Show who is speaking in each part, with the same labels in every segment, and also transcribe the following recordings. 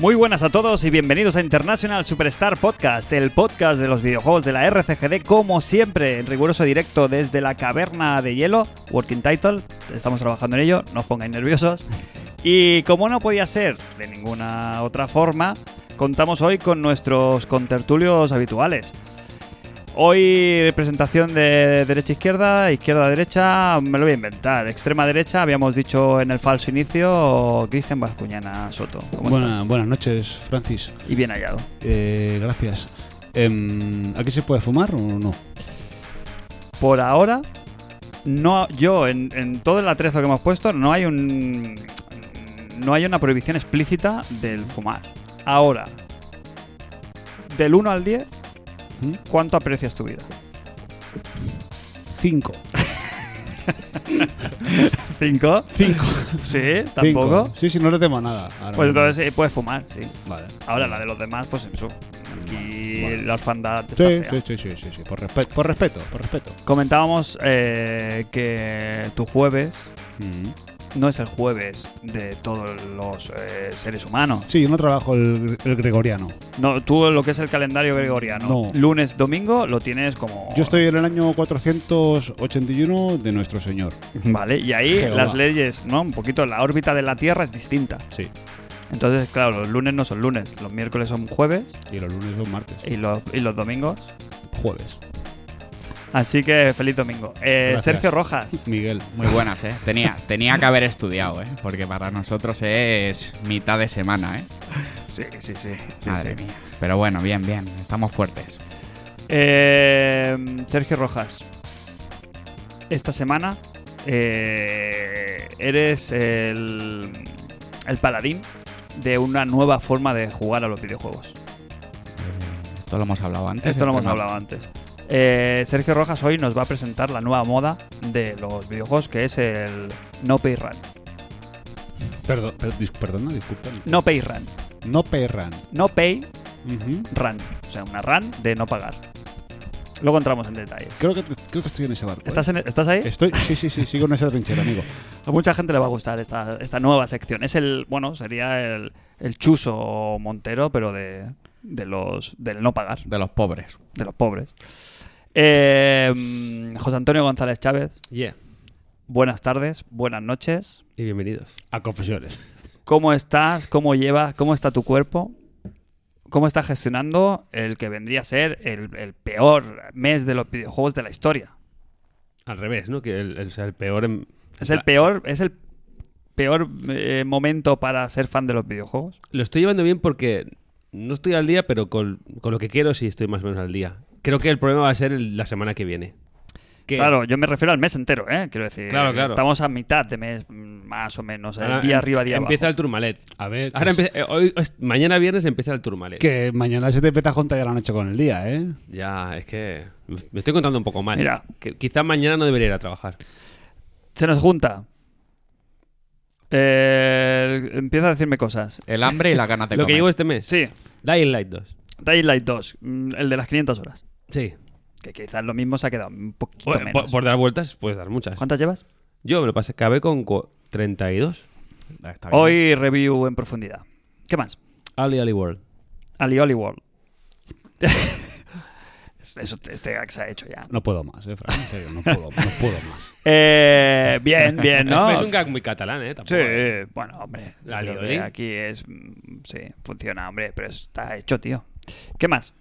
Speaker 1: Muy buenas a todos y bienvenidos a International Superstar Podcast, el podcast de los videojuegos de la RCGD, como siempre, en riguroso directo desde la caverna de hielo, Working Title, estamos trabajando en ello, no os pongáis nerviosos. Y como no podía ser de ninguna otra forma, contamos hoy con nuestros contertulios habituales. Hoy presentación de derecha izquierda, izquierda derecha, me lo voy a inventar. Extrema derecha, habíamos dicho en el falso inicio, Cristian Vascuñana Soto. ¿Cómo
Speaker 2: Buena-
Speaker 1: estás?
Speaker 2: buenas noches, Francis.
Speaker 1: Y bien hallado.
Speaker 2: Eh, gracias. Em, ¿Aquí se puede fumar o no?
Speaker 1: Por ahora, no, yo en, en todo el atrezo que hemos puesto no hay un no hay una prohibición explícita del fumar. Ahora, del 1 al 10,
Speaker 2: ¿Mm?
Speaker 1: ¿cuánto aprecias tu vida?
Speaker 2: Cinco.
Speaker 1: 5
Speaker 2: Cinco.
Speaker 1: Sí, tampoco.
Speaker 2: Cinco. Sí, sí, no le temo a nada. ahora
Speaker 1: Pues
Speaker 2: mismo.
Speaker 1: entonces eh, puedes fumar, sí.
Speaker 2: Vale.
Speaker 1: Ahora la de los demás, pues eso. Aquí
Speaker 2: Bueno.
Speaker 1: la orfandad está
Speaker 2: Sí,
Speaker 1: fea.
Speaker 2: sí, sí, sí, sí, sí, Por, respe- por respeto, por respeto.
Speaker 1: Comentábamos eh, que tu jueves Mm. no es el jueves de todos los eh, seres humanos.
Speaker 2: Sí, yo no trabajo el, el gregoriano.
Speaker 1: No, tú lo que es el calendario gregoriano,
Speaker 2: No.
Speaker 1: lunes, domingo, lo tienes como...
Speaker 2: Yo estoy en el año 481 de nuestro Señor.
Speaker 1: Vale, y ahí
Speaker 2: Jehová.
Speaker 1: las leyes, ¿no? Un poquito, la órbita de la Tierra es distinta.
Speaker 2: Sí.
Speaker 1: Entonces, claro, los lunes no son lunes, los miércoles son jueves
Speaker 2: Y los lunes son martes.
Speaker 1: y los, y los domingos.
Speaker 2: Jueves.
Speaker 1: Así que feliz domingo. Eh,
Speaker 2: Gracias.
Speaker 1: Sergio Rojas.
Speaker 2: Miguel.
Speaker 3: Muy buenas, ¿eh? Tenía, tenía que haber estudiado, ¿eh? Porque para nosotros es mitad de semana, ¿eh?
Speaker 1: Sí, sí, sí.
Speaker 3: Madre mía. Pero bueno, bien, bien. Estamos fuertes.
Speaker 1: Eh, Sergio Rojas. Esta semana eh, eres el, el paladín de una nueva forma de jugar a los videojuegos.
Speaker 3: Esto lo hemos hablado antes.
Speaker 1: Esto lo hemos
Speaker 3: ¿no?
Speaker 1: hablado antes. Eh, Sergio Rojas hoy nos va a presentar la nueva moda de los videojuegos que es el no pay run.
Speaker 2: Perdón, per- dis- perdona, disculpa.
Speaker 1: No pay run.
Speaker 2: No perran.
Speaker 1: No pay
Speaker 2: Ujú.
Speaker 1: run. O sea, una run de no pagar. Luego entramos en detalles.
Speaker 2: creo, que, creo que estoy en ese barco. ¿eh?
Speaker 1: ¿Estás, en- ¿estás ahí?
Speaker 2: Estoy, sí, sí, sí, sigo en esa trinchera, amigo.
Speaker 1: A mucha gente le va a gustar esta, esta nueva sección. Es el, bueno, sería el, el chuso Montero, pero de, de los del no pagar,
Speaker 3: De los pobres.
Speaker 1: de los pobres. Eh, mm, José Antonio González Chávez,
Speaker 4: Yeah,
Speaker 1: buenas tardes, buenas noches.
Speaker 4: y bienvenidos.
Speaker 2: A confesiones.
Speaker 1: ¿Cómo estás? ¿Cómo llevas? ¿Cómo está tu cuerpo? ¿Cómo estás gestionando el que vendría a ser el, el peor mes de los videojuegos de la historia?
Speaker 4: Al revés, ¿no? Que el, el- o sea, el peor... en-
Speaker 1: Es el
Speaker 4: la-
Speaker 1: peor, es el peor eh, momento para ser fan de los videojuegos.
Speaker 4: Lo estoy llevando bien porque no estoy al día, pero con, con lo que quiero sí estoy más o menos al día. Creo que el problema va a ser el- la semana que viene. Que-
Speaker 1: Claro, yo me refiero al mes entero, ¿eh? Quiero decir,
Speaker 4: Claro, claro.
Speaker 1: estamos a mitad de mes, mm, más o menos, el
Speaker 4: ahora
Speaker 1: día
Speaker 4: em-
Speaker 1: arriba, día
Speaker 4: Empieza el
Speaker 1: abajo.
Speaker 4: turmalet.
Speaker 2: A ver, pues,
Speaker 4: Ahora
Speaker 2: que,
Speaker 4: empieza- eh, hoy- es- mañana viernes empieza el turmalet.
Speaker 2: que mañana se te peta junta ya la noche con el día, ¿eh?
Speaker 4: Ya, es que me estoy contando un poco mal.
Speaker 1: Mira.
Speaker 4: Que quizá mañana no debería ir a trabajar.
Speaker 1: Se nos junta. Eh, empieza a decirme cosas.
Speaker 3: El hambre y la ganas de
Speaker 4: lo que
Speaker 3: comer.
Speaker 4: llevo este mes.
Speaker 1: Sí,
Speaker 4: Dying Light 2.
Speaker 1: Dying Light 2, mm, el de las 500 horas.
Speaker 4: Sí.
Speaker 1: Que quizás lo mismo se ha quedado un poquito
Speaker 4: Bueno,
Speaker 1: menos.
Speaker 4: por, por dar vueltas puedes dar muchas.
Speaker 1: ¿Cuántas llevas?
Speaker 4: Yo me lo pasé, acabé con cu- 32.
Speaker 3: Ah, está bien.
Speaker 1: Hoy review en profundidad. ¿Qué más?
Speaker 4: Ali Ali World.
Speaker 1: Alioli World. Eso te- este gag se ha hecho ya.
Speaker 2: No puedo más, ¿eh, Fran? En serio, no puedo, no puedo más.
Speaker 1: Eh, bien, bien, ¿no?
Speaker 4: Es un gag muy catalán, ¿eh? Tampoco,
Speaker 1: Sí,
Speaker 4: ¿eh?
Speaker 1: bueno, hombre.
Speaker 4: La
Speaker 1: creo
Speaker 4: lioli.
Speaker 1: que Aquí es. mm, Sí, funciona, hombre, pero está hecho, tío. ¿Qué más?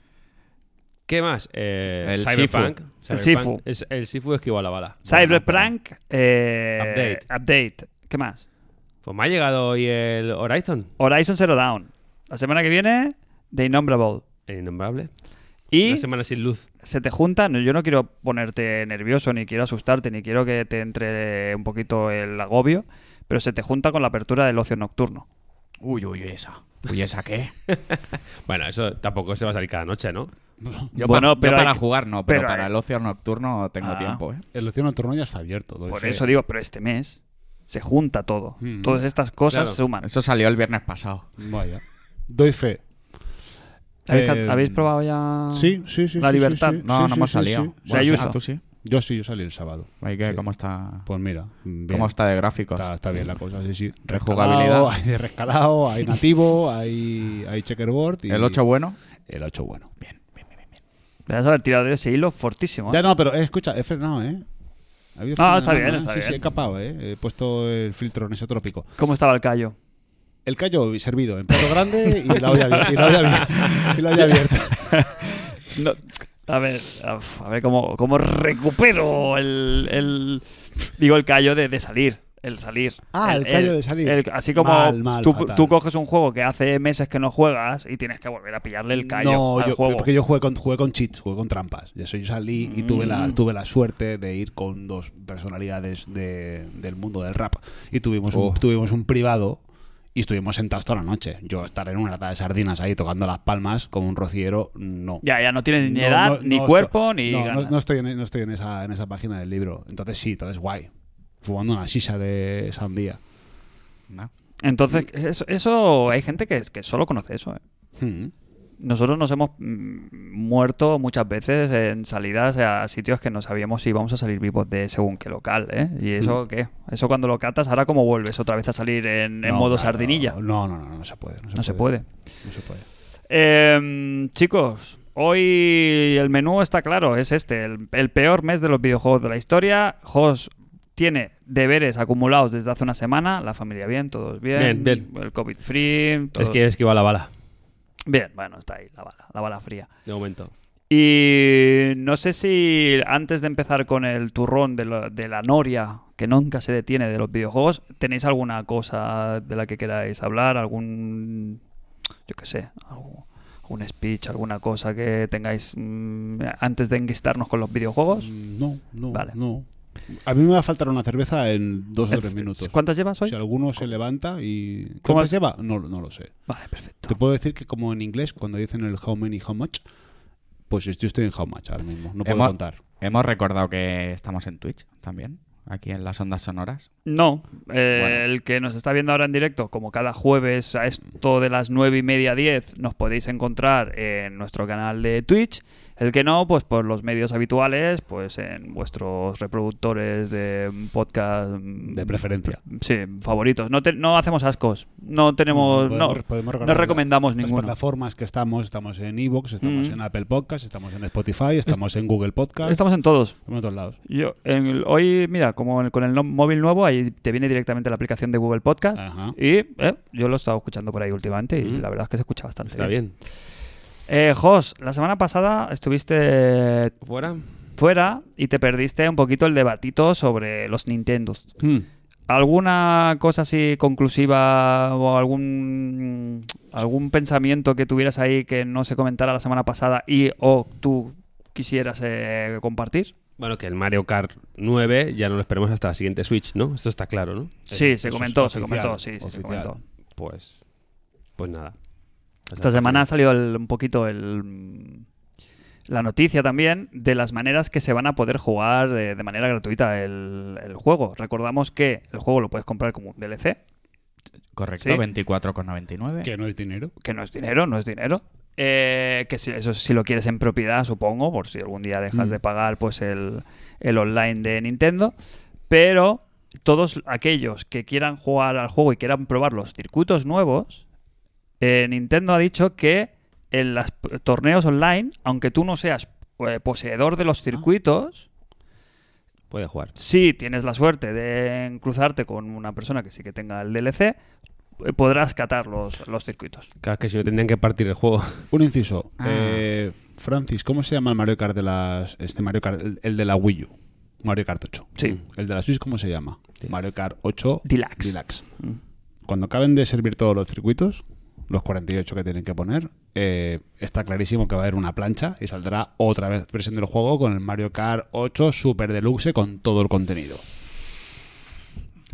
Speaker 4: ¿Qué más? Eh,
Speaker 3: El
Speaker 4: Cyberpunk.
Speaker 3: Sifu.
Speaker 1: El
Speaker 4: Cyberpunk. Es- el Sifu esquivó a la bala.
Speaker 1: Cyberpunk. eh,
Speaker 4: Update.
Speaker 1: ¿Qué más?
Speaker 4: Pues me ha llegado hoy el Horizon.
Speaker 1: Horizon Zero Down. La semana que viene, The Innombrable.
Speaker 4: El innombrable.
Speaker 1: Y
Speaker 4: Una semana sin luz.
Speaker 1: se te juntan. Yo no quiero ponerte nervioso, ni quiero asustarte, ni quiero que te entre un poquito el agobio, pero se te junta con la apertura del ocio nocturno.
Speaker 3: Uy, uy, uy, esa. Uy, ¿esa qué?
Speaker 4: Bueno, eso tampoco se va a salir cada noche, ¿no?
Speaker 3: Yo,
Speaker 1: Bueno,
Speaker 3: para, yo
Speaker 1: pero
Speaker 3: para
Speaker 1: hay-
Speaker 3: jugar no, pero,
Speaker 1: pero
Speaker 3: para
Speaker 1: hay-
Speaker 3: el ocio nocturno tengo
Speaker 1: Ah.
Speaker 3: tiempo, ¿eh?
Speaker 2: El ocio nocturno ya está abierto. doy
Speaker 1: Por
Speaker 2: fe.
Speaker 1: eso digo, pero este mes se junta todo.
Speaker 2: Mm.
Speaker 1: Todas estas cosas
Speaker 4: Claro.
Speaker 1: suman.
Speaker 3: Eso salió el viernes pasado.
Speaker 2: Vaya. Doy fe.
Speaker 1: ¿Habéis,
Speaker 2: Eh,
Speaker 1: ¿habéis probado ya?
Speaker 2: Sí, sí, sí.
Speaker 1: La
Speaker 2: sí, sí,
Speaker 1: libertad.
Speaker 2: sí,
Speaker 3: No,
Speaker 2: sí,
Speaker 3: no
Speaker 2: sí,
Speaker 3: hemos
Speaker 2: sí,
Speaker 3: salido.
Speaker 2: sí.
Speaker 3: Bueno,
Speaker 1: Ayuso.
Speaker 3: ah, tú sí.
Speaker 2: Yo sí, yo salí el sábado.
Speaker 3: Ahí que
Speaker 2: Sí.
Speaker 3: cómo está.
Speaker 2: Pues mira, bien.
Speaker 3: ¿Cómo está de gráficos?
Speaker 2: Está, está bien la cosa, sí, sí.
Speaker 3: Rejugabilidad.
Speaker 2: Rescalado, Hay de rescalado, hay nativo, hay, hay checkerboard. Y
Speaker 3: ¿El 8 bueno?
Speaker 2: El 8 bueno. Bien.
Speaker 1: Debes haber tirado de ese hilo fortísimo. ¿eh?
Speaker 2: Ya no, pero eh, escucha, he frenado, ¿eh? Ha
Speaker 1: Ah,
Speaker 2: habido frenado,
Speaker 1: está bien,
Speaker 2: ¿eh?
Speaker 1: está
Speaker 2: sí, sí,
Speaker 1: bien.
Speaker 2: he capado, ¿eh? He puesto el filtro en ese trópico.
Speaker 1: ¿Cómo estaba el callo?
Speaker 2: El callo servido en plato grande y la olla abier- y la olla abier- y la olla abierta.
Speaker 1: No, a ver, uf, a ver cómo, cómo recupero el, el- Digo, el callo de, de salir. El salir.
Speaker 2: Ah, el callo de salir.
Speaker 1: el- así como
Speaker 2: Mal, mal,
Speaker 1: tú,
Speaker 2: fatal.
Speaker 1: tú coges un juego que hace meses que no juegas y tienes que volver a pillarle el callo
Speaker 2: no,
Speaker 1: al
Speaker 2: yo,
Speaker 1: juego.
Speaker 2: porque yo jugué con, jugué con cheats, jugué con trampas. Y eso yo salí y tuve, la,
Speaker 1: Mm.
Speaker 2: tuve la suerte de ir con dos personalidades de- del mundo del rap. Y tuvimos,
Speaker 3: Oh.
Speaker 2: un, tuvimos un privado y estuvimos sentados toda la noche. Yo estar en una lata de sardinas ahí tocando las palmas como un rociero, no.
Speaker 1: Ya, ya no tienes ni
Speaker 2: No,
Speaker 1: edad,
Speaker 2: no,
Speaker 1: ni
Speaker 2: no
Speaker 1: cuerpo,
Speaker 2: estoy-
Speaker 1: ni
Speaker 2: no, no,
Speaker 1: ganas.
Speaker 2: no estoy, en, e, no estoy en, esa, en esa página del libro. Entonces sí, entonces guay. Fumando una shisha de sandía.
Speaker 3: No.
Speaker 1: Entonces, eso, eso- hay gente que, que solo conoce eso. ¿eh?
Speaker 2: Hmm.
Speaker 1: Nosotros nos hemos mm, muerto muchas veces en salidas a sitios que no sabíamos si íbamos a salir vivos de según qué local, ¿eh? ¿Y eso qué? Eso cuando lo catas, ahora cómo vuelves otra vez a salir en, en
Speaker 2: No,
Speaker 1: modo
Speaker 2: claro,
Speaker 1: sardinilla. No,
Speaker 2: No, no, no, no, se puede. No se,
Speaker 1: se puede.
Speaker 2: No se puede.
Speaker 1: Eh, chicos, hoy el menú está claro, es este, el, el peor mes de los videojuegos de la historia. Jos tiene deberes acumulados desde hace una semana, la familia bien, todos bien,
Speaker 4: Bien, bien.
Speaker 1: el COVID free.
Speaker 4: Es
Speaker 1: todos-
Speaker 4: que esquiva la bala,
Speaker 1: Bien, bueno, está ahí la bala, la bala fría.
Speaker 4: de momento.
Speaker 1: Y no sé si antes de empezar con el turrón de la, de la noria que nunca se detiene de los videojuegos, ¿tenéis alguna cosa de la que queráis hablar? ¿Algún, yo qué sé, algo- algún speech, alguna cosa que tengáis mm, antes de enquistarnos con los videojuegos?
Speaker 2: Mm, No, no,
Speaker 1: Vale.
Speaker 2: no. A mí me va a faltar una cerveza en dos o tres minutos.
Speaker 1: ¿Cuántas llevas hoy?
Speaker 2: Si alguno se levanta y...
Speaker 1: ¿Cómo
Speaker 2: ¿Cuántas
Speaker 1: es?
Speaker 2: lleva? No, no lo sé.
Speaker 1: Vale, perfecto.
Speaker 2: Te puedo decir que como en inglés, cuando dicen el how many, how much, pues yo estoy en how much ahora mismo. No puedo
Speaker 3: Hemos-
Speaker 2: contar.
Speaker 3: Hemos recordado que estamos en Twitch también, aquí en las ondas sonoras.
Speaker 1: No, eh,
Speaker 3: Bueno.
Speaker 1: el que nos está viendo ahora en directo, como cada jueves a esto de las 9 y media 10, nos podéis encontrar en nuestro canal de Twitch. El que no, pues por los medios habituales, pues en vuestros reproductores de podcast mm,
Speaker 2: De preferencia.
Speaker 1: Sí, favoritos. No, te- no hacemos ascos. No tenemos.
Speaker 2: Podemos-
Speaker 1: no,
Speaker 2: podemos
Speaker 1: no
Speaker 2: recordar
Speaker 1: recomendamos
Speaker 2: la- las
Speaker 1: ninguno.
Speaker 2: plataformas que estamos, estamos en Evox, estamos
Speaker 1: Mm.
Speaker 2: en Apple Podcast, estamos en Spotify, estamos en Google Podcast, estamos
Speaker 1: Estamos en todos.
Speaker 2: en todos lados.
Speaker 1: Yo, en el- hoy, mira, como el- con el no- móvil nuevo, ahí te viene directamente la aplicación de Google Podcast.
Speaker 2: Ajá.
Speaker 1: Y eh, yo lo he estado escuchando por ahí últimamente y
Speaker 4: Mm.
Speaker 1: la verdad es que se escucha bastante
Speaker 4: Está bien.
Speaker 1: Eh, Jos, la semana pasada estuviste
Speaker 4: ¿Fuera?
Speaker 1: fuera y te perdiste un poquito el debatito sobre los Nintendos. ¿Alguna cosa así conclusiva o algún, algún pensamiento que tuvieras ahí que no se comentara la semana pasada y o tú quisieras eh, compartir?
Speaker 4: Bueno, que el Mario Kart 9 ya no lo esperemos hasta la siguiente Switch, ¿no? Esto está claro, ¿no?
Speaker 1: Sí,
Speaker 2: eso
Speaker 1: se
Speaker 2: es
Speaker 1: comentó, se
Speaker 2: oficial,
Speaker 1: comentó, sí, sí, se
Speaker 2: oficial.
Speaker 1: comentó.
Speaker 4: Pues. Pues nada.
Speaker 1: Esta semana ha salido el- un poquito el, la noticia también de las maneras que se van a poder jugar de, de manera gratuita el, el juego. Recordamos que el juego lo puedes comprar como un DLC,
Speaker 3: Correcto,
Speaker 1: Sí.
Speaker 3: 24,99.
Speaker 2: Que no es dinero.
Speaker 1: que no es dinero, no es dinero. Eh, que si, eso si lo quieres en propiedad, supongo, por si algún día dejas
Speaker 2: Mm.
Speaker 1: de pagar pues el, el online de Nintendo. Pero todos aquellos que quieran jugar al juego y quieran probar los circuitos nuevos, eh, Nintendo ha dicho que en los torneos online, aunque tú no seas eh, poseedor de los circuitos,
Speaker 4: Puede jugar.
Speaker 1: si tienes la suerte de cruzarte con una persona que sí que tenga el DLC, eh, podrás catar los, los circuitos.
Speaker 4: Claro, que si no tendrían que partir el juego.
Speaker 2: Un inciso.
Speaker 3: Ah.
Speaker 2: Eh, Francis, ¿cómo se llama el Mario Kart de las. Este Mario Kart, el, el de la Wii U? Mario Kart 8.
Speaker 1: Sí.
Speaker 2: ¿El de la Switch cómo se llama? Mario Kart 8
Speaker 1: Deluxe. Mm.
Speaker 2: Cuando acaben de servir todos los circuitos, los 48 que tienen que poner, eh, está clarísimo que va a haber una plancha y saldrá otra vez versión del juego con el Mario Kart 8 Super Deluxe con todo el contenido.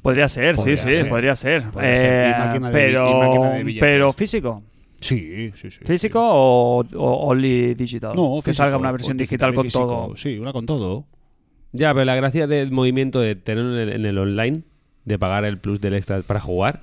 Speaker 1: Podría ser,
Speaker 2: Podría
Speaker 1: sí, sí,
Speaker 2: ser.
Speaker 1: podría ser.
Speaker 2: Podría ser. Y
Speaker 1: Eh,
Speaker 2: máquina de bi- y
Speaker 1: pero,
Speaker 2: máquina de billetes.
Speaker 1: pero físico.
Speaker 2: Sí, sí, sí.
Speaker 1: ¿Físico o, o only digital?
Speaker 2: sí. No,
Speaker 1: que
Speaker 2: físico,
Speaker 1: salga una
Speaker 2: o
Speaker 1: versión digital, con
Speaker 2: físico.
Speaker 1: todo.
Speaker 2: Sí, una con todo.
Speaker 4: Ya, pero la gracia del movimiento de tenerlo en el, en el online, de pagar el plus del extra para jugar,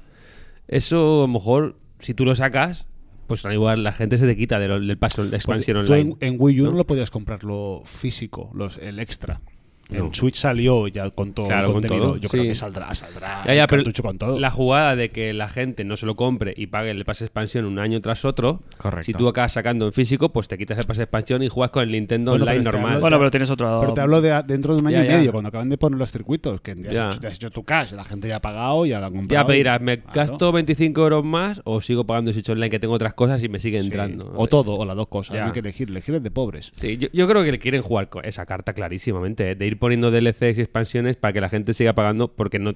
Speaker 4: eso a lo mejor, si tú lo sacas, pues al igual la gente se te quita del, del paso de expansión
Speaker 2: Porque Pues, tú
Speaker 4: online.
Speaker 2: en, en Wii U ¿no?
Speaker 4: ¿no?
Speaker 2: lo podías comprar lo físico, los, el extra. En
Speaker 4: No.
Speaker 2: Switch salió ya con todo
Speaker 4: Claro,
Speaker 2: el
Speaker 4: con
Speaker 2: contenido.
Speaker 4: todo,
Speaker 2: Yo creo
Speaker 4: sí.
Speaker 2: que saldrá, saldrá.
Speaker 4: Ya, ya,
Speaker 2: el
Speaker 4: pero
Speaker 2: cartucho con todo.
Speaker 4: La jugada de que la gente no se lo compre y pague el pase de expansión un año tras otro.
Speaker 3: Correcto.
Speaker 4: Si tú acabas sacando en físico, pues te quitas el pase de expansión y juegas con el Nintendo
Speaker 2: Bueno,
Speaker 4: Online
Speaker 2: pero te
Speaker 4: normal.
Speaker 2: hablo-
Speaker 1: Bueno, pero tienes otro.
Speaker 2: Pero te hablo de a- dentro de un año
Speaker 4: Ya,
Speaker 2: y
Speaker 4: ya.
Speaker 2: medio, cuando acaban de poner los circuitos, que ya,
Speaker 4: Ya.
Speaker 2: Has, hecho, ya has hecho tu cash, la gente ya ha pagado, ya la ha comprado.
Speaker 4: ya pedirás, ¿me
Speaker 2: Claro.
Speaker 4: gasto 25 euros más o sigo pagando 18 online que tengo otras cosas y me sigue entrando?
Speaker 2: O todo, o las dos cosas.
Speaker 4: Ya.
Speaker 2: No hay que elegir, elegir es de pobres.
Speaker 4: Sí, yo, yo creo que le quieren jugar con esa carta clarísimamente, ¿eh? de ir poniendo DLCs y expansiones para que la gente siga pagando, porque no,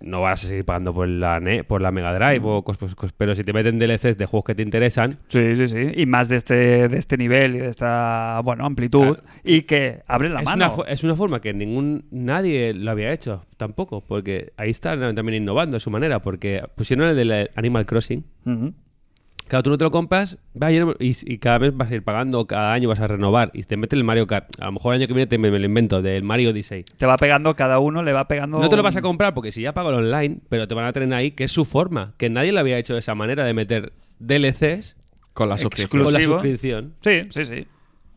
Speaker 4: no vas a seguir pagando por la, NE- por la Mega Drive o cos- pues, cos- cos- pero si te meten DLCs de juegos que te interesan,
Speaker 1: Sí, sí, sí. Y más de este, de este nivel y de esta, bueno, amplitud.
Speaker 4: Claro.
Speaker 2: Ah.
Speaker 1: Y que abre la
Speaker 4: es
Speaker 1: mano.
Speaker 4: una,
Speaker 2: eh.
Speaker 4: fo- es una forma que ningún nadie lo había hecho tampoco, porque ahí están también innovando a su manera, porque pusieron el del Animal Crossing.
Speaker 1: Ujú.
Speaker 4: Claro, tú no te lo compras va, yo no- y, y cada mes vas a ir pagando, cada año vas a renovar y te meten el Mario Kart. A lo mejor el año que viene te, me, me lo invento, del Mario Odyssey.
Speaker 1: Te va pegando, cada uno le va pegando.
Speaker 4: No te lo vas a
Speaker 1: un-
Speaker 4: comprar porque si ya pago el online, pero te van a tener ahí, que es su forma, que nadie lo había hecho de esa manera de meter DLCs
Speaker 3: Con la suscripción.
Speaker 4: con la
Speaker 1: Exclusivo.
Speaker 4: suscripción.
Speaker 1: Sí, sí, sí.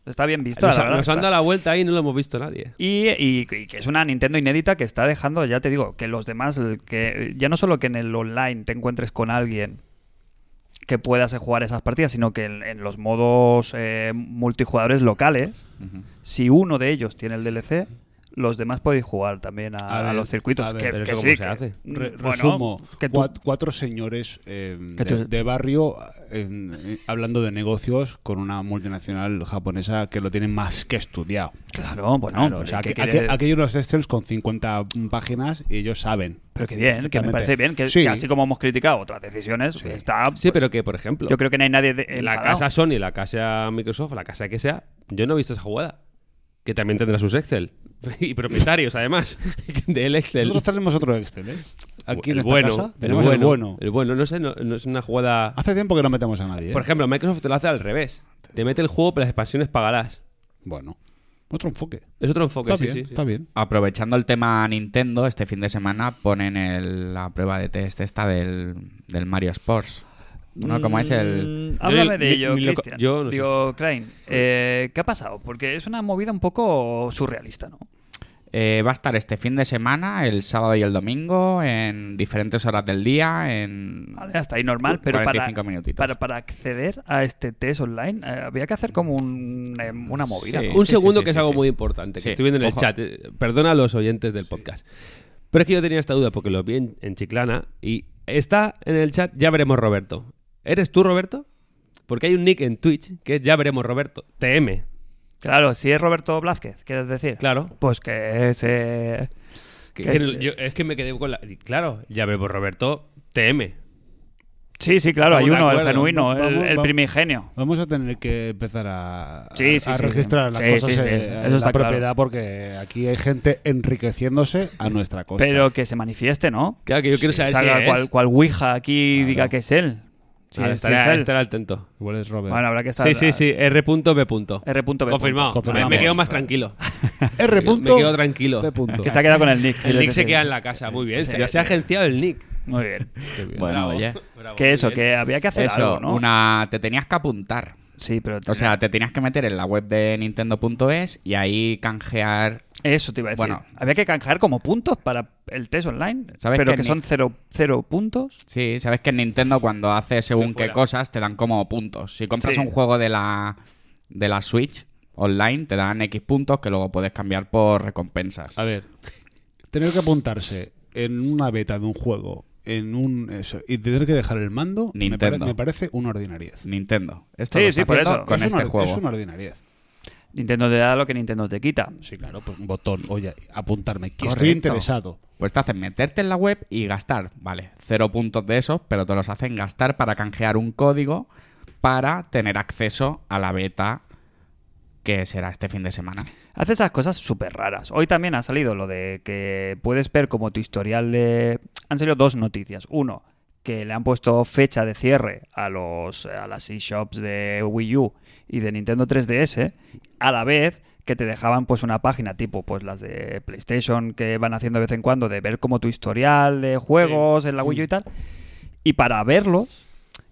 Speaker 1: Está bien visto.
Speaker 4: Nos,
Speaker 1: la verdad
Speaker 4: nos
Speaker 1: que
Speaker 4: han
Speaker 1: está.
Speaker 4: dado la vuelta ahí y no lo hemos visto nadie.
Speaker 1: Y, y- y que es una Nintendo inédita que está dejando, ya te digo, que los demás, el que ya no solo que en el online te encuentres con alguien que puedas eh, jugar esas partidas, sino que en, en los modos eh, multijugadores locales, si uno de ellos tiene el DLC, los demás podéis jugar también a,
Speaker 2: A
Speaker 1: a
Speaker 2: ver,
Speaker 1: los circuitos.
Speaker 2: a ver,
Speaker 1: que,
Speaker 4: pero
Speaker 1: que
Speaker 4: eso
Speaker 1: sí,
Speaker 4: cómo se
Speaker 1: que-
Speaker 4: hace.
Speaker 2: Re-
Speaker 1: bueno,
Speaker 2: resumo,
Speaker 1: que tú-
Speaker 2: cua- cuatro señores eh,
Speaker 1: Que
Speaker 2: de,
Speaker 1: tú-
Speaker 2: de barrio en- eh, hablando de negocios con una multinacional japonesa que lo tienen más que estudiado.
Speaker 1: claro, bueno,
Speaker 2: Claro,
Speaker 1: pero
Speaker 2: o sea,
Speaker 1: ¿qué
Speaker 2: aquí,
Speaker 1: quiere-
Speaker 2: aquí- aquí hay unos Excel con 50 páginas y ellos saben.
Speaker 1: pero que bien, que me
Speaker 2: perfectamente.
Speaker 1: parece bien, que,
Speaker 2: Sí.
Speaker 1: que así como hemos criticado otras decisiones, está...
Speaker 4: Sí, pero que, por ejemplo,
Speaker 1: Yo creo que no hay nadie de,
Speaker 4: la
Speaker 1: enfadado.
Speaker 4: casa Sony, la casa Microsoft, la casa que sea, yo no he visto esa jugada. Que también tendrá sus Excel. Y propietarios, además, del Excel.
Speaker 2: Nosotros tenemos otro Excel, ¿eh? Aquí en
Speaker 4: El
Speaker 2: esta
Speaker 4: bueno,
Speaker 2: casa
Speaker 4: el
Speaker 2: tenemos el bueno. Ah,
Speaker 4: El bueno, no, sé, no, no es una jugada...
Speaker 2: Hace tiempo que no metemos a nadie. ¿eh?
Speaker 4: Por ejemplo, Microsoft te lo hace al revés. Te mete el juego, pero las expansiones pagarás.
Speaker 2: Bueno, otro enfoque.
Speaker 4: Es otro enfoque,
Speaker 2: Está
Speaker 4: sí,
Speaker 2: bien,
Speaker 4: sí, sí.
Speaker 2: está bien.
Speaker 3: Aprovechando el tema Nintendo, este fin de semana ponen el- la prueba de test esta del, del Mario Sports. ¿No? Como es el...
Speaker 1: Mm, Háblame
Speaker 4: Yo-
Speaker 1: de
Speaker 4: mi-
Speaker 1: ello,
Speaker 4: mi loca-
Speaker 1: Cristian.
Speaker 4: yo no sé.
Speaker 1: Digo, Crane, eh, ¿qué ha pasado? Porque es una movida un poco surrealista, ¿no?
Speaker 3: eh, va a estar este fin de semana, el sábado y el domingo, en diferentes horas del día, en...
Speaker 1: Vale, hasta ahí normal, pero para,
Speaker 3: 45 minutitos.
Speaker 1: para, para acceder a este test online eh, había que hacer como un, eh, una movida,
Speaker 3: Sí.
Speaker 1: ¿no?
Speaker 4: Un segundo
Speaker 3: sí,
Speaker 4: que es
Speaker 3: sí,
Speaker 4: algo
Speaker 3: sí.
Speaker 4: muy importante, que
Speaker 3: Sí,
Speaker 4: estoy viendo en el
Speaker 3: ojo.
Speaker 4: chat. Eh, Perdona a los oyentes del podcast. Pero es que yo tenía esta duda porque lo vi en, en Chiclana y está en el chat, ya veremos Roberto. ¿Eres tú Roberto? Porque hay un nick en Twitch que es ya veremos Roberto, TM.
Speaker 1: Claro, si es Roberto Blázquez, ¿quieres decir?
Speaker 4: Claro.
Speaker 1: Pues que eh, ese...
Speaker 4: Que-
Speaker 1: que
Speaker 4: que
Speaker 1: es-
Speaker 4: yo- es que me quedé con la... y Claro, ya veremos Roberto, TM.
Speaker 1: Sí, sí, claro, hay
Speaker 4: Estamos de
Speaker 1: uno, el
Speaker 4: acuerdo.
Speaker 1: genuino,
Speaker 2: Vamos,
Speaker 1: el, el
Speaker 2: vamos.
Speaker 1: primigenio.
Speaker 2: Vamos a tener que empezar a, a-
Speaker 1: Sí, sí,
Speaker 2: a
Speaker 1: sí,
Speaker 2: registrar
Speaker 1: sí.
Speaker 2: las
Speaker 1: Sí,
Speaker 2: cosas
Speaker 1: sí, sí.
Speaker 2: eh,
Speaker 1: Eso
Speaker 2: en la
Speaker 1: está claro.
Speaker 2: propiedad porque aquí hay gente enriqueciéndose a nuestra costa.
Speaker 1: Pero que se manifieste, ¿no?
Speaker 4: Claro que yo quiero
Speaker 1: Que
Speaker 4: saber si
Speaker 1: salga
Speaker 4: es.
Speaker 1: cual, cual Ouija aquí y diga que es él. Si
Speaker 4: Ahora
Speaker 1: es- si
Speaker 4: estaré-
Speaker 1: es él.
Speaker 4: estaré atento.
Speaker 2: Igual es Robert.
Speaker 1: Bueno, habrá que estar...
Speaker 4: Sí, sí, sí, R.B.
Speaker 1: R.B.
Speaker 4: Confirmado.
Speaker 2: Confirmado.
Speaker 4: Me, me quedo más tranquilo.
Speaker 2: R.
Speaker 4: Me quedo tranquilo.
Speaker 2: P punto.
Speaker 1: Que se ha quedado con el Nick.
Speaker 4: El Nick se queda en la casa, muy bien.
Speaker 1: Sí,
Speaker 4: se,
Speaker 1: sí.
Speaker 4: se ha agenciado el Nick.
Speaker 1: Muy bien.
Speaker 2: Qué bien.
Speaker 3: Bueno, oye.
Speaker 1: Que eso,
Speaker 4: muy bien.
Speaker 1: que había que hacer
Speaker 3: Eso,
Speaker 1: algo, ¿no?
Speaker 3: una... Te tenías que apuntar.
Speaker 1: Sí, pero...
Speaker 3: O sea, te tenías que meter en la web de nintendo.es y ahí canjear...
Speaker 1: Eso te iba a decir.
Speaker 3: Bueno.
Speaker 1: Había que canjear como puntos para el test online,
Speaker 3: ¿Sabes
Speaker 1: pero
Speaker 3: que
Speaker 1: que
Speaker 3: ni-
Speaker 1: son cero, cero puntos.
Speaker 3: Sí, sabes que en Nintendo cuando haces según
Speaker 4: Estoy
Speaker 3: qué
Speaker 4: fuera.
Speaker 3: cosas te dan como puntos. Si compras
Speaker 1: Sí.
Speaker 3: un juego de la, de la Switch online te dan X puntos que luego puedes cambiar por recompensas.
Speaker 2: A ver, tener que apuntarse en una beta de un juego en un eso, y tener que dejar el mando me pare-
Speaker 3: Nintendo.
Speaker 2: me parece una ordinariez.
Speaker 3: Nintendo. Esto
Speaker 1: Sí,
Speaker 3: lo está
Speaker 1: sí, por
Speaker 3: haciendo
Speaker 1: eso.
Speaker 3: con
Speaker 2: es
Speaker 3: este
Speaker 2: una,
Speaker 3: juego.
Speaker 2: Es una ordinariez.
Speaker 1: Nintendo te da lo que Nintendo te quita.
Speaker 2: Sí, claro, pues un botón. Oye, apuntarme. Que
Speaker 3: Correcto.
Speaker 2: estoy interesado.
Speaker 3: Pues te hacen meterte en la web y gastar. Vale, cero puntos de esos, pero te los hacen gastar para canjear un código para tener acceso a la beta que será este fin de semana.
Speaker 1: Hace esas cosas súper raras. Hoy también ha salido lo de que puedes ver como tu historial de... Han salido dos noticias. Uno, que le han puesto fecha de cierre a, los, a las eShops de Wii U y de Nintendo 3DS, a la vez que te dejaban pues una página tipo pues las de PlayStation que van haciendo de vez en cuando de ver como tu historial de juegos en la Wii U y tal. Y para verlos,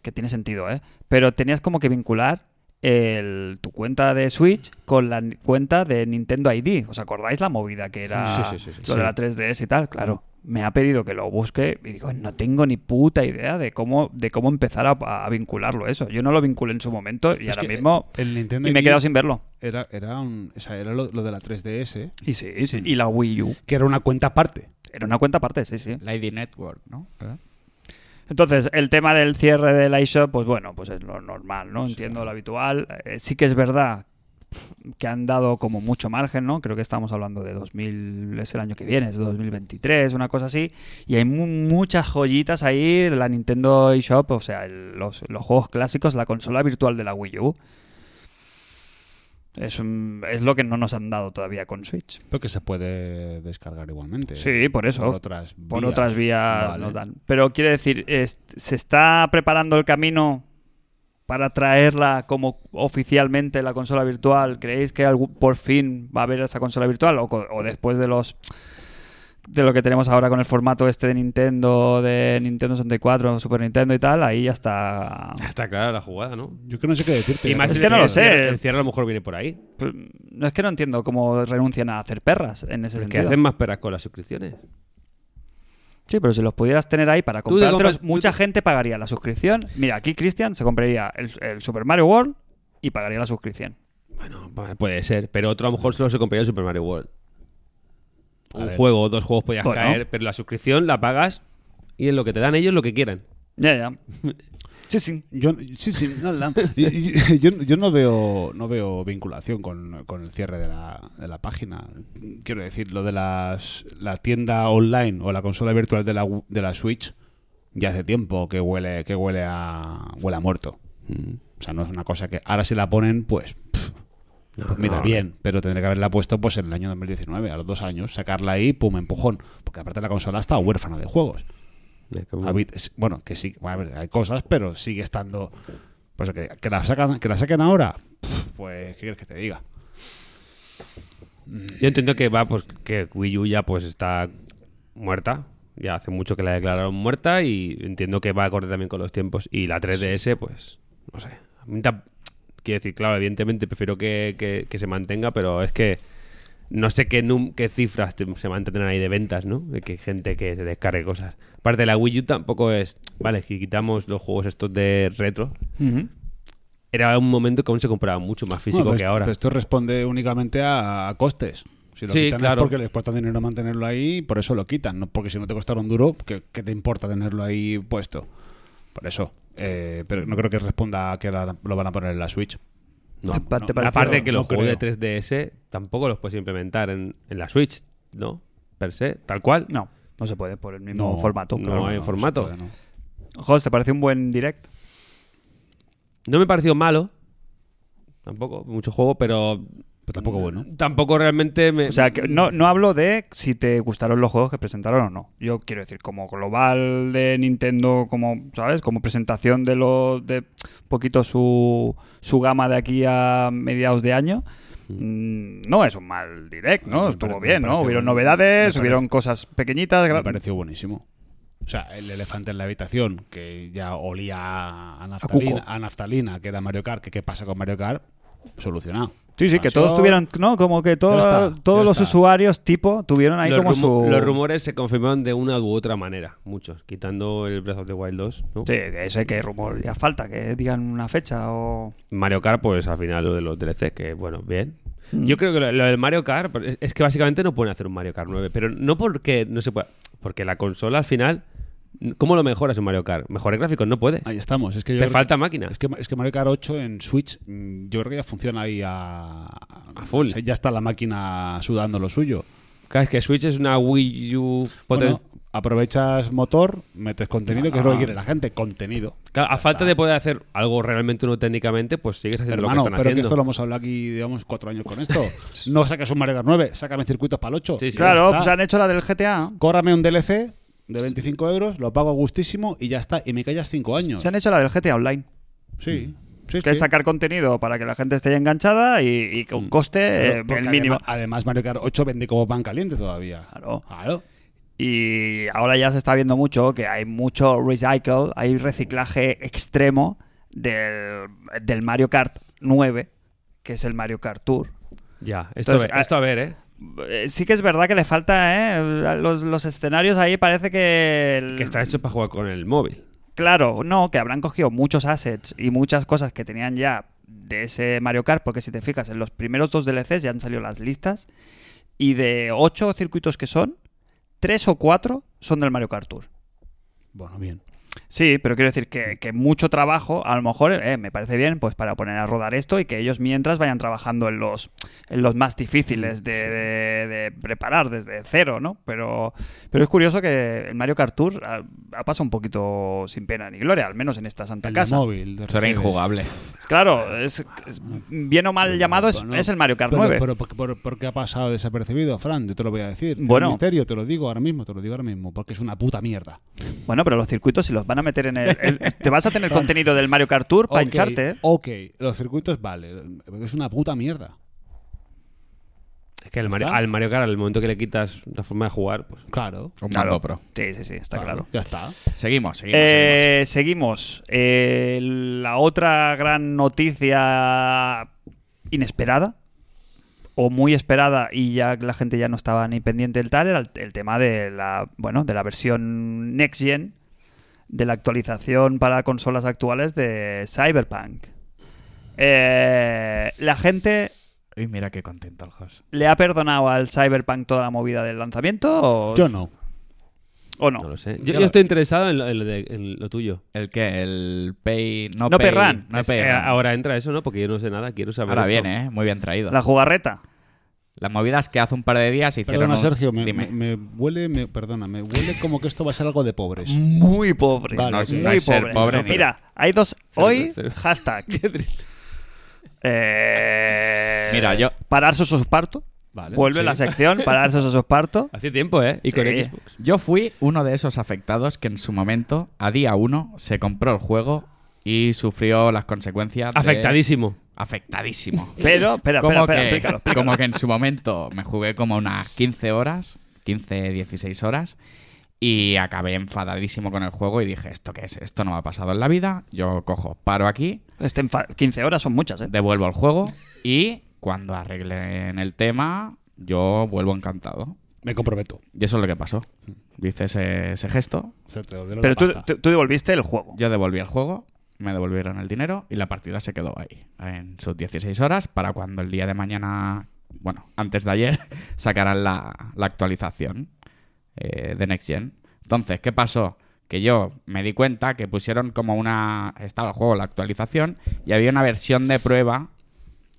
Speaker 1: que tiene sentido, ¿eh? Pero tenías como que vincular el- tu cuenta de Switch con la ni- cuenta de Nintendo ID. ¿Os acordáis la movida que era
Speaker 4: Sí, sí, sí, sí, sí.
Speaker 1: lo de la 3DS y tal? Claro. Me ha pedido que lo busque y digo, no tengo ni puta idea de cómo, de cómo empezar a, a vincularlo eso. Yo no lo vinculé en su momento y
Speaker 2: Es
Speaker 1: ahora
Speaker 2: que
Speaker 1: mismo...
Speaker 2: el Nintendo
Speaker 1: Y me he
Speaker 2: ID
Speaker 1: quedado sin verlo.
Speaker 2: Era, era, un- o sea, era lo, lo de la 3DS,
Speaker 1: Y sí, y sí. Y la Wii U.
Speaker 2: que era una cuenta aparte.
Speaker 1: Era una cuenta aparte, sí, sí.
Speaker 3: Lady Network, ¿no? ¿Verdad?
Speaker 1: Entonces, el tema del cierre del iShop, pues bueno, pues es lo normal, ¿no? Entiendo lo habitual. Eh, sí que es verdad que han dado como mucho margen, ¿no? Creo que estamos hablando de 2000, es el año que viene, es 2023, una cosa así. Y hay mu- muchas joyitas ahí, la Nintendo eShop, o sea, el- los, los juegos clásicos, la consola virtual de la Wii U. Es, un- es lo que no nos han dado todavía con Switch.
Speaker 2: Porque se puede descargar igualmente. eh,
Speaker 1: Sí, por eso.
Speaker 2: Por otras vías.
Speaker 1: Por otras vías
Speaker 2: Vale.
Speaker 1: no dan. Pero quiere decir, es- ¿se está preparando el camino para traerla como oficialmente la consola virtual? ¿Creéis que algú- por fin va a haber esa consola virtual? ¿O, co- o después de los de lo que tenemos ahora con el formato este de Nintendo, de Nintendo 64, Super Nintendo y tal, ahí ya está.
Speaker 4: Está clara la jugada, ¿no?
Speaker 2: Yo que no sé qué decirte.
Speaker 4: Y más
Speaker 1: es que no lo sé.
Speaker 4: El cierre, el cierre a lo mejor viene por ahí.
Speaker 1: Pues, No es que no entiendo cómo renuncian a hacer perras en ese
Speaker 4: Que
Speaker 1: sentido.
Speaker 4: hacen más peras con las suscripciones.
Speaker 1: Sí, pero si los pudieras tener ahí para
Speaker 4: te compras-
Speaker 1: comprártelos,
Speaker 4: tú
Speaker 1: mucha
Speaker 4: te-
Speaker 1: gente pagaría la suscripción. Mira, aquí Cristian se compraría el, el Super Mario World y pagaría la suscripción.
Speaker 4: Bueno, pa- puede ser, pero otro a lo mejor solo se compraría el Super Mario World.
Speaker 2: A
Speaker 4: Un
Speaker 2: ver.
Speaker 4: juego, dos juegos podías
Speaker 1: Bueno.
Speaker 4: caer, pero la suscripción la pagas y es lo que te dan ellos lo que quieran.
Speaker 1: Ya, ya. Sí, sí.
Speaker 2: Yo, sí, sí, no, la- y- y- yo, yo no veo no veo vinculación con, con el cierre de la, de la página. Quiero decir, lo de las, la tienda online o la consola virtual de la, de la Switch ya hace tiempo que huele que huele a huele a muerto.
Speaker 4: Mm.
Speaker 2: O sea, no es una cosa que ahora si la ponen, pues, pf, pues mira,
Speaker 4: no.
Speaker 2: bien, pero tendría que haberla puesto pues en el año 2019, a los dos años, sacarla ahí, pum, empujón, porque aparte la consola está huérfana de juegos.
Speaker 4: Ya, que-
Speaker 2: Habit- es- bueno, que sí, bueno, a ver, hay cosas, pero sigue estando. Pues que, que la sacan, que la saquen ahora, pf, pues, ¿qué quieres que te diga?
Speaker 4: Yo entiendo que va, pues que Wii U ya pues está muerta. Ya hace mucho que la declararon muerta y entiendo que va acorde también con los tiempos. Y la 3DS, pues, no sé. A mí tam- Quiero decir, claro, evidentemente prefiero que, que- que se mantenga, pero es que no sé qué, num- qué cifras te- se mantendrán ahí de ventas, ¿no? De que gente que se descargue cosas. Aparte, la Wii U tampoco es... Vale, si quitamos los juegos estos de retro, era un momento que aún se compraba mucho más físico
Speaker 2: Bueno, pero
Speaker 4: que
Speaker 2: esto-
Speaker 4: ahora.
Speaker 2: pero esto responde únicamente a, a costes. Si lo
Speaker 4: Sí,
Speaker 2: quitan
Speaker 4: claro.
Speaker 2: es porque les cuesta dinero mantenerlo ahí, y por eso lo quitan, no porque si no te costaron duro, ¿qué, qué te importa tenerlo ahí puesto? Por eso. eh, pero no creo que responda a que la- lo van a poner en la Switch.
Speaker 4: No,
Speaker 1: ¿Te pa- te
Speaker 4: no.
Speaker 1: pareció?
Speaker 4: Aparte que
Speaker 2: No
Speaker 4: los juegos
Speaker 2: creo.
Speaker 4: de 3DS tampoco los puedes implementar en, en la Switch, ¿no? Per se, tal cual.
Speaker 1: No, no se puede por el mismo
Speaker 2: No,
Speaker 1: formato.
Speaker 4: no.
Speaker 1: claro.
Speaker 4: hay
Speaker 2: se
Speaker 4: formato.
Speaker 2: puede, no.
Speaker 1: Jos, ¿te parece un buen direct?
Speaker 4: No me pareció malo. Tampoco, mucho juego, pero
Speaker 2: Pero tampoco
Speaker 4: Mm.
Speaker 2: bueno.
Speaker 4: tampoco realmente me...
Speaker 1: O sea, que no, no hablo de si te gustaron los juegos que presentaron o no. Yo quiero decir, como global de Nintendo, como, ¿sabes? Como presentación de lo de un poquito su, su gama de aquí a mediados de año. mm, No es un mal direct, ¿no?
Speaker 2: Me
Speaker 1: Estuvo
Speaker 2: pare- me
Speaker 1: bien, ¿no?
Speaker 2: pareció-
Speaker 1: Hubieron
Speaker 2: me
Speaker 1: novedades,
Speaker 2: parece-
Speaker 1: hubieron cosas pequeñitas.
Speaker 2: Me
Speaker 1: gra-
Speaker 2: pareció buenísimo. O sea, el elefante en la habitación, que ya olía a- a naftalina,
Speaker 1: cuco.
Speaker 2: a naftalina, que era Mario Kart, que qué pasa con Mario Kart, solucionado.
Speaker 1: Sí, sí, que
Speaker 2: Pasión.
Speaker 1: todos tuvieron, ¿no? Como que todo-
Speaker 2: Ya está,
Speaker 1: todos
Speaker 2: ya
Speaker 1: los
Speaker 2: está.
Speaker 1: usuarios tipo tuvieron ahí
Speaker 4: los,
Speaker 1: como
Speaker 4: rumo-
Speaker 1: su...
Speaker 4: los rumores se confirmaron de una u otra manera, muchos, quitando el Breath of the Wild 2, ¿no?
Speaker 1: Sí, ese que rumor ya falta, que digan una fecha o...
Speaker 4: Mario Kart, pues al final lo de los DLC, que bueno, bien.
Speaker 2: Mm.
Speaker 4: Yo creo que lo, lo del Mario Kart pues, es, es que básicamente no pueden hacer un Mario Kart 9, pero no porque no se pueda, porque la consola al final, ¿cómo lo mejoras un Mario Kart? Mejores gráficos, no puedes.
Speaker 2: Ahí estamos. Es que yo
Speaker 4: Te
Speaker 2: creo-
Speaker 4: falta máquina.
Speaker 2: Es que, es que Mario Kart 8 en Switch, mm, yo creo que ya funciona ahí a, a
Speaker 4: full.
Speaker 2: o sea, ya está la máquina sudando lo suyo.
Speaker 4: Claro, es que Switch es una Wii U poten-
Speaker 2: Bueno, aprovechas motor, metes contenido, que es
Speaker 4: Ah.
Speaker 2: lo que quiere la gente, contenido.
Speaker 4: Claro, a falta de poder hacer algo realmente no técnicamente, pues sigues haciendo
Speaker 2: Hermano,
Speaker 4: lo que están
Speaker 2: pero que
Speaker 4: haciendo.
Speaker 2: esto lo hemos hablado aquí, digamos, cuatro años con esto. no saques un Mario Kart 9, sácame circuitos para el 8.
Speaker 4: Sí, sí.
Speaker 1: claro,
Speaker 2: está.
Speaker 1: pues han hecho la del GTA.
Speaker 2: córrame un DLC de 25 euros, lo pago a gustísimo y ya está. Y me callas 5 años.
Speaker 1: Se han hecho la del GTA Online.
Speaker 2: Sí. sí,
Speaker 1: que es
Speaker 2: sí. Mm.
Speaker 1: sacar contenido para que la gente esté enganchada y, y con coste eh,
Speaker 2: Pero- porque
Speaker 1: el mínimo.
Speaker 2: adem- Además, Mario Kart 8 vende como pan caliente todavía.
Speaker 1: Claro.
Speaker 2: Claro.
Speaker 1: Y ahora ya se está viendo mucho que hay mucho recycle, hay reciclaje extremo del, del Mario Kart 9, que es el Mario Kart Tour.
Speaker 4: Ya, esto,
Speaker 1: Entonces,
Speaker 4: a ver, esto a ver, ¿eh?
Speaker 1: Eh, Sí que es verdad que le falta, ¿eh? Los, los escenarios ahí parece que... el-
Speaker 4: Que está hecho para jugar con el móvil.
Speaker 1: Claro, no, que habrán cogido muchos assets y muchas cosas que tenían ya de ese Mario Kart, porque si te fijas, en los primeros dos DLCs ya han salido las listas, y de ocho circuitos que son, tres o cuatro son del Mario Kart Tour.
Speaker 2: Bueno, bien.
Speaker 1: Sí, pero quiero decir que, que mucho trabajo, a lo mejor, eh, me parece bien, pues para poner a rodar esto y que ellos mientras vayan trabajando en los, en los más difíciles de, de- de preparar desde cero, ¿no? Pero, pero es curioso que el Mario Kart Tour ha, ha pasado un poquito sin pena ni gloria, al menos en esta santa
Speaker 2: El de
Speaker 1: casa.
Speaker 2: móvil. te
Speaker 3: Eso era
Speaker 2: refieres.
Speaker 3: injugable.
Speaker 1: Claro, es, es- bien o mal llamado es,
Speaker 2: Bueno,
Speaker 1: es el Mario Kart
Speaker 2: pero-
Speaker 1: 9.
Speaker 2: Pero, ¿por- por, por qué ha pasado desapercibido, Fran? Yo te lo voy a decir. Tiene
Speaker 1: Bueno.
Speaker 2: un misterio, te lo digo ahora mismo, te lo digo ahora mismo, porque es una puta mierda.
Speaker 1: Bueno, pero los circuitos si los van a meter en el... el- te vas a tener contenido del Mario Kart Tour para
Speaker 2: Ok,
Speaker 1: hincharte, ¿eh?
Speaker 2: Ok, los circuitos vale, es una puta mierda.
Speaker 4: Es que el
Speaker 2: ¿Ya
Speaker 4: Mario,
Speaker 2: está?
Speaker 4: al Mario Kart, al momento que le quitas la forma de jugar, pues.
Speaker 2: Claro.
Speaker 3: Un
Speaker 1: Claro.
Speaker 3: mando pro.
Speaker 1: Sí, sí, sí, está claro.
Speaker 2: Ya está.
Speaker 3: Seguimos, seguimos, seguimos.
Speaker 1: Eh, seguimos. Eh, la otra gran noticia inesperada o muy esperada y ya la gente ya no estaba ni pendiente del tal era el, el tema de la bueno de la versión next gen de la actualización para consolas actuales de Cyberpunk. Eh, la gente
Speaker 3: Uy, mira qué contento el host.
Speaker 1: le ha perdonado al Cyberpunk toda la movida del lanzamiento o,
Speaker 2: Yo no.
Speaker 1: o no.
Speaker 4: No lo sé. Yo,
Speaker 2: Ya
Speaker 4: yo
Speaker 2: lo-
Speaker 4: estoy interesado en lo, en lo de- en lo tuyo.
Speaker 3: ¿El qué? El pay... No,
Speaker 1: No
Speaker 3: pay,
Speaker 1: pay run.
Speaker 3: No
Speaker 4: Es-
Speaker 3: pay
Speaker 4: eh,
Speaker 3: run.
Speaker 4: ahora entra eso, ¿no? Porque yo no sé nada, quiero saber.
Speaker 3: Ahora
Speaker 4: esto.
Speaker 3: viene, ¿eh? Muy bien traído.
Speaker 1: La jugarreta.
Speaker 3: Las movidas que hace un par de días hicieron...
Speaker 2: Perdona,
Speaker 3: un-
Speaker 2: Sergio, me,
Speaker 3: Dime.
Speaker 2: me- me huele, me, perdona, me huele como que esto va a ser algo de pobres.
Speaker 1: Muy pobre.
Speaker 2: Vale,
Speaker 3: No,
Speaker 2: Muy
Speaker 3: es- no es ser
Speaker 1: pobre.
Speaker 3: pobre ni-
Speaker 1: Mira, hay dos.
Speaker 4: Cero,
Speaker 1: Hoy,
Speaker 4: cero.
Speaker 1: hashtag.
Speaker 4: Qué triste.
Speaker 1: eh,
Speaker 3: Mira, yo-
Speaker 1: Pararse su parto.
Speaker 2: Vale,
Speaker 1: Vuelve
Speaker 2: sí.
Speaker 1: la sección, pararse su parto.
Speaker 4: Hace tiempo, ¿eh? Y con
Speaker 1: Sí.
Speaker 4: Xbox.
Speaker 3: Yo fui uno de esos afectados que en su momento, a día uno, se compró el juego y sufrió las consecuencias. de-
Speaker 4: Afectadísimo.
Speaker 3: Afectadísimo.
Speaker 1: Pero, espera, espera,
Speaker 3: como,
Speaker 1: espera,
Speaker 3: que,
Speaker 1: explícalo, explícalo.
Speaker 3: como que en su momento me jugué como unas 15 horas, 15, 16 horas, y acabé enfadadísimo con el juego y dije, ¿esto qué es? Esto no me ha pasado en la vida. Yo cojo, paro aquí,
Speaker 1: Este enfa- 15 horas son muchas, ¿eh?
Speaker 3: devuelvo el juego y cuando arreglen el tema, yo vuelvo encantado.
Speaker 2: Me comprometo.
Speaker 3: Y eso es lo que pasó. Yo hice ese, ese gesto,
Speaker 2: Se te olvidó
Speaker 1: Pero
Speaker 2: la
Speaker 1: tú,
Speaker 2: pasta.
Speaker 1: tú- tú devolviste el juego.
Speaker 3: yo devolví el juego, me devolvieron el dinero y la partida se quedó ahí, en sus 16 horas, para cuando el día de mañana, bueno, antes de ayer, sacarán la, la actualización eh, de Next Gen. Entonces, ¿qué pasó? Que yo me di cuenta que pusieron como una... Estaba el juego, la actualización, y había una versión de prueba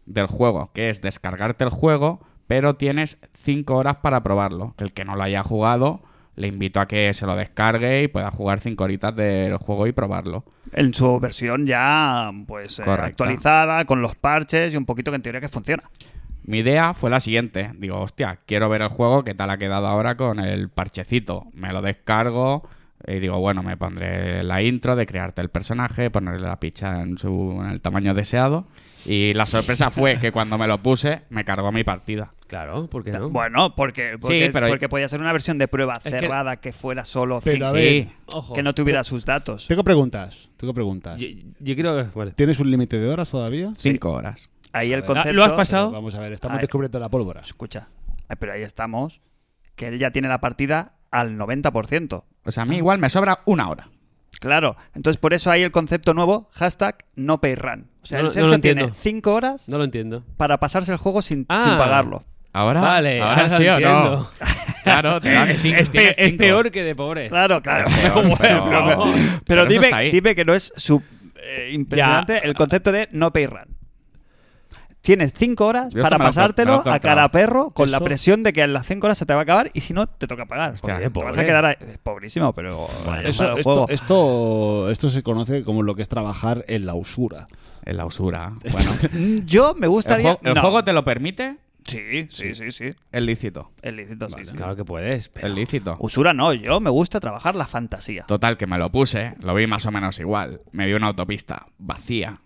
Speaker 3: del juego, que es descargarte el juego, pero tienes 5 horas para probarlo. El que no lo haya jugado, le invito a que se lo descargue y pueda jugar 5 horitas del juego y probarlo.
Speaker 1: En su versión ya, pues, eh,
Speaker 3: Correcta.
Speaker 1: actualizada, con los parches y un poquito que en teoría que funciona.
Speaker 3: Mi idea fue la siguiente. Digo, hostia, quiero ver el juego, qué tal ha quedado ahora con el parchecito. Me lo descargo y digo, bueno, me pondré la intro de crearte el personaje, ponerle la picha en, su, en el tamaño deseado. Y la sorpresa fue que cuando me lo puse, me cargó mi partida.
Speaker 4: Claro, ¿por qué no?
Speaker 1: Bueno, porque, porque,
Speaker 3: pero-
Speaker 1: porque podía ser una versión de prueba
Speaker 4: que-
Speaker 1: cerrada que, fuera solo
Speaker 2: Pero
Speaker 1: física,
Speaker 2: a ver,
Speaker 3: Sí,
Speaker 4: Ojo.
Speaker 1: que no tuviera sus datos.
Speaker 2: tengo preguntas. Tengo preguntas.
Speaker 4: Yo, yo quiero. Vale.
Speaker 2: ¿Tienes un límite de horas todavía?
Speaker 3: 5 horas.
Speaker 1: Ahí el
Speaker 2: Ah,
Speaker 1: concepto...
Speaker 4: ¿lo has pasado?
Speaker 2: Pero Vamos a ver, estamos
Speaker 1: A ver.
Speaker 2: descubriendo la pólvora.
Speaker 1: Escucha, ay, pero ahí estamos, que él ya tiene la partida al 90%.
Speaker 3: O sea, a mí igual me sobra una hora.
Speaker 1: Claro, entonces por eso hay el concepto nuevo, hashtag no pay run. O sea,
Speaker 4: No,
Speaker 1: el
Speaker 4: no lo
Speaker 1: Sergio tiene
Speaker 4: entiendo.
Speaker 1: 5 horas
Speaker 4: No lo entiendo.
Speaker 1: para pasarse el juego sin,
Speaker 4: Ah.
Speaker 1: sin pagarlo.
Speaker 3: Ahora,
Speaker 4: Vale,
Speaker 3: ahora
Speaker 4: ahora
Speaker 3: sí o no.
Speaker 4: entiendo.
Speaker 3: Claro, te dan cinco-
Speaker 4: Ah, Es, pe-
Speaker 3: tienes
Speaker 4: es
Speaker 3: cinco.
Speaker 4: peor que de pobre.
Speaker 1: Claro, claro.
Speaker 3: Es peor,
Speaker 1: Bueno,
Speaker 3: pero-
Speaker 1: pero
Speaker 3: pero
Speaker 1: pero
Speaker 3: eso está
Speaker 1: dime,
Speaker 3: ahí.
Speaker 1: dime que no es su- eh, impresionante el concepto de no pay run. Tienes 5 horas
Speaker 3: Yo
Speaker 1: para
Speaker 3: esto me lo he encont- me lo
Speaker 1: pasártelo
Speaker 3: he
Speaker 1: a cara
Speaker 3: encontrado.
Speaker 1: perro con la
Speaker 2: Eso-
Speaker 1: presión de que en las 5 horas se te va a acabar y si no, te toca pagar.
Speaker 3: Hostia,
Speaker 1: Porque
Speaker 4: qué
Speaker 1: te vas a
Speaker 4: pobre.
Speaker 1: quedar ahí- es pobrísimo, pero vaya
Speaker 2: Eso-
Speaker 1: mal
Speaker 2: esto,
Speaker 1: juego.
Speaker 2: esto, esto se conoce como lo que es trabajar en la usura.
Speaker 3: En la usura. Bueno,
Speaker 1: Yo me
Speaker 3: el,
Speaker 1: gustaría.
Speaker 3: juego- el
Speaker 1: no.
Speaker 3: juego te lo permite,
Speaker 1: Sí, sí, sí, sí.
Speaker 3: es lícito.
Speaker 1: El lícito, sí, sí.
Speaker 4: Claro que puedes. pero-
Speaker 3: Es lícito.
Speaker 1: Usura no, yo me gusta trabajar la fantasía.
Speaker 3: Total, que me lo puse, lo vi más o menos igual. Me vi una autopista vacía.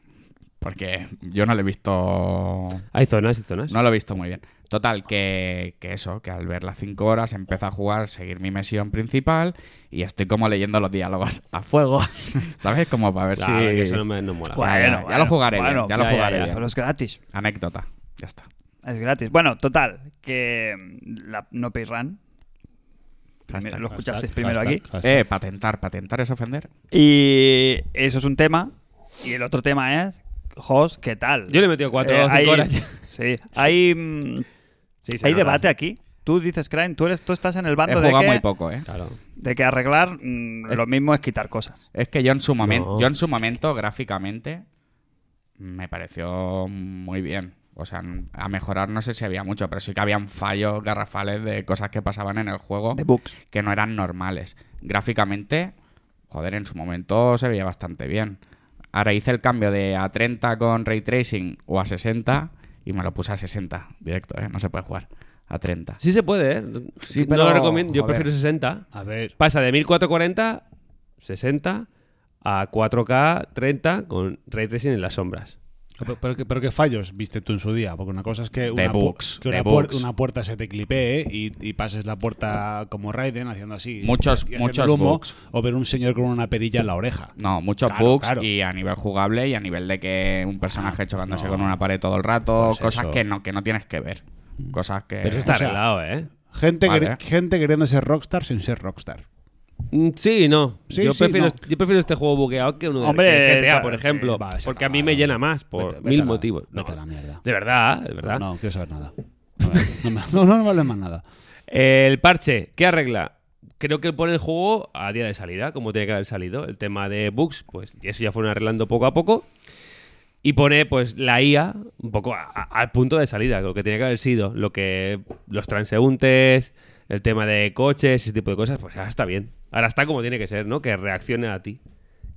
Speaker 3: Porque yo no lo he visto.
Speaker 4: Hay zonas y zonas.
Speaker 3: No lo he visto muy bien. Total, que, que eso, que al ver las 5 horas empiezo a jugar, seguir mi misión principal y estoy como leyendo los diálogos a fuego, ¿sabes? Como para ver
Speaker 4: Claro,
Speaker 3: si...
Speaker 4: que eso no me no mola.
Speaker 3: pues Bueno, ya lo jugaré bien, ya lo jugaré bien.
Speaker 1: Pero es gratis.
Speaker 3: Anécdota, ya está.
Speaker 1: Es gratis. Bueno, total, que mm, la, no pay run.
Speaker 3: Hashtag.
Speaker 1: lo escuchasteis
Speaker 2: Hashtag,
Speaker 1: primero
Speaker 2: hashtag,
Speaker 1: aquí.
Speaker 2: hashtag.
Speaker 3: Eh, patentar, patentar es ofender.
Speaker 1: Y eso es un tema. Y el otro tema es, Jos, ¿qué tal?
Speaker 4: Yo le he metido cuatro
Speaker 1: Eh,
Speaker 4: o cinco
Speaker 1: hay-
Speaker 4: horas.
Speaker 1: Sí, hay, mm,
Speaker 4: Sí, se
Speaker 1: hay
Speaker 4: nota,
Speaker 1: debate
Speaker 4: sí.
Speaker 1: aquí. Tú dices, Crane, tú, eres, tú estás en el
Speaker 3: He
Speaker 1: bando de
Speaker 3: jugado
Speaker 1: que,
Speaker 3: muy poco, ¿eh?
Speaker 4: Claro.
Speaker 1: de que arreglar mm, lo mismo es quitar cosas.
Speaker 3: Es que yo en su momento,
Speaker 4: No.
Speaker 3: yo en su momento, gráficamente, me pareció muy bien. O sea, n- a mejorar no sé si había mucho, pero sí que habían fallos garrafales de cosas que pasaban en el juego
Speaker 1: De bugs.
Speaker 3: que no eran normales. Gráficamente, joder, en su momento se veía bastante bien. Ahora hice el cambio de a 30 con ray tracing o a 60 y me lo puse a 60 directo, ¿eh? No se puede jugar a 30.
Speaker 4: Sí se puede, ¿eh?
Speaker 2: Sí,
Speaker 4: no
Speaker 2: pero,
Speaker 4: lo recomiendo. Yo
Speaker 2: joder.
Speaker 4: prefiero 60.
Speaker 2: A ver,
Speaker 4: Pasa de 1440, 60, a 4K, 30, con ray tracing en las sombras.
Speaker 2: pero, pero qué- pero qué fallos viste tú en su día? Porque una cosa es que
Speaker 3: De
Speaker 2: una, pu-
Speaker 3: bugs,
Speaker 2: que
Speaker 3: de
Speaker 2: una, puer-
Speaker 3: bugs.
Speaker 2: una puerta se te clipee y, y pases la puerta como Raiden haciendo así.
Speaker 3: Muchos-
Speaker 2: y haciendo
Speaker 3: muchos
Speaker 2: el humo,
Speaker 3: bugs.
Speaker 2: O ver un señor con una perilla en la oreja.
Speaker 3: No, muchos
Speaker 2: Claro,
Speaker 3: bugs
Speaker 2: claro.
Speaker 3: y a nivel jugable y a nivel de que un personaje
Speaker 2: Ah,
Speaker 3: chocándose
Speaker 2: no.
Speaker 3: con una pared todo el rato,
Speaker 2: Pues
Speaker 3: cosas
Speaker 2: eso.
Speaker 3: que no, que no tienes que ver. Cosas que.
Speaker 4: Mm. Pero eso está
Speaker 2: o sea,
Speaker 4: arreglado, ¿eh?
Speaker 2: Gente,
Speaker 3: Vale.
Speaker 2: queri- gente queriendo ser rockstar sin ser rockstar.
Speaker 4: Mm, Sí, no.
Speaker 2: Sí,
Speaker 4: yo,
Speaker 2: sí,
Speaker 4: prefiero,
Speaker 2: no.
Speaker 4: yo prefiero este juego bugueado que uno de
Speaker 1: Hombre,
Speaker 4: que el GTA,
Speaker 1: esa-
Speaker 4: por
Speaker 1: sí,
Speaker 4: ejemplo.
Speaker 2: va, esa
Speaker 4: porque a mí
Speaker 2: no,
Speaker 4: me
Speaker 2: no.
Speaker 4: llena más, por
Speaker 2: Vete- vete
Speaker 4: mil
Speaker 2: a la-
Speaker 4: motivos. No. ¿Ah?
Speaker 2: vete a la mierda.
Speaker 4: De verdad, de verdad.
Speaker 2: No, quiero saber nada. No me- No, me- no, no me hables más nada.
Speaker 4: El parche, ¿qué arregla? Creo que pone el juego a día de salida, como tiene que haber salido. El tema de bugs, pues y eso ya fueron arreglando poco a poco. Y pone pues la IA un poco a- a- al punto de salida, lo que tenía que haber sido. Lo que los transeúntes, el tema de coches, ese tipo de cosas, pues ahora está bien. Ahora está como tiene que ser, ¿no? Que reaccione a ti.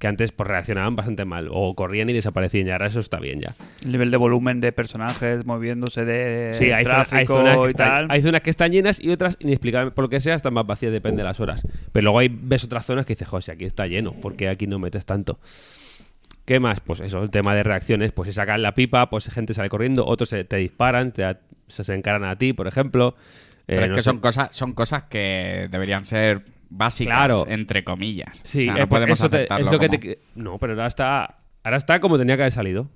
Speaker 4: Que antes pues reaccionaban bastante mal o corrían y desaparecían y ahora eso está bien ya.
Speaker 1: El nivel de volumen de personajes moviéndose de
Speaker 4: Sí, hay, zonas- hay
Speaker 1: tráfico
Speaker 4: zonas que
Speaker 1: y tal.
Speaker 4: están, hay zonas que están llenas y otras inexplicables por lo que sea están más vacías, depende de las horas. Pero luego hay, ves otras zonas que dices, José, aquí está lleno, porque aquí no metes tanto. ¿Qué más? Pues eso, el tema de reacciones, pues se sacan la pipa, pues gente sale corriendo, otros se, te disparan, te a- se, se encaran a ti, por ejemplo. Eh,
Speaker 3: Pero es
Speaker 4: no
Speaker 3: que
Speaker 4: sé.
Speaker 3: son cosas, son cosas que deberían ser básicas,
Speaker 4: Claro.
Speaker 3: entre comillas.
Speaker 4: Sí,
Speaker 3: O sea,
Speaker 4: eh,
Speaker 3: no
Speaker 4: pues
Speaker 3: podemos
Speaker 4: eso te-
Speaker 3: aceptarlo
Speaker 4: es lo que
Speaker 3: como-
Speaker 4: te- No, pero ahora está, ahora está como tenía que haber salido.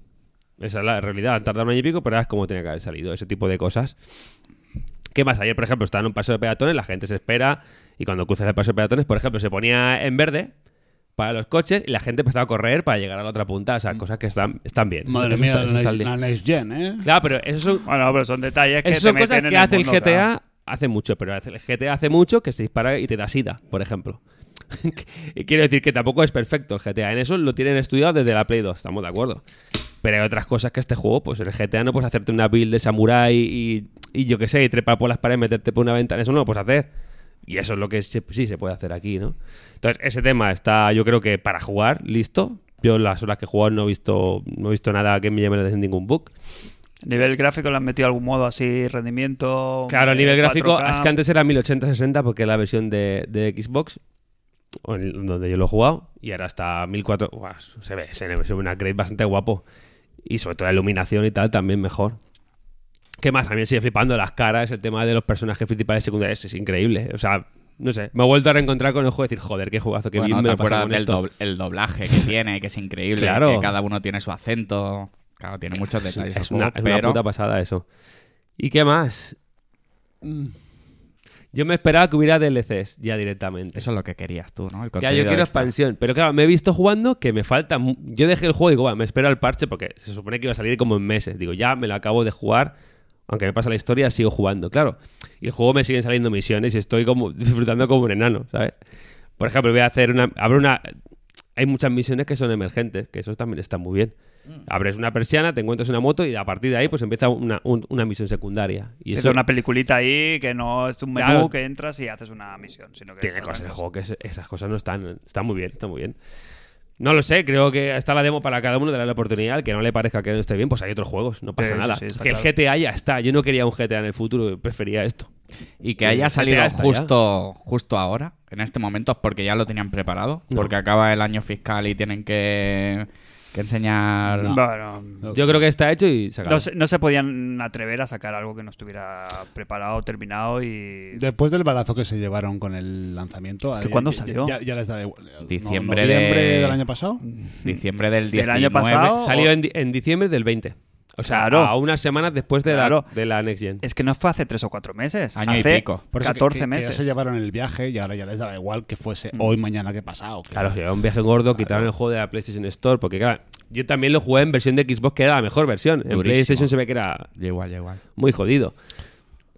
Speaker 4: Esa es la realidad. Han tardado un año y pico, pero ahora es como tenía que haber salido. Ese tipo de cosas. ¿Qué más? Ayer, por ejemplo, estaba en un paso de peatones, la gente se espera y cuando cruzas el paso de peatones, por ejemplo, se ponía en verde para los coches y la gente empezaba a correr para llegar a la otra punta. O sea, cosas que están, están bien.
Speaker 2: Madre
Speaker 4: Eso
Speaker 2: mía,
Speaker 4: está- eso
Speaker 2: la
Speaker 4: está al
Speaker 2: next- la
Speaker 4: día.
Speaker 2: next gen, ¿eh?
Speaker 4: Claro, pero eso es un-
Speaker 1: Bueno, pero son detalles que
Speaker 4: esas
Speaker 1: te
Speaker 4: son
Speaker 1: meten
Speaker 4: cosas
Speaker 1: en
Speaker 4: que hace el
Speaker 1: mundo,
Speaker 4: GTA
Speaker 1: claro.
Speaker 4: hace mucho, pero hace el GTA hace mucho que se dispara y te da sida, por ejemplo. y quiero decir que tampoco es perfecto el GTA. En eso lo tienen estudiado desde la Play 2, estamos de acuerdo. Pero hay otras cosas que este juego, pues en el GTA no puedes hacerte una build de samurái y, y yo qué sé, y trepar por las paredes, meterte por una ventana, eso no lo puedes hacer. Y eso es lo que se- sí se puede hacer aquí, ¿no? Entonces, ese tema está, yo creo que para jugar, listo. Yo las horas que he jugado no he visto, no he visto nada que me llame la atención ningún bug.
Speaker 1: ¿Nivel gráfico le han metido algún modo así? ¿Rendimiento?
Speaker 4: Claro, a
Speaker 1: eh,
Speaker 4: nivel gráfico,
Speaker 1: 4K?
Speaker 4: es que antes era 1080-60 porque era la versión de, de Xbox, o en- donde yo lo he jugado, y ahora está 1400. Buah, se ve, se ve se ve un upgrade bastante guapo. Y sobre todo la iluminación y tal también mejor. ¿Qué más? A mí me sigue flipando las caras, el tema de los personajes principales y secundarios es increíble. O sea, no sé, me he vuelto a reencontrar con el juego y decir, joder, qué jugazo, qué
Speaker 3: Bueno,
Speaker 4: bien me
Speaker 3: ¿te
Speaker 4: lo he pasado
Speaker 3: acuerdas
Speaker 4: con
Speaker 3: del
Speaker 4: esto.
Speaker 3: doble- el doblaje que tiene, que es increíble,
Speaker 4: Claro.
Speaker 3: que cada uno tiene su acento. Claro, tiene muchos
Speaker 4: Es,
Speaker 3: detalles.
Speaker 4: es
Speaker 3: el
Speaker 4: una,
Speaker 3: juego,
Speaker 4: es una
Speaker 3: pero-
Speaker 4: puta pasada eso. ¿Y qué más? Mm. Yo me esperaba que hubiera DLCs ya directamente.
Speaker 3: Eso es lo que querías tú, ¿no? El
Speaker 4: Ya,
Speaker 3: contenido
Speaker 4: yo quiero
Speaker 3: extra.
Speaker 4: expansión. Pero claro, me he visto jugando que me falta. mu- Yo dejé el juego y digo, "Buah, me espero al parche porque se supone que iba a salir como en meses. Digo, ya me lo acabo de jugar. Aunque me pasa la historia, sigo jugando, claro. Y el juego me siguen saliendo misiones y estoy como disfrutando como un enano, ¿sabes? Por ejemplo, voy a hacer una. Abro una. Hay muchas misiones que son emergentes, que eso también está muy bien.
Speaker 1: Mm.
Speaker 4: Abres una persiana, te encuentras una moto y a partir de ahí pues empieza una, un- una misión secundaria. Y
Speaker 1: Es
Speaker 4: eso
Speaker 1: una peliculita ahí que no es un menú
Speaker 4: Claro.
Speaker 1: que entras y haces una misión. Sino que
Speaker 4: Tiene cosas el juego que es- esas cosas no están. Está muy bien, está muy bien. No lo sé, creo que está la demo para cada uno de la oportunidad. El que no le parezca que no esté bien, pues hay otros juegos, no pasa
Speaker 1: Sí, sí,
Speaker 4: nada.
Speaker 1: sí, está
Speaker 4: que
Speaker 1: claro.
Speaker 4: el GTA ya está. Yo no quería un GTA en el futuro, prefería esto.
Speaker 3: Y que
Speaker 4: Y
Speaker 3: haya
Speaker 4: el
Speaker 3: salido
Speaker 4: GTA está ya.
Speaker 3: justo, justo ahora, en este momento, es porque ya lo tenían preparado,
Speaker 4: No.
Speaker 3: porque acaba el año fiscal y tienen que que enseñar.
Speaker 1: Bueno,
Speaker 4: Yo creo que está hecho y se acabó.
Speaker 1: no, se, no se podían atrever a sacar algo que no estuviera preparado, terminado y...
Speaker 2: Después del balazo que se llevaron con el lanzamiento.
Speaker 1: ¿Que
Speaker 2: ya-
Speaker 1: cuándo
Speaker 2: ya-
Speaker 1: salió?
Speaker 2: Ya, ya les da igual. No,
Speaker 3: Diciembre
Speaker 2: noviembre
Speaker 3: de-
Speaker 2: del año pasado.
Speaker 3: Diciembre del 19.
Speaker 1: Del año pasado.
Speaker 4: Salió en, di- en diciembre del 20. O sea,
Speaker 1: Claro.
Speaker 4: a unas semanas después de,
Speaker 1: Claro.
Speaker 4: la, de la Next Gen.
Speaker 1: Es que no fue hace tres o cuatro meses.
Speaker 3: Año y
Speaker 1: hace
Speaker 3: pico.
Speaker 2: Por eso que-
Speaker 1: 14
Speaker 2: que- que ya
Speaker 1: meses.
Speaker 2: se llevaron el viaje y ahora ya les daba igual que fuese
Speaker 3: Mm.
Speaker 2: hoy, mañana, que pasado. que-
Speaker 4: Claro, si era un viaje gordo, quitaron el juego de la PlayStation Store, porque claro, yo también lo jugué en versión de Xbox, que era la mejor versión. En
Speaker 3: Durísimo.
Speaker 4: PlayStation se ve que era
Speaker 3: Ya igual, ya igual.
Speaker 4: muy jodido.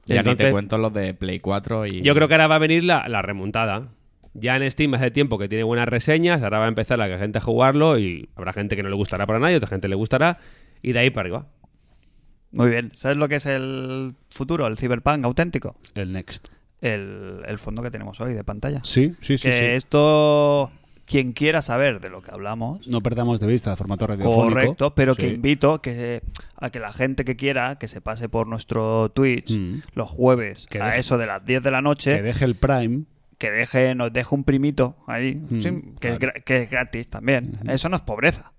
Speaker 3: Ya ni te
Speaker 4: Entonces,
Speaker 3: cuento los de Play 4 y.
Speaker 4: Yo creo que ahora va a venir la, la remontada. Ya en Steam hace tiempo que tiene buenas reseñas, ahora va a empezar la gente a jugarlo y habrá gente que no le gustará para nadie, otra gente le gustará, y de ahí para arriba.
Speaker 1: Muy bien. ¿Sabes lo que es el futuro, el cyberpunk auténtico?
Speaker 2: El Next.
Speaker 1: El, el fondo que tenemos hoy de pantalla.
Speaker 2: Sí, sí, sí.
Speaker 1: que
Speaker 2: sí.
Speaker 1: esto, quien quiera saber de lo que hablamos,
Speaker 2: No perdamos de vista el formato radiofónico.
Speaker 1: correcto, pero que
Speaker 2: Sí.
Speaker 1: invito que, a que la gente que quiera, que se pase por nuestro Twitch
Speaker 2: Mm.
Speaker 1: los jueves
Speaker 2: Que
Speaker 1: a
Speaker 2: deje-
Speaker 1: eso de las 10 de la noche,
Speaker 2: Que deje el Prime.
Speaker 1: que deje, nos deje un primito ahí, sí, que, es
Speaker 2: Mm, claro.
Speaker 1: gra- que es gratis también. Eso no es pobreza.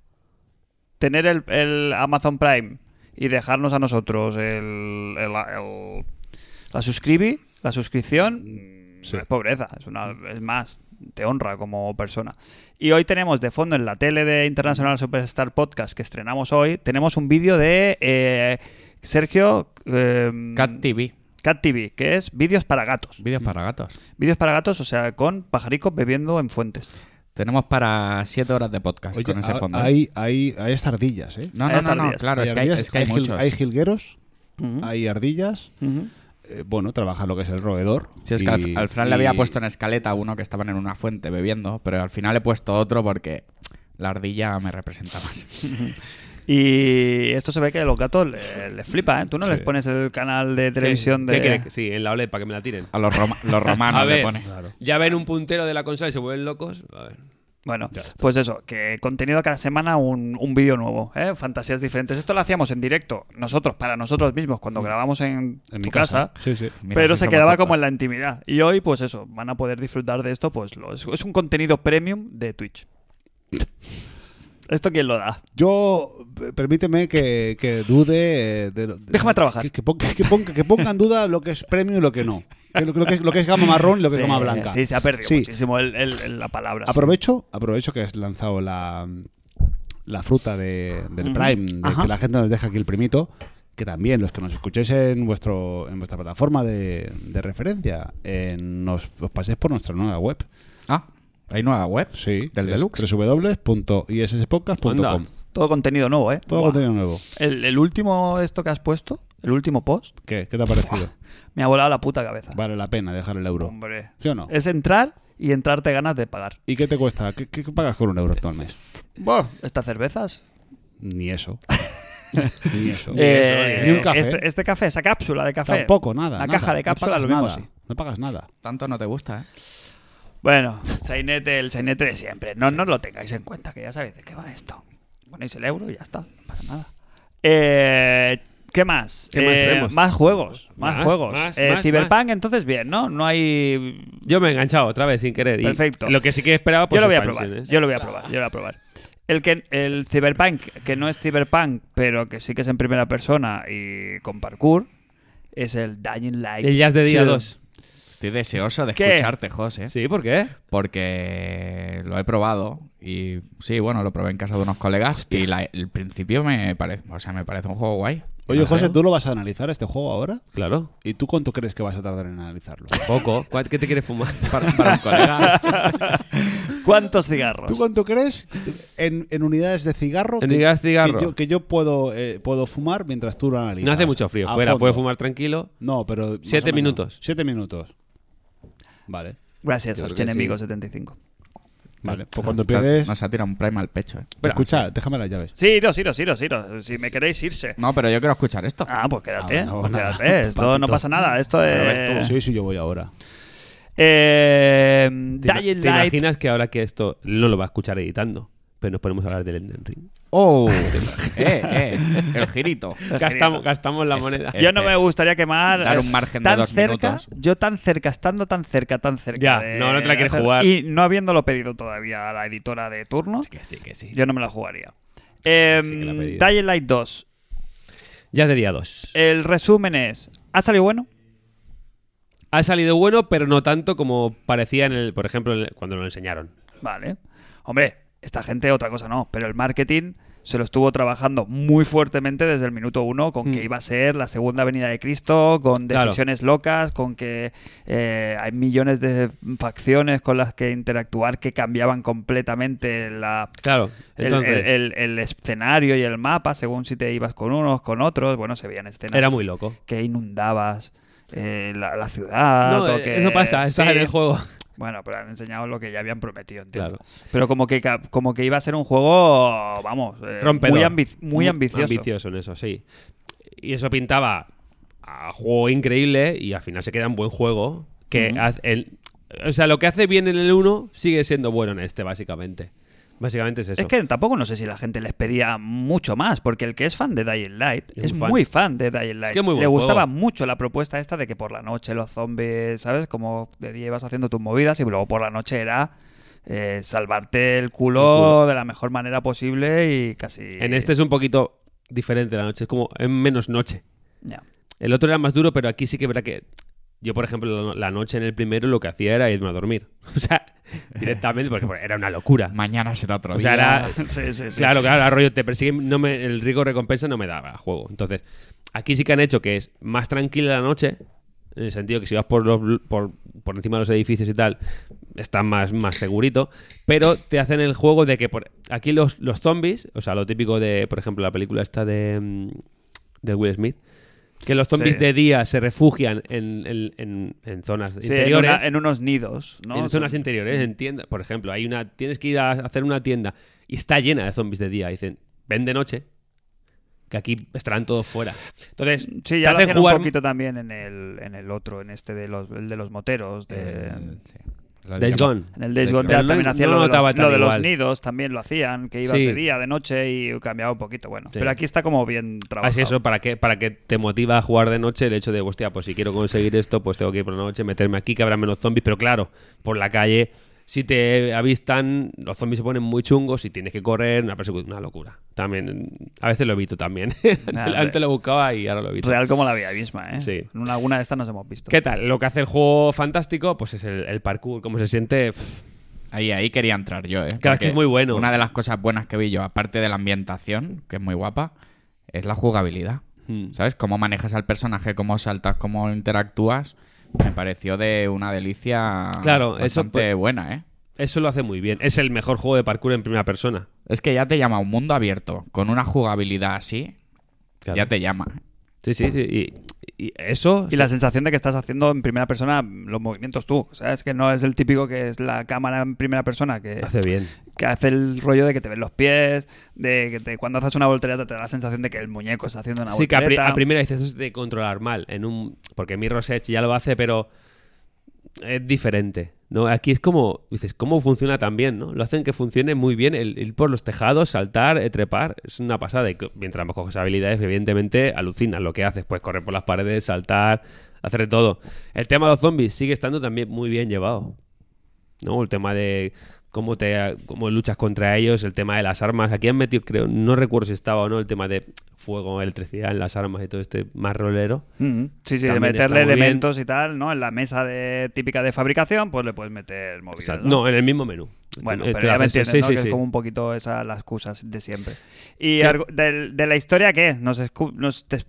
Speaker 1: Tener el, el Amazon Prime y dejarnos a nosotros el, el- el- la suscribi, la suscripción,
Speaker 2: Mm, Sí.
Speaker 1: no es pobreza, es, una, es más, te honra como persona. Y hoy tenemos de fondo en la tele de International Superstar Podcast que estrenamos hoy, tenemos un vídeo de eh, Sergio eh,
Speaker 3: Cat TV.
Speaker 1: Cat TV, que es vídeos para gatos.
Speaker 3: Vídeos
Speaker 4: Mm.
Speaker 3: para gatos.
Speaker 1: Vídeos para gatos, o sea, con pajaricos bebiendo en fuentes.
Speaker 3: Tenemos para 7 horas de podcast
Speaker 2: Oye,
Speaker 3: Pues con ese
Speaker 2: a-
Speaker 3: fondo. ¿eh?
Speaker 2: hay, hay, hay hasta ardillas, ¿eh?
Speaker 3: No,
Speaker 1: Ahí
Speaker 3: no, no,
Speaker 1: están
Speaker 3: no,
Speaker 1: ardillas.
Speaker 3: claro, es que hay,
Speaker 2: ardillas,
Speaker 3: es que hay
Speaker 2: gil-
Speaker 3: muchos.
Speaker 2: hay jilgueros,
Speaker 1: Ujú.
Speaker 2: hay ardillas.
Speaker 1: Ujú.
Speaker 2: eh, bueno, trabaja lo que es el roedor.
Speaker 3: Si es que al, al Fran
Speaker 2: y-
Speaker 3: le había puesto en escaleta uno que estaban en una fuente bebiendo, pero al final he puesto otro porque la ardilla me representa más.
Speaker 1: Y esto se ve que a los gatos le- les flipa, ¿eh? Tú no les pones el canal de televisión
Speaker 4: ¿Qué-
Speaker 1: de... Ah,
Speaker 4: qué quieres que- Sí, en la OLED, para que me la tiren.
Speaker 3: A los, roma- los romanos
Speaker 4: A
Speaker 3: le
Speaker 4: ver,
Speaker 3: pone.
Speaker 4: ya ven un puntero de la consola y se vuelven locos. A ver.
Speaker 1: Bueno, pues eso, que contenido cada semana un, un vídeo nuevo, ¿eh? fantasías diferentes. Esto lo hacíamos en directo, nosotros, para nosotros mismos, cuando grabamos en,
Speaker 2: En
Speaker 1: tu
Speaker 2: mi casa. Sí, sí.
Speaker 3: Mira,
Speaker 1: pero
Speaker 3: sí
Speaker 1: se
Speaker 3: somos
Speaker 1: quedaba
Speaker 3: tontos.
Speaker 1: como en la intimidad. Y hoy, pues eso, van a poder disfrutar de esto, pues lo- es, es un contenido premium de Twitch. ¿Esto quién lo da?
Speaker 2: Yo, eh, permíteme que, que dude. eh, De, lo- de-
Speaker 1: Déjame trabajar.
Speaker 2: Que, que pon- que ponga, que ponga en duda lo que es premio y lo que no. Que lo, lo que, es- lo que es gama marrón y lo que
Speaker 1: Sí,
Speaker 2: es gama blanca.
Speaker 1: Sí, se ha perdido
Speaker 2: Sí.
Speaker 1: muchísimo el- el- el- la palabra. sí.
Speaker 2: Aprovecho, aprovecho que has lanzado la, la fruta de- del Prime, de
Speaker 1: Ajá.
Speaker 2: que la gente nos deja aquí el primito. Que también los que nos escuchéis en vuestro en vuestra plataforma de, de referencia, eh, nos os paséis por nuestra nueva web.
Speaker 3: Ah, hay nueva web.
Speaker 2: Sí,
Speaker 3: Del
Speaker 2: es
Speaker 3: Deluxe.
Speaker 2: www.isspodcast.com.
Speaker 4: Anda.
Speaker 1: Todo contenido nuevo, ¿eh?
Speaker 2: Todo
Speaker 1: Buah.
Speaker 2: contenido nuevo.
Speaker 1: El, el último, esto que has puesto, el último post,
Speaker 2: ¿Qué? ¿Qué te ha parecido?
Speaker 1: me ha volado la puta cabeza.
Speaker 2: Vale la pena dejar el euro.
Speaker 1: Hombre.
Speaker 2: ¿Sí o no?
Speaker 1: Es entrar y entrarte ganas de pagar.
Speaker 2: ¿Y qué te cuesta? ¿Qué, qué pagas con un euro todo el mes?
Speaker 1: Buah, estas cervezas.
Speaker 2: Ni eso. ni eso.
Speaker 1: Eh,
Speaker 2: ni un café.
Speaker 1: Este, este café, esa cápsula de café.
Speaker 2: Tampoco, nada.
Speaker 1: La
Speaker 2: nada.
Speaker 1: caja de
Speaker 2: No
Speaker 1: cápsula,
Speaker 2: pagas
Speaker 1: lo mismo
Speaker 2: nada.
Speaker 1: sí.
Speaker 2: No pagas nada.
Speaker 3: Tanto no te gusta, ¿eh?
Speaker 1: Bueno, sainete, el sainete de siempre. No, no lo tengáis en cuenta, que ya sabéis de qué va esto. Ponéis el euro y ya está, no pasa nada. Eh, ¿Qué más?
Speaker 4: ¿Qué más
Speaker 1: Eh,
Speaker 4: tenemos?
Speaker 1: más juegos, más,
Speaker 4: Más,
Speaker 1: juegos.
Speaker 4: más,
Speaker 1: Eh,
Speaker 4: más,
Speaker 1: Cyberpunk, entonces bien, ¿no? No hay
Speaker 4: Yo me he enganchado otra vez sin querer. y
Speaker 1: Perfecto.
Speaker 4: Lo que sí que esperaba, pues
Speaker 1: yo lo voy a probar.
Speaker 4: expansiones.
Speaker 1: Yo lo voy a probar. Yo lo voy a probar. El que el Cyberpunk, que no es Cyberpunk, pero que sí que es en primera persona y con parkour, es el Dying Light.
Speaker 4: El Jazz de día
Speaker 1: Two.
Speaker 4: 2.
Speaker 3: Estoy deseoso de
Speaker 1: ¿Qué?
Speaker 3: escucharte, José.
Speaker 4: Sí, ¿por qué?
Speaker 3: Porque lo he probado y sí, bueno, lo probé en casa de unos colegas y la- el principio me parece, o sea, me parece un juego guay.
Speaker 2: Oye,
Speaker 3: No sé.
Speaker 2: José, ¿tú lo vas a analizar este juego ahora?
Speaker 4: Claro.
Speaker 2: ¿Y tú cuánto crees que vas a tardar en analizarlo?
Speaker 4: Poco. ¿Cuál- ¿Qué te quieres fumar?
Speaker 3: para, para un colega.
Speaker 1: ¿Cuántos cigarros?
Speaker 2: ¿Tú cuánto crees en, en unidades de cigarro?
Speaker 4: En
Speaker 2: que-
Speaker 4: unidades de cigarro.
Speaker 2: Que yo, que yo puedo, eh, puedo fumar mientras tú lo analizas.
Speaker 4: No hace mucho frío.
Speaker 2: A
Speaker 4: Fuera,
Speaker 2: fondo.
Speaker 4: puedes fumar tranquilo.
Speaker 2: No, pero. más
Speaker 4: Siete
Speaker 2: o menos.
Speaker 4: minutos.
Speaker 2: Siete minutos. Vale.
Speaker 1: Gracias,
Speaker 4: Yo creo
Speaker 1: Arch
Speaker 4: que
Speaker 1: enemigo
Speaker 4: sí.
Speaker 1: 75.
Speaker 2: Vale. Pues cuando pierdes.
Speaker 3: Nos ha tirado un prime al pecho, ¿eh?
Speaker 2: Pero escucha, déjame las
Speaker 4: Eh.
Speaker 2: llaves.
Speaker 1: Sí, iros, iros, iros, iros. Si me queréis irse.
Speaker 3: No, pero yo quiero escuchar esto.
Speaker 1: Ah, pues quédate,
Speaker 2: Ah, bueno,
Speaker 1: pues
Speaker 2: nada.
Speaker 1: quédate. Esto no
Speaker 2: Papito.
Speaker 1: pasa nada. Esto es.
Speaker 2: Sí, sí, yo voy ahora.
Speaker 1: Eh,
Speaker 4: ¿Te, ima-
Speaker 1: Dying
Speaker 4: te
Speaker 1: Light.
Speaker 4: imaginas que ahora que esto no lo va a escuchar editando? Pero nos ponemos a hablar del Elden Ring.
Speaker 3: ¡Oh! eh, eh, el girito.
Speaker 4: Gastamos, gastamos la moneda.
Speaker 1: Yo no me gustaría quemar
Speaker 3: Dar
Speaker 1: eh,
Speaker 3: un margen de
Speaker 1: tan
Speaker 3: dos
Speaker 1: cerca,
Speaker 3: minutos.
Speaker 1: yo tan cerca, estando tan cerca, tan cerca.
Speaker 4: Ya,
Speaker 1: de
Speaker 4: no, no te la quieres
Speaker 1: hacer-
Speaker 4: jugar.
Speaker 1: Y no habiéndolo pedido todavía a la editora de turno,
Speaker 4: Que sí, que sí.
Speaker 1: yo no me la jugaría. Eh,
Speaker 4: Sí que la he pedido.
Speaker 1: Dying Light 2.
Speaker 4: Ya es de día 2.
Speaker 1: El resumen es. ¿Ha salido bueno?
Speaker 4: Ha salido bueno, pero no tanto como parecía en el, por ejemplo, en el- cuando lo enseñaron.
Speaker 1: Vale. Hombre, esta gente otra cosa no, pero el marketing se lo estuvo trabajando muy fuertemente desde el minuto uno con que
Speaker 4: Mm.
Speaker 1: iba a ser la segunda venida de Cristo, con
Speaker 4: Claro.
Speaker 1: decisiones locas, con que eh, hay millones de facciones con las que interactuar que cambiaban completamente la,
Speaker 4: Claro.
Speaker 1: el,
Speaker 4: Entonces,
Speaker 1: el- el- el escenario y el mapa según si te ibas con unos, con otros. Bueno, se veían escenas
Speaker 4: era muy loco.
Speaker 1: que inundabas eh, la, la ciudad.
Speaker 4: No,
Speaker 1: o
Speaker 4: eh,
Speaker 1: que-
Speaker 4: eso pasa,
Speaker 1: sí.
Speaker 4: está en el juego.
Speaker 1: Bueno, pero han enseñado lo que ya habían prometido, entiendo.
Speaker 4: Claro.
Speaker 1: Pero como que, ca- como que iba a ser un juego, vamos, eh,
Speaker 4: Rompedor.
Speaker 1: Muy, ambi- muy ambicioso.
Speaker 4: Ambicioso en eso, sí. Y eso pintaba a juego increíble y al final se queda un buen juego. Que
Speaker 1: Ujú.
Speaker 4: haz- el- o sea, lo que hace bien en el 1 sigue siendo bueno en este, básicamente. Básicamente es eso.
Speaker 1: Es que tampoco no sé si la gente les pedía mucho más, porque el que es fan de Dying Light
Speaker 4: Es
Speaker 1: es
Speaker 4: un fan.
Speaker 1: muy fan de Dying Light.
Speaker 4: que es muy
Speaker 1: Le
Speaker 4: buen
Speaker 1: gustaba
Speaker 4: juego.
Speaker 1: mucho la propuesta esta de que por la noche los zombies, ¿sabes? Como de día ibas haciendo tus movidas y luego por la noche era eh, salvarte el culo,
Speaker 4: El culo.
Speaker 1: de la mejor manera posible y casi...
Speaker 4: En este es un poquito diferente la noche, es como en menos noche.
Speaker 1: Ya.
Speaker 4: El otro era más duro, pero aquí sí que es verdad que. Yo, por ejemplo, la- la noche en el primero lo que hacía era irme a dormir. O sea, directamente, porque era una locura.
Speaker 3: Mañana será otro
Speaker 4: O sea,
Speaker 3: día.
Speaker 4: era,
Speaker 1: Sí, sí, sí.
Speaker 4: Claro, claro, rollo, te persiguen, no me, el riesgo recompensa no me daba juego. Entonces, aquí sí que han hecho que es más tranquila la noche, en el sentido que si vas por, los, bl- por, por encima de los edificios y tal, está más, más segurito, pero te hacen el juego de que por, aquí los, los zombies, o sea, lo típico de, por ejemplo, la película esta de, mm, de Will Smith, que los zombies
Speaker 1: Sí.
Speaker 4: de día se refugian en, en- en- en zonas
Speaker 1: Sí, en,
Speaker 4: interiores
Speaker 1: una- en unos nidos, ¿no?
Speaker 4: en zonas interiores, en tiendas. Por ejemplo, hay una, tienes que ir a hacer una tienda y está llena de zombies de día. Dicen, ven de noche, que aquí estarán todos fuera. Entonces,
Speaker 1: Mm, Sí, ya
Speaker 4: te
Speaker 1: lo
Speaker 4: hacen
Speaker 1: hacían
Speaker 4: jugar-
Speaker 1: un poquito también en el, en el otro, en este de los, el de los moteros. De,
Speaker 3: El- sí. Lo
Speaker 4: Days
Speaker 3: digamos.
Speaker 4: Gone.
Speaker 1: eh, En el Days
Speaker 3: Sí,
Speaker 1: Gone
Speaker 4: pero no-
Speaker 1: también hacían
Speaker 4: no
Speaker 1: lo, de
Speaker 4: notaba
Speaker 1: los,
Speaker 4: tan
Speaker 1: lo de los
Speaker 4: igual.
Speaker 1: nidos, también lo hacían, que ibas
Speaker 4: Sí.
Speaker 1: de día, de noche y cambiaba un poquito, bueno.
Speaker 4: Sí.
Speaker 1: Pero aquí está como bien trabajado.
Speaker 4: Así eso, para que, para que te motiva a jugar de noche el hecho de, hostia, pues si quiero conseguir esto, pues tengo que ir por la noche, meterme aquí, que habrá menos zombies. Pero claro, por la calle, si te avistan, los zombies se ponen muy chungos y tienes que correr, una, persecu- una locura. También, a veces lo evito también.
Speaker 1: Nada,
Speaker 4: Antes lo buscaba y ahora lo evito.
Speaker 1: Real como la vida misma, ¿eh?
Speaker 4: Sí.
Speaker 1: En alguna de estas nos hemos visto.
Speaker 4: ¿Qué tal? Lo que hace el juego fantástico, pues es el, el parkour, cómo se siente. pff,
Speaker 3: Ahí, ahí quería entrar yo, ¿eh?
Speaker 4: Claro, es que
Speaker 3: Porque
Speaker 4: es muy bueno.
Speaker 3: Una de las cosas buenas que vi yo, aparte de la ambientación, que es muy guapa, es la jugabilidad.
Speaker 4: Mm.
Speaker 3: ¿Sabes? Cómo manejas al personaje, cómo saltas, cómo interactúas. Me pareció de una delicia
Speaker 4: Claro, eso
Speaker 3: bastante buena, ¿eh?
Speaker 4: Eso lo hace muy bien. Es el mejor juego de parkour en primera persona.
Speaker 3: Es que ya te llama un mundo abierto, con una jugabilidad así,
Speaker 4: Claro.
Speaker 3: ya te llama.
Speaker 4: Sí, sí, sí. Y, y eso.
Speaker 1: Y la sensación de que estás haciendo en primera persona los movimientos tú, ¿sabes? Que no es el típico que es la cámara en primera persona que,
Speaker 4: hace bien.
Speaker 1: que hace el rollo de que te ven los pies, de que te- cuando haces una voltereta te da la sensación de que el muñeco está haciendo una
Speaker 4: Sí, que a,
Speaker 1: voltereta.
Speaker 4: pri- a primera dices, eso es de controlar mal. En un, porque Mirror's Edge ya lo hace, pero es diferente. ¿no? Aquí es como, dices, ¿cómo funciona tan bien? ¿no? Lo hacen que funcione muy bien el ir por los tejados, saltar, eh, trepar. Es una pasada. Y co- mientras más coges habilidades, evidentemente alucinas lo que haces. Pues correr por las paredes, saltar, hacer de todo. El tema de los zombies sigue estando también muy bien llevado. ¿no? El tema de cómo te cómo luchas contra ellos, el tema de las armas. Aquí han metido, creo, no recuerdo si estaba o no, el tema de fuego, electricidad en las armas y todo este más rolero.
Speaker 1: Mm, Sí, sí, de
Speaker 4: También
Speaker 1: meterle
Speaker 4: está muy
Speaker 1: elementos y tal, ¿no? En la mesa de, típica de fabricación, pues le puedes meter
Speaker 4: O
Speaker 1: movidas.
Speaker 4: sea,
Speaker 1: ¿no?
Speaker 4: no, en el mismo menú.
Speaker 1: Bueno,
Speaker 4: Eh,
Speaker 1: pero
Speaker 4: te
Speaker 1: ya me
Speaker 4: haces-
Speaker 1: entiendes,
Speaker 4: sí,
Speaker 1: ¿no?
Speaker 4: sí,
Speaker 1: que
Speaker 4: sí.
Speaker 1: es como un poquito esa, las excusas de siempre. ¿Y algo- del- de, la historia qué? ¿Nos, escu- nos te, te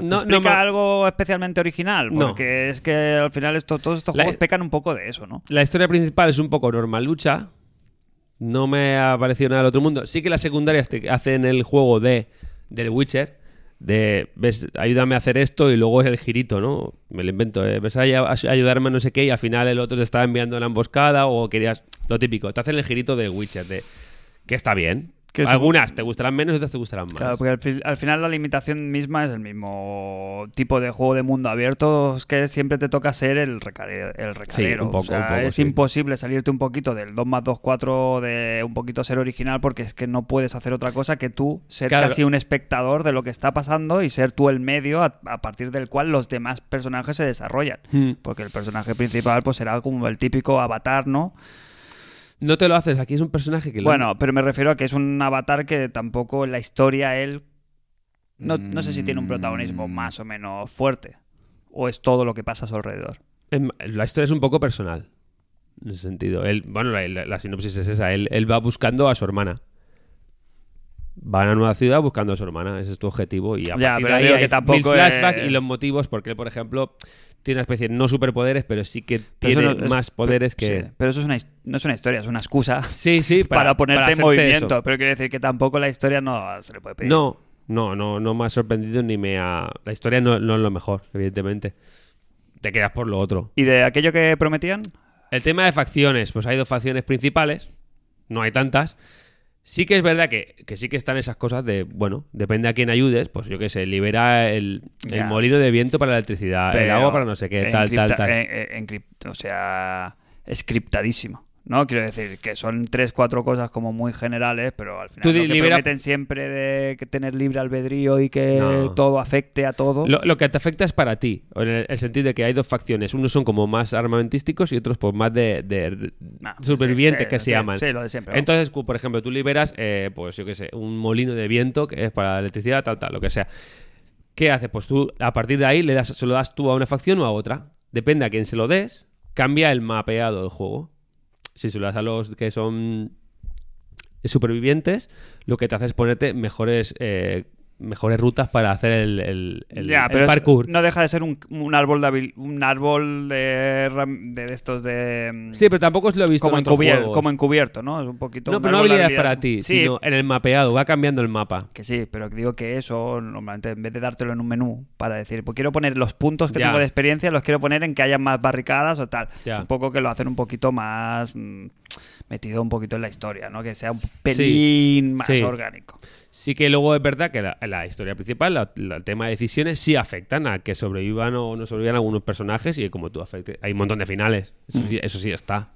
Speaker 4: no
Speaker 1: explica
Speaker 4: me-
Speaker 1: algo especialmente original?
Speaker 4: No.
Speaker 1: Porque es que al final esto, todos estos
Speaker 4: La- e-
Speaker 1: juegos pecan un poco de eso, ¿no?
Speaker 4: La historia principal es un poco normalucha. No me ha parecido nada del otro mundo. Sí que las secundarias te hacen el juego de del Witcher. De, ves, ayúdame a hacer esto y luego es el girito, ¿no? Me lo invento. ¿eh? Ves a, a- a ayudarme a no sé qué y al final el otro te estaba enviando una emboscada o querías... Lo típico. Te hacen el girito del Witcher. De, que está bien.
Speaker 1: Que es-
Speaker 4: Algunas te gustarán menos, otras te gustarán más.
Speaker 1: Claro, porque al, fi- al final la limitación misma es el mismo tipo de juego de mundo abierto es que siempre te toca ser el, recare- el recadero.
Speaker 4: un poco,
Speaker 1: O sea,
Speaker 4: un poco,
Speaker 1: es
Speaker 4: sí.
Speaker 1: imposible salirte un poquito del 2 más 2, 4, de un poquito ser original, porque es que no puedes hacer otra cosa que tú ser
Speaker 4: Claro.
Speaker 1: casi un espectador de lo que está pasando y ser tú el medio a, a partir del cual los demás personajes se desarrollan.
Speaker 4: Hmm.
Speaker 1: Porque el personaje principal pues será como el típico avatar, ¿no?
Speaker 4: No te lo haces, aquí es un personaje que... lo-
Speaker 1: Bueno, pero me refiero a que es un avatar que tampoco en la historia él. No, no sé si tiene un
Speaker 4: Mm.
Speaker 1: protagonismo más o menos fuerte. O es todo lo que pasa a su alrededor.
Speaker 4: Em, La historia es un poco personal. En ese sentido. Él, bueno, la, la- la sinopsis es esa. Él, él va buscando a su hermana. Va a una nueva ciudad buscando a su hermana. Ese es tu objetivo. Y
Speaker 1: Ya,
Speaker 4: a partir
Speaker 1: pero
Speaker 4: de ahí
Speaker 1: digo
Speaker 4: hay
Speaker 1: que tampoco
Speaker 4: mil flashbacks
Speaker 1: es-
Speaker 4: y los motivos porque él, por ejemplo, tiene una especie de no superpoderes, pero sí que
Speaker 1: Pero eso
Speaker 4: tiene
Speaker 1: no- es-
Speaker 4: más poderes que...
Speaker 1: Sí, pero eso es una his- no es una historia, es una excusa
Speaker 4: Sí, sí,
Speaker 1: para,
Speaker 4: para,
Speaker 1: ponerte
Speaker 4: para
Speaker 1: en
Speaker 4: hacerte
Speaker 1: movimiento.
Speaker 4: eso.
Speaker 1: Pero quiero decir que tampoco la historia no se le puede pedir.
Speaker 4: No, no, no, no me ha sorprendido ni me ha. La historia no, no es lo mejor, evidentemente. Te quedas por lo otro.
Speaker 1: ¿Y de aquello que prometían?
Speaker 4: El tema de facciones, pues hay dos facciones principales, no hay tantas. Sí que es verdad que, que sí que están esas cosas de, bueno, depende a quién ayudes, pues yo qué sé, libera el, el
Speaker 1: Ya.
Speaker 4: molino de viento para la electricidad, el
Speaker 1: Pero
Speaker 4: agua para no sé qué, tal, tal,
Speaker 1: encripta-
Speaker 4: tal.
Speaker 1: en- eh, en- encript- o sea, scriptadísimo. ¿No? Quiero decir que son tres, cuatro cosas como muy generales, pero al
Speaker 4: Tú
Speaker 1: final lo
Speaker 4: di-
Speaker 1: que
Speaker 4: libera-
Speaker 1: prometen siempre de que tener libre albedrío y que
Speaker 4: No.
Speaker 1: todo afecte a todo.
Speaker 4: Lo, lo que te afecta es para ti, en el, el sentido de que hay dos facciones, unos son como más armamentísticos y otros pues más de, de-
Speaker 1: Nah,
Speaker 4: supervivientes
Speaker 1: Ah, sí, sí,
Speaker 4: que se
Speaker 1: sí,
Speaker 4: llaman.
Speaker 1: Sí, lo de siempre. vamos.
Speaker 4: Entonces, cu- por ejemplo, tú liberas, eh, pues yo qué sé, un molino de viento que es para la electricidad, tal, tal, lo que sea. ¿Qué haces? Pues tú, a partir de ahí, le das, se lo das tú a una facción o a otra. Depende a quién se lo des, cambia el mapeado del juego. Si se lo das a los que son supervivientes, lo que te hace es ponerte mejores, eh, mejores rutas para hacer el, el- el-
Speaker 1: Ya,
Speaker 4: el
Speaker 1: pero es-
Speaker 4: parkour.
Speaker 1: no deja de ser un, un árbol de habil- un árbol de, ram- de, de estos de mm,
Speaker 4: Sí, pero tampoco os lo he visto
Speaker 1: como,
Speaker 4: en otros
Speaker 1: encubier-
Speaker 4: juegos.
Speaker 1: como encubierto, ¿no? Es un poquito
Speaker 4: No,
Speaker 1: un
Speaker 4: pero no
Speaker 1: árbol de
Speaker 4: habilidades para ti,
Speaker 1: Sí,
Speaker 4: sino en el mapeado, va cambiando el mapa.
Speaker 1: Que sí, pero digo que eso, normalmente, en vez de dártelo en un menú para decir, pues quiero poner los puntos que
Speaker 4: Ya.
Speaker 1: tengo de experiencia, los quiero poner en que haya más barricadas o tal.
Speaker 4: Ya.
Speaker 1: Es un poco que lo hacen un poquito más mm, metido un poquito en la historia, ¿no? Que sea un pelín más
Speaker 4: sí.
Speaker 1: orgánico.
Speaker 4: Sí que luego es verdad que la, la historia principal, la- la- el tema de decisiones, sí afectan a que sobrevivan o no sobrevivan algunos personajes y como tú afecte. Hay un montón de finales. Eso sí, eso sí está.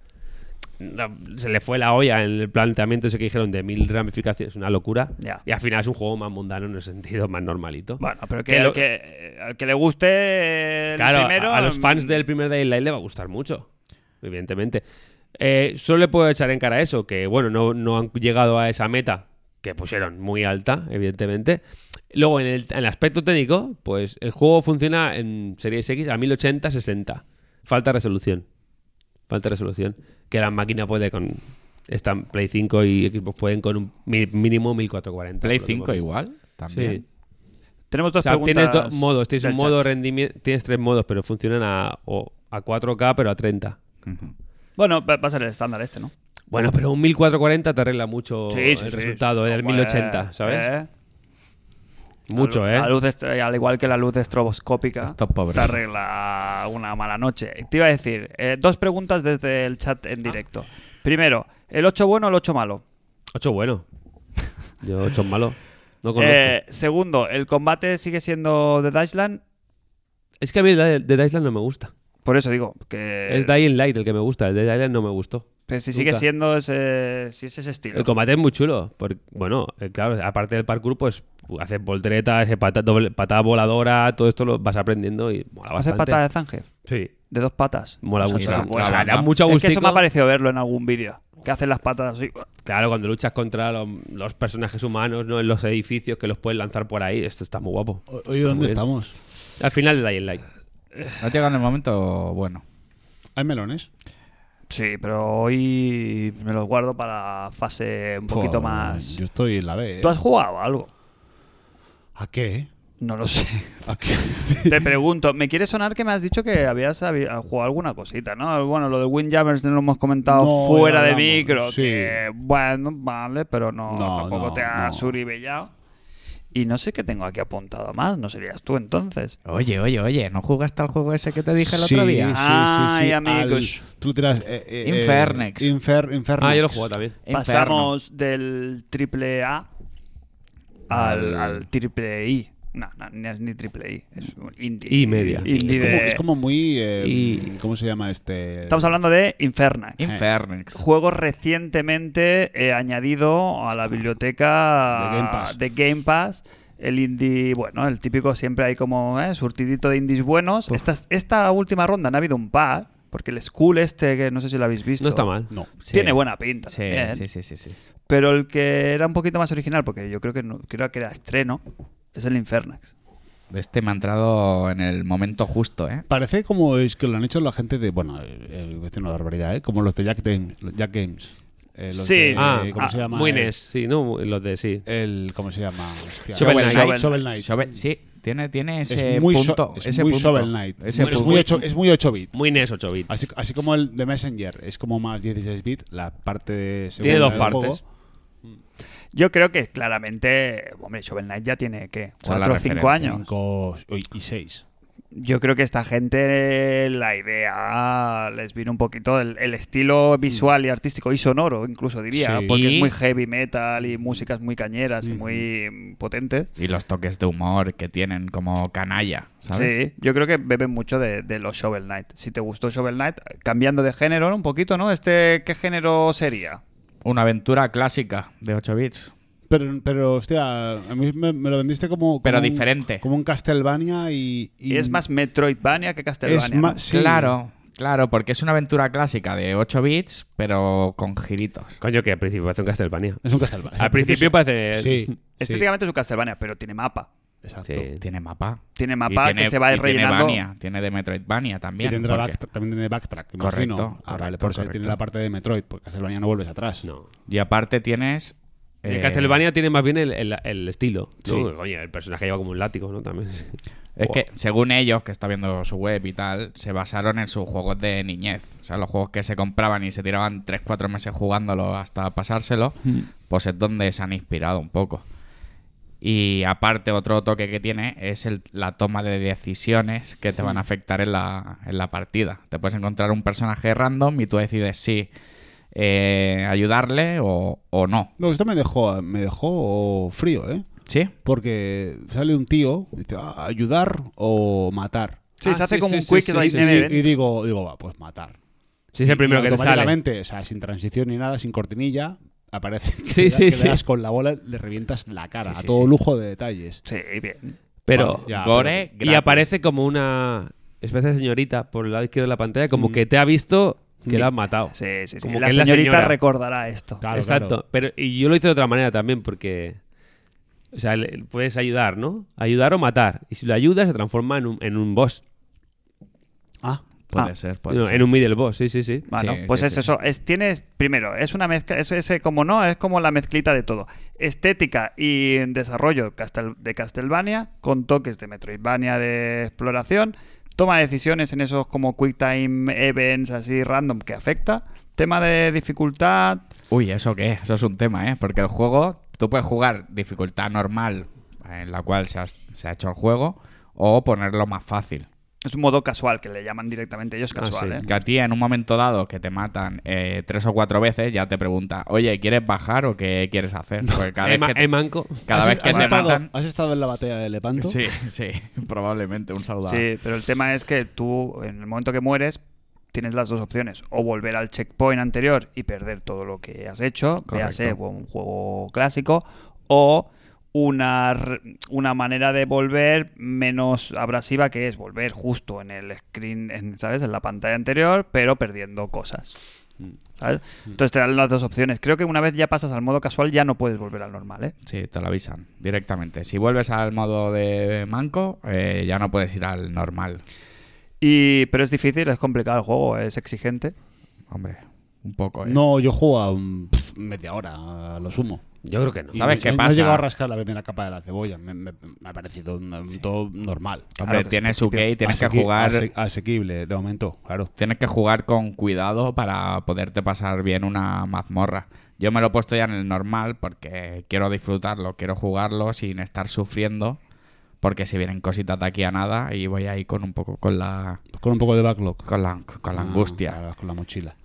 Speaker 4: La- se le fue la olla en el planteamiento ese que dijeron de mil ramificaciones, una locura.
Speaker 1: Ya.
Speaker 4: Y al final es un juego más mundano en el sentido, más normalito.
Speaker 1: Bueno, pero que,
Speaker 4: Que lo-
Speaker 1: al, que, al que le guste el
Speaker 4: claro, a-
Speaker 1: primero. mm,
Speaker 4: a, los fans del primer Day Light le va a gustar mucho, evidentemente. Eh, solo le puedo echar en cara eso, que bueno, no, no han llegado a esa meta que pusieron muy alta, evidentemente. Luego, en el, en el aspecto técnico, pues el juego funciona en Series X a 1080-60. Falta resolución. Falta resolución. Que la máquina puede con. Esta Play 5 y Xbox pueden con un mi- mínimo 1440.
Speaker 3: Play
Speaker 4: por lo que hemos
Speaker 3: 5
Speaker 4: visto.
Speaker 3: igual, también.
Speaker 4: Sí.
Speaker 1: Tenemos dos
Speaker 4: O sea, tienes
Speaker 1: preguntas.
Speaker 4: dos modos, tienes
Speaker 1: del
Speaker 4: un
Speaker 1: chat.
Speaker 4: modo rendimiento, tienes tres modos, pero funcionan a, o a 4K, pero a 30.
Speaker 3: Ujú.
Speaker 1: Bueno, va va a ser el estándar este, ¿no?
Speaker 4: Bueno, pero un 1440 te arregla mucho el resultado
Speaker 1: sí,
Speaker 4: del
Speaker 1: como,
Speaker 4: 1080,
Speaker 1: eh,
Speaker 4: ¿sabes?
Speaker 1: eh.
Speaker 4: mucho,
Speaker 1: La-
Speaker 4: ¿eh?
Speaker 1: la luz est- al igual que la luz estroboscópica,
Speaker 3: Estos pobres.
Speaker 1: te arregla una mala noche. Te iba a decir, eh, dos preguntas desde el chat
Speaker 4: Ah.
Speaker 1: en directo. Primero, ¿el 8 bueno o el 8 malo?
Speaker 4: 8 bueno. Yo 8 malo. No conozco.
Speaker 1: Eh, segundo, ¿el combate sigue siendo de Dashland?
Speaker 4: es que a mí el de, de Dying Light no me gusta.
Speaker 1: Por eso digo, que,
Speaker 4: es Dying Light el que me gusta, el de Dying Light no me gustó.
Speaker 1: que si sigue
Speaker 4: nunca.
Speaker 1: siendo ese, si es ese estilo.
Speaker 4: El combate es muy chulo. Porque, bueno, eh, claro, aparte del parkour, pues haces volteretas, eh, pata- doble- patada voladora, todo esto lo vas aprendiendo y mola
Speaker 1: Hace
Speaker 4: bastante.
Speaker 1: patada de Zangief,
Speaker 4: Sí.
Speaker 1: de dos patas.
Speaker 4: Mola
Speaker 1: Eso
Speaker 4: mucho.
Speaker 1: está
Speaker 3: sí,
Speaker 1: bueno.
Speaker 4: O sea, da
Speaker 3: claro.
Speaker 4: mucho
Speaker 1: Pues Es
Speaker 4: gustico.
Speaker 1: que eso me ha parecido verlo en algún vídeo. Que hacen las patas así.
Speaker 4: Claro, cuando luchas contra lo- los personajes humanos, ¿no? En los edificios que los puedes lanzar por ahí. Esto está muy guapo.
Speaker 2: O- Oye, ¿dónde
Speaker 1: Pues,
Speaker 4: Está muy
Speaker 2: estamos?
Speaker 4: bien. Al final de Dying Light.
Speaker 3: No llega en el momento bueno.
Speaker 2: ¿Hay melones?
Speaker 1: Sí, pero hoy me los guardo para fase un poquito
Speaker 2: Joder,
Speaker 1: más.
Speaker 2: Yo estoy en la B. ¿eh?
Speaker 1: ¿Tú has jugado a algo?
Speaker 2: ¿A qué?
Speaker 1: No lo sé.
Speaker 2: ¿A qué?
Speaker 1: Te pregunto, me quiere sonar que me has dicho que habías habi- ah, jugado alguna cosita, ¿no? Bueno, lo del Windjammers no lo hemos comentado
Speaker 2: No,
Speaker 1: fuera
Speaker 2: ya
Speaker 1: de
Speaker 2: hablamos,
Speaker 1: micro.
Speaker 2: sí.
Speaker 1: Que, bueno, vale, pero no,
Speaker 2: No,
Speaker 1: tampoco
Speaker 2: no,
Speaker 1: te has
Speaker 2: no.
Speaker 1: suribellado. Y no sé qué tengo aquí apuntado más, no serías tú entonces.
Speaker 3: Oye, oye, oye, ¿no jugaste al juego ese que te dije el
Speaker 2: Sí,
Speaker 3: otro día?
Speaker 2: Sí, sí,
Speaker 1: Ay,
Speaker 2: sí.
Speaker 1: amigos.
Speaker 2: al- tú lo tiras. eh, eh, eh,
Speaker 3: Infernex.
Speaker 2: Infer, Infernex.
Speaker 4: Ah, yo lo he jugado también.
Speaker 3: Inferno.
Speaker 1: Pasamos del triple A al,
Speaker 3: Al-
Speaker 1: al triple I. No, no, ni es ni triple I, es un indie.
Speaker 4: Y media.
Speaker 1: Indie
Speaker 2: Es como,
Speaker 1: de-
Speaker 2: es como muy. eh,
Speaker 3: Y-
Speaker 2: ¿Cómo se llama este?
Speaker 1: Estamos hablando de Infernax.
Speaker 3: Infernex.
Speaker 1: juego recientemente eh, añadido a la biblioteca
Speaker 2: De Game Pass.
Speaker 1: de Game Pass. El indie, bueno, el típico siempre hay como eh, surtidito de indies buenos. Esta, esta última ronda han habido un par. Porque el Skull este, que no sé si lo habéis visto.
Speaker 4: No está mal.
Speaker 2: No.
Speaker 3: Sí.
Speaker 1: Tiene buena pinta.
Speaker 3: Sí,
Speaker 1: también.
Speaker 3: sí, sí, sí, sí.
Speaker 1: Pero el que era un poquito más original, porque yo creo que no, creo que era estreno, es el Infernax.
Speaker 3: Este me ha entrado en el momento justo, ¿eh?
Speaker 2: Parece como es que lo han hecho la gente de. Bueno, eh, eh, voy a decir una barbaridad, ¿eh? Como los de Jack Games. Los Jack Games. Eh, los
Speaker 1: Sí.
Speaker 2: de-
Speaker 4: Ah,
Speaker 2: ¿Cómo
Speaker 1: ah,
Speaker 2: se llama?
Speaker 4: Muy
Speaker 2: El-
Speaker 4: NES, sí, ¿no? Los de sí.
Speaker 2: El, ¿Cómo se llama? Hostia.
Speaker 1: Shovel Knight.
Speaker 2: Shovel,
Speaker 1: Shovel
Speaker 2: Knight.
Speaker 3: Shovel- sí, tiene, tiene
Speaker 2: Es
Speaker 3: ese
Speaker 2: muy, sho-
Speaker 3: punto.
Speaker 2: es
Speaker 3: ese
Speaker 2: muy
Speaker 3: punto,
Speaker 2: Shovel Knight.
Speaker 3: ese
Speaker 2: es,
Speaker 3: punto.
Speaker 2: muy 8, es muy 8 bit.
Speaker 4: Muy NES 8 bits.
Speaker 2: Así, así como el de Messenger es como más 16 bit, la parte de
Speaker 4: Tiene dos
Speaker 2: segunda del
Speaker 4: partes.
Speaker 2: juego.
Speaker 1: Yo creo que claramente, hombre, Shovel Knight ya tiene, ¿qué?
Speaker 3: O sea, la
Speaker 1: Cuatro o cinco
Speaker 3: referencia.
Speaker 1: años.
Speaker 2: Cinco y- y 6.
Speaker 1: Yo creo que esta gente, la idea les vino un poquito el, el estilo visual y artístico y sonoro, incluso diría,
Speaker 2: Sí.
Speaker 1: porque es
Speaker 3: Y-
Speaker 1: muy heavy metal y músicas muy cañeras y muy mm, potentes.
Speaker 3: Y los toques de humor que tienen como canalla, ¿sabes?
Speaker 1: Sí, yo creo que beben mucho de, de los Shovel Knight. Si te gustó Shovel Knight, cambiando de género ¿no? un poquito, ¿no? Este, ¿qué género sería?
Speaker 3: Una aventura clásica de 8 bits.
Speaker 2: Pero, pero, hostia, a mí me, me lo vendiste como. como
Speaker 3: Pero
Speaker 2: un-
Speaker 3: diferente.
Speaker 2: como un Castlevania y. y-
Speaker 1: es más Metroidvania que Castlevania.
Speaker 2: es
Speaker 1: ¿no?
Speaker 2: más- sí.
Speaker 3: Claro, claro, porque es una aventura clásica de 8 bits, pero con giritos.
Speaker 4: Coño, que al principio parece un Castlevania.
Speaker 2: Es un Castlevania.
Speaker 4: Al principio parece.
Speaker 2: Sí.
Speaker 3: este
Speaker 1: Estéticamente es un Castlevania, pero tiene mapa.
Speaker 2: sí, exacto.
Speaker 4: Sí.
Speaker 3: Tiene mapa.
Speaker 1: Tiene
Speaker 3: Y
Speaker 1: mapa
Speaker 3: tiene-
Speaker 1: que se va a
Speaker 3: y
Speaker 1: ir
Speaker 3: Tiene,
Speaker 1: rellenando.
Speaker 3: Vania, tiene de Metroidvania
Speaker 2: Y
Speaker 3: también.
Speaker 2: tendrá
Speaker 3: porque-
Speaker 2: backtrack- también tiene backtrack, me
Speaker 3: Correcto,
Speaker 2: imagino. Ah,
Speaker 3: correcto,
Speaker 2: vale, por eso ahí
Speaker 3: correcto.
Speaker 2: tiene la parte de Metroid, porque Castlevania no vuelves atrás.
Speaker 4: No.
Speaker 3: Y aparte tienes.
Speaker 4: El
Speaker 3: eh,
Speaker 4: Castlevania tiene más bien el, el- el estilo. ¿no?
Speaker 2: Sí.
Speaker 4: Coño, el personaje lleva como un látigo, ¿no? También.
Speaker 3: Es que, según ellos, que está viendo su web y tal, se basaron en sus juegos de niñez. O sea, los juegos que se compraban y se tiraban 3-4 meses jugándolos hasta pasárselo,
Speaker 4: Hmm.
Speaker 3: pues es donde se han inspirado un poco. Y aparte, otro toque que tiene es el- la toma de decisiones que te van
Speaker 4: Hmm.
Speaker 3: a afectar en la, en la partida. Te puedes encontrar un personaje random y tú decides si eh, ayudarle o, o no.
Speaker 2: No, esto me dejó, me dejó frío, ¿eh?
Speaker 3: ¿Sí?
Speaker 2: Porque sale un tío, dice, "Ah, ayudar o matar.
Speaker 1: Sí,
Speaker 4: Ah,
Speaker 1: se hace
Speaker 4: sí,
Speaker 1: como
Speaker 4: sí,
Speaker 1: un
Speaker 4: sí,
Speaker 1: quick
Speaker 4: sí,
Speaker 1: drive
Speaker 4: sí,
Speaker 2: Y,
Speaker 1: never end.
Speaker 2: y digo, digo, va, pues matar.
Speaker 4: Sí, es el primero que te sale.
Speaker 2: automáticamente, o sea, sin transición ni nada, sin cortinilla, aparece que,
Speaker 4: Sí,
Speaker 2: le-
Speaker 4: sí,
Speaker 2: que
Speaker 4: sí.
Speaker 2: le das con la bola, le revientas la cara,
Speaker 3: Sí,
Speaker 2: a
Speaker 3: sí,
Speaker 2: todo
Speaker 3: sí.
Speaker 2: lujo de detalles.
Speaker 1: Sí, bien.
Speaker 4: Pero.
Speaker 2: Vale, ya,
Speaker 3: Gore,
Speaker 4: Y
Speaker 3: gratis.
Speaker 4: aparece como una especie de señorita por el lado izquierdo de la pantalla, como que te ha visto que la has matado.
Speaker 1: Sí, sí, sí.
Speaker 4: Como
Speaker 1: La
Speaker 4: que es la
Speaker 1: señorita
Speaker 4: señora.
Speaker 1: recordará esto.
Speaker 2: Claro,
Speaker 4: Exacto.
Speaker 2: claro.
Speaker 4: Pero, y yo lo hice de otra manera también, porque. O sea, le- puedes ayudar, ¿no? Ayudar o matar. Y si lo ayudas, se transforma en un, en un boss.
Speaker 2: Ah,
Speaker 3: Puede
Speaker 1: Ah.
Speaker 3: ser, puede
Speaker 4: No,
Speaker 3: ser.
Speaker 4: en un middle boss, sí, sí, sí.
Speaker 1: Bueno,
Speaker 3: Sí,
Speaker 1: pues
Speaker 3: sí,
Speaker 1: es
Speaker 3: sí,
Speaker 1: eso. Es, tienes, primero, es una mezcla, es ese como no, es como la mezclita de todo. Estética y desarrollo Castel- de Castlevania, con toques de Metroidvania de exploración, toma de decisiones en esos como quick time events así random que afecta, tema de dificultad,
Speaker 3: Uy, ¿eso qué? Eso es un tema, ¿eh? Porque el juego, tú puedes jugar dificultad normal, en la cual se ha, se ha hecho el juego, o ponerlo más fácil.
Speaker 1: es un modo casual que le llaman directamente ellos
Speaker 4: Ah,
Speaker 1: casual,
Speaker 4: sí.
Speaker 1: ¿eh?
Speaker 3: Que a ti en un momento dado que te matan eh, tres o cuatro veces, ya te pregunta, oye, ¿quieres bajar o qué quieres hacer? Porque cada
Speaker 4: Es
Speaker 3: vez
Speaker 4: ma-
Speaker 3: que te,
Speaker 4: es manco.
Speaker 3: cada
Speaker 2: ¿Has,
Speaker 3: vez que
Speaker 2: has
Speaker 3: te
Speaker 2: estado,
Speaker 3: matan...
Speaker 2: ¿Has estado en la batalla de Lepanto?
Speaker 3: Sí, sí, probablemente, un saludo.
Speaker 1: Sí, pero el tema es que tú, en el momento que mueres, tienes las dos opciones. O volver al checkpoint anterior y perder todo lo que has hecho,
Speaker 3: Correcto.
Speaker 1: véase un juego clásico, o una, r- una manera de volver menos abrasiva que es volver justo en el screen, en, ¿sabes? En la pantalla anterior, pero perdiendo cosas. ¿sabes? Entonces te dan las dos opciones. Creo que una vez ya pasas al modo casual ya no puedes volver al normal, ¿eh?
Speaker 3: Sí, te lo avisan directamente. Si vuelves al modo de manco, eh, ya no puedes ir al normal.
Speaker 1: Y, pero es difícil, es complicado el juego, es exigente.
Speaker 3: Hombre, un poco, ¿eh?
Speaker 2: No, yo juego a un- pf, media hora, a lo sumo.
Speaker 4: Yo creo que no.
Speaker 2: Y
Speaker 3: ¿Sabes
Speaker 2: no-
Speaker 3: qué
Speaker 2: no- No
Speaker 3: pasa?
Speaker 2: he llegado a rascar la primera capa de la cebolla. Me, me- me ha parecido un, un todo normal.
Speaker 3: Hombre,
Speaker 1: Claro que
Speaker 3: tiene su key, tienes que
Speaker 2: Asequi-
Speaker 3: jugar...
Speaker 2: ase- asequible, de momento, claro.
Speaker 3: Tienes que jugar con cuidado para poderte pasar bien una mazmorra. Yo me lo he puesto ya en el normal porque quiero disfrutarlo, quiero jugarlo sin estar sufriendo. Porque si vienen cositas de aquí a nada y voy ahí con un poco con la
Speaker 2: Con un poco de backlog.
Speaker 3: con la, con la
Speaker 2: Ah,
Speaker 3: angustia.
Speaker 2: claro, con la mochila.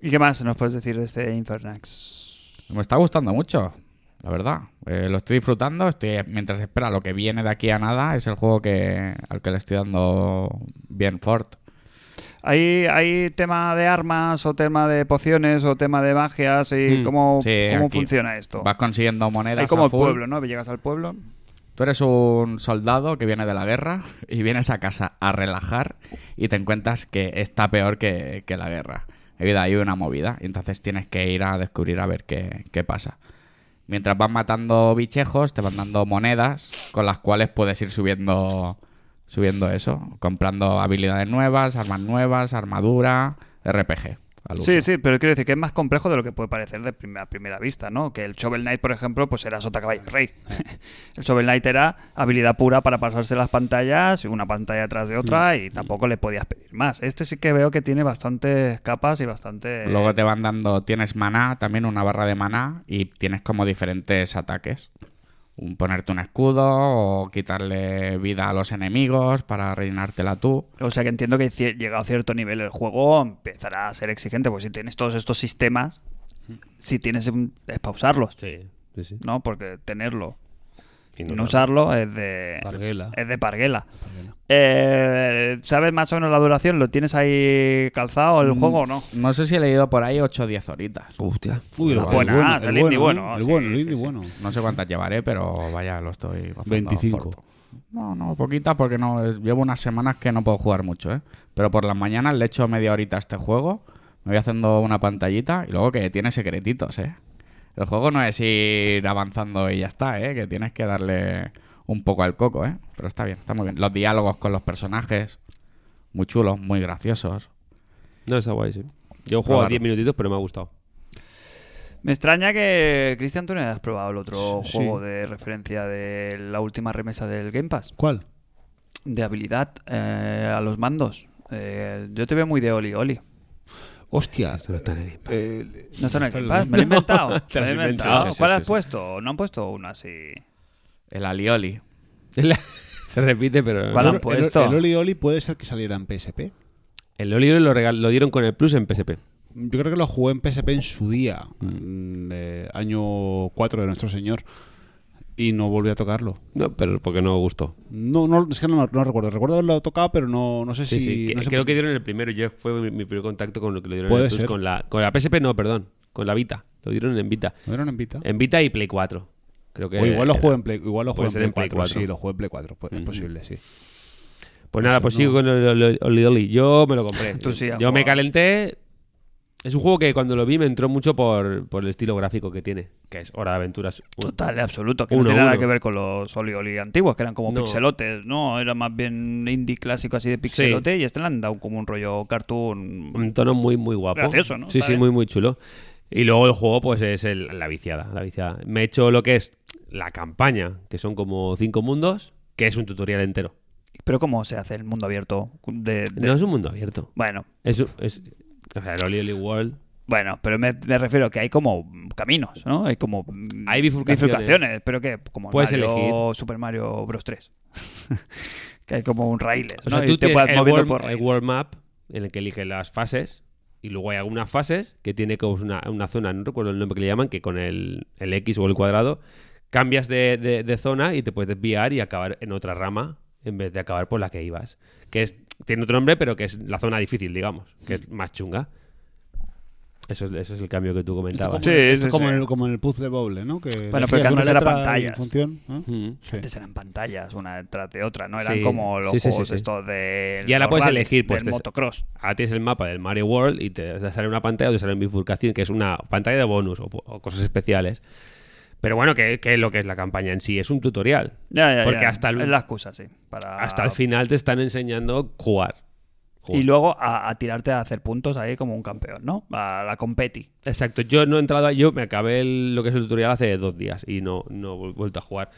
Speaker 1: ¿Y qué más nos puedes decir de este Infernax?
Speaker 3: Me está gustando mucho, la verdad. Eh, lo estoy disfrutando, estoy mientras espera lo que viene de aquí a nada, es el juego que al que le estoy dando bien fuerte.
Speaker 1: ¿Hay, hay tema de armas o tema de pociones o tema de magias y
Speaker 4: Mm,
Speaker 1: cómo,
Speaker 3: Hmm, sí,
Speaker 1: cómo
Speaker 3: aquí.
Speaker 1: funciona esto?
Speaker 3: Vas consiguiendo monedas
Speaker 1: Hay como
Speaker 3: a
Speaker 1: el
Speaker 3: full.
Speaker 1: pueblo, ¿no? Llegas al pueblo.
Speaker 3: Tú eres un soldado que viene de la guerra y vienes a casa a relajar y te encuentras que está peor que, que la guerra. Y de ahí una movida. Y entonces tienes que ir a descubrir a ver qué, qué pasa. Mientras vas matando bichejos, te van dando monedas con las cuales puedes ir subiendo, subiendo eso. Comprando habilidades nuevas, armas nuevas, armadura, RPG. al
Speaker 1: Sí,
Speaker 3: uso.
Speaker 1: sí, pero quiero decir que es más complejo de lo que puede parecer de primera, a primera vista, ¿no? Que el Shovel Knight, por ejemplo, pues era Sota Caballo y Rey. el Shovel Knight era habilidad pura para pasarse las pantallas, una pantalla tras de
Speaker 3: Hmm.
Speaker 1: otra, y tampoco le podías pedir más. Este sí que veo que tiene bastantes capas y bastante...
Speaker 3: Luego te van dando, tienes maná, también una barra de maná, y tienes como diferentes ataques. Un, ponerte un escudo o quitarle vida a los enemigos para rellenártela tú.
Speaker 1: O sea que entiendo que cie- llegado a cierto nivel el juego empezará a ser exigente, pues si tienes todos estos sistemas, si tienes un- es para usarlos,
Speaker 4: Sí, sí, sí.
Speaker 1: ¿no? Porque tenerlo
Speaker 4: Y
Speaker 1: y
Speaker 4: no
Speaker 1: no,
Speaker 4: nada.
Speaker 1: usarlo es de
Speaker 2: Parguela.
Speaker 1: es de parguela. Eh, ¿Sabes más o menos la duración? ¿Lo tienes ahí calzado el juego o no?
Speaker 3: No sé si he leído por ahí 8 o 10 horitas.
Speaker 5: Hostia.
Speaker 2: Uy, el,
Speaker 1: Ah, buena,
Speaker 2: bueno,
Speaker 1: el indie
Speaker 2: ¿eh?
Speaker 1: bueno,
Speaker 2: El
Speaker 1: sí,
Speaker 2: bueno, el
Speaker 1: sí,
Speaker 2: indie
Speaker 1: sí.
Speaker 2: bueno.
Speaker 3: No sé cuántas llevaré, pero vaya, lo estoy gozando
Speaker 2: 25.
Speaker 3: forto. No, no, poquitas porque no es- llevo unas semanas que no puedo jugar mucho, ¿eh? Pero por las mañanas le echo media horita a este juego, me voy haciendo una pantallita y luego que tiene secretitos, ¿eh? El juego no es ir avanzando y ya está, ¿eh? Que tienes que darle un poco al coco, ¿eh? Pero está bien, está muy bien. Los diálogos con los personajes, muy chulos, muy graciosos.
Speaker 4: No, está guay, sí. Yo he jugado
Speaker 3: Probarlo.
Speaker 4: 10 minutitos, pero me ha gustado.
Speaker 1: Me extraña que, Cristian, tú no hayas probado el otro
Speaker 2: Sí.
Speaker 1: juego de referencia de la última remesa del Game Pass,
Speaker 2: ¿Cuál?
Speaker 1: de habilidad eh, a los mandos. Eh, yo te veo muy de Oli Oli.
Speaker 2: Hostia.
Speaker 1: No está en el
Speaker 2: Está
Speaker 1: Game
Speaker 2: el-
Speaker 1: Pass, me lo he inventado.
Speaker 4: te
Speaker 1: me
Speaker 4: lo
Speaker 1: lo he
Speaker 4: has inventado.
Speaker 1: inventado.
Speaker 4: Sí, sí,
Speaker 1: ¿Cuál
Speaker 4: sí,
Speaker 1: has
Speaker 4: sí.
Speaker 1: puesto? No han puesto una así.
Speaker 3: El Alioli.
Speaker 4: Se repite, pero.
Speaker 1: ¿Cuál
Speaker 2: El-
Speaker 1: han puesto?
Speaker 2: El, el Oli Oli puede ser que saliera en PSP.
Speaker 4: El Oli Oli lo, regal- lo dieron con el Plus en PSP.
Speaker 2: Yo creo que lo jugué en PSP en su día, mm, eh, año 4 de Nuestro Señor, y no volví a tocarlo.
Speaker 4: No, pero porque no gustó.
Speaker 2: No, no es que no, no recuerdo. Recuerdo haberlo tocado, pero no, no sé
Speaker 4: Sí,
Speaker 2: si.
Speaker 4: sí. que-
Speaker 2: no sé
Speaker 4: creo
Speaker 2: por-
Speaker 4: que dieron el primero. Yo fue mi, mi primer contacto con lo que lo dieron en
Speaker 2: Puede
Speaker 4: el Plus.
Speaker 2: ser.
Speaker 4: Con la, con la PSP, no, perdón. Con la Vita. Lo dieron en Vita.
Speaker 2: ¿No era una invita?
Speaker 4: En Vita y Play 4. Creo que
Speaker 2: o igual lo
Speaker 4: era.
Speaker 2: jugué en Play, igual lo jugué
Speaker 4: Eh, puede
Speaker 2: en
Speaker 4: ser
Speaker 2: Play
Speaker 4: en Play
Speaker 2: 4, Sí,
Speaker 4: 4.
Speaker 2: lo jugué en Play 4. pues, Es posible, sí.
Speaker 4: Pues nada, pues sigo con el Oli Oli Oli. Yo me lo compré.
Speaker 1: Tú sí has
Speaker 4: Yo me
Speaker 1: jugado.
Speaker 4: calenté. Es un juego que cuando lo vi me entró mucho por, por el estilo gráfico que tiene, que es Hora de Aventuras.
Speaker 1: Total, de absoluto. Que no
Speaker 4: Uno,
Speaker 1: tiene nada
Speaker 4: uno.
Speaker 1: que ver con los Oli Oli antiguos, que eran como
Speaker 4: No.
Speaker 1: pixelotes, ¿no? Era más bien indie clásico así de pixelote y este le han dado como un rollo cartoon.
Speaker 4: un tono muy muy guapo.
Speaker 1: Gracioso, ¿no?
Speaker 4: Sí,
Speaker 1: Está
Speaker 4: sí,
Speaker 1: bien.
Speaker 4: muy muy chulo. Y luego el juego pues es el- la viciada, la viciada. Me he hecho lo que es la campaña, que son como cinco mundos, que es un tutorial entero.
Speaker 1: Pero ¿cómo se hace el mundo abierto? De, de-
Speaker 4: No es un mundo abierto.
Speaker 1: Bueno,
Speaker 4: Es, un- es o sea, el Oli Oli World.
Speaker 1: bueno, pero me, me refiero que hay como caminos, ¿no? Hay como... mm,
Speaker 4: Hay bifurcaciones.
Speaker 1: pero que como
Speaker 4: Puedes
Speaker 1: Mario,
Speaker 4: elegir.
Speaker 1: Super Mario Bros. 3. que hay como un raíles,
Speaker 4: O
Speaker 1: ¿no?
Speaker 4: sea,
Speaker 1: Y
Speaker 4: tú
Speaker 1: te
Speaker 4: tienes
Speaker 1: vas
Speaker 4: el
Speaker 1: moviendo
Speaker 4: world,
Speaker 1: por
Speaker 4: el
Speaker 1: raíles.
Speaker 4: world map en el que eliges las fases y luego hay algunas fases que tiene como una, una zona, no recuerdo el nombre que le llaman, que con el, el X o el cuadrado cambias de, de- de zona y te puedes desviar y acabar en otra rama en vez de acabar por la que ibas. Que es, tiene otro nombre, pero que es la zona difícil, digamos, que es más chunga. Eso es, eso es el cambio que tú
Speaker 2: Esto es
Speaker 4: comentabas.
Speaker 2: como,
Speaker 1: Sí,
Speaker 2: esto es
Speaker 1: sí,
Speaker 2: como
Speaker 1: sí.
Speaker 2: El, como el puzzle bobble, ¿no? Que
Speaker 1: pero
Speaker 2: elegías
Speaker 1: que antes
Speaker 2: una
Speaker 1: era
Speaker 2: letra
Speaker 1: pantallas.
Speaker 2: En función, ¿no?
Speaker 4: Mm.
Speaker 2: Sí.
Speaker 1: Antes eran pantallas una tras de otra, no eran
Speaker 4: Sí,
Speaker 1: como los
Speaker 4: sí, sí,
Speaker 1: juegos
Speaker 4: sí, sí.
Speaker 1: estos de
Speaker 4: Y ahora
Speaker 1: los
Speaker 4: puedes
Speaker 1: rallies,
Speaker 4: elegir, pues,
Speaker 1: del
Speaker 4: te-
Speaker 1: motocross.
Speaker 4: Ahora tienes el mapa del Mario World y te te sale una pantalla donde sale una bifurcación, que es una pantalla de bonus o, o cosas especiales. Pero bueno, que, que lo que es la campaña en sí es un tutorial.
Speaker 1: Ya, ya,
Speaker 4: Porque
Speaker 1: ya.
Speaker 4: hasta el-
Speaker 1: es la excusa, sí. Para...
Speaker 4: Hasta el final te están enseñando jugar. Jugar.
Speaker 1: Y luego a, a tirarte a hacer puntos ahí como un campeón, ¿no? A la competi.
Speaker 4: Exacto, yo no he entrado, a- yo me acabé el- lo que es el tutorial hace dos días y no, no he vuelto a jugar.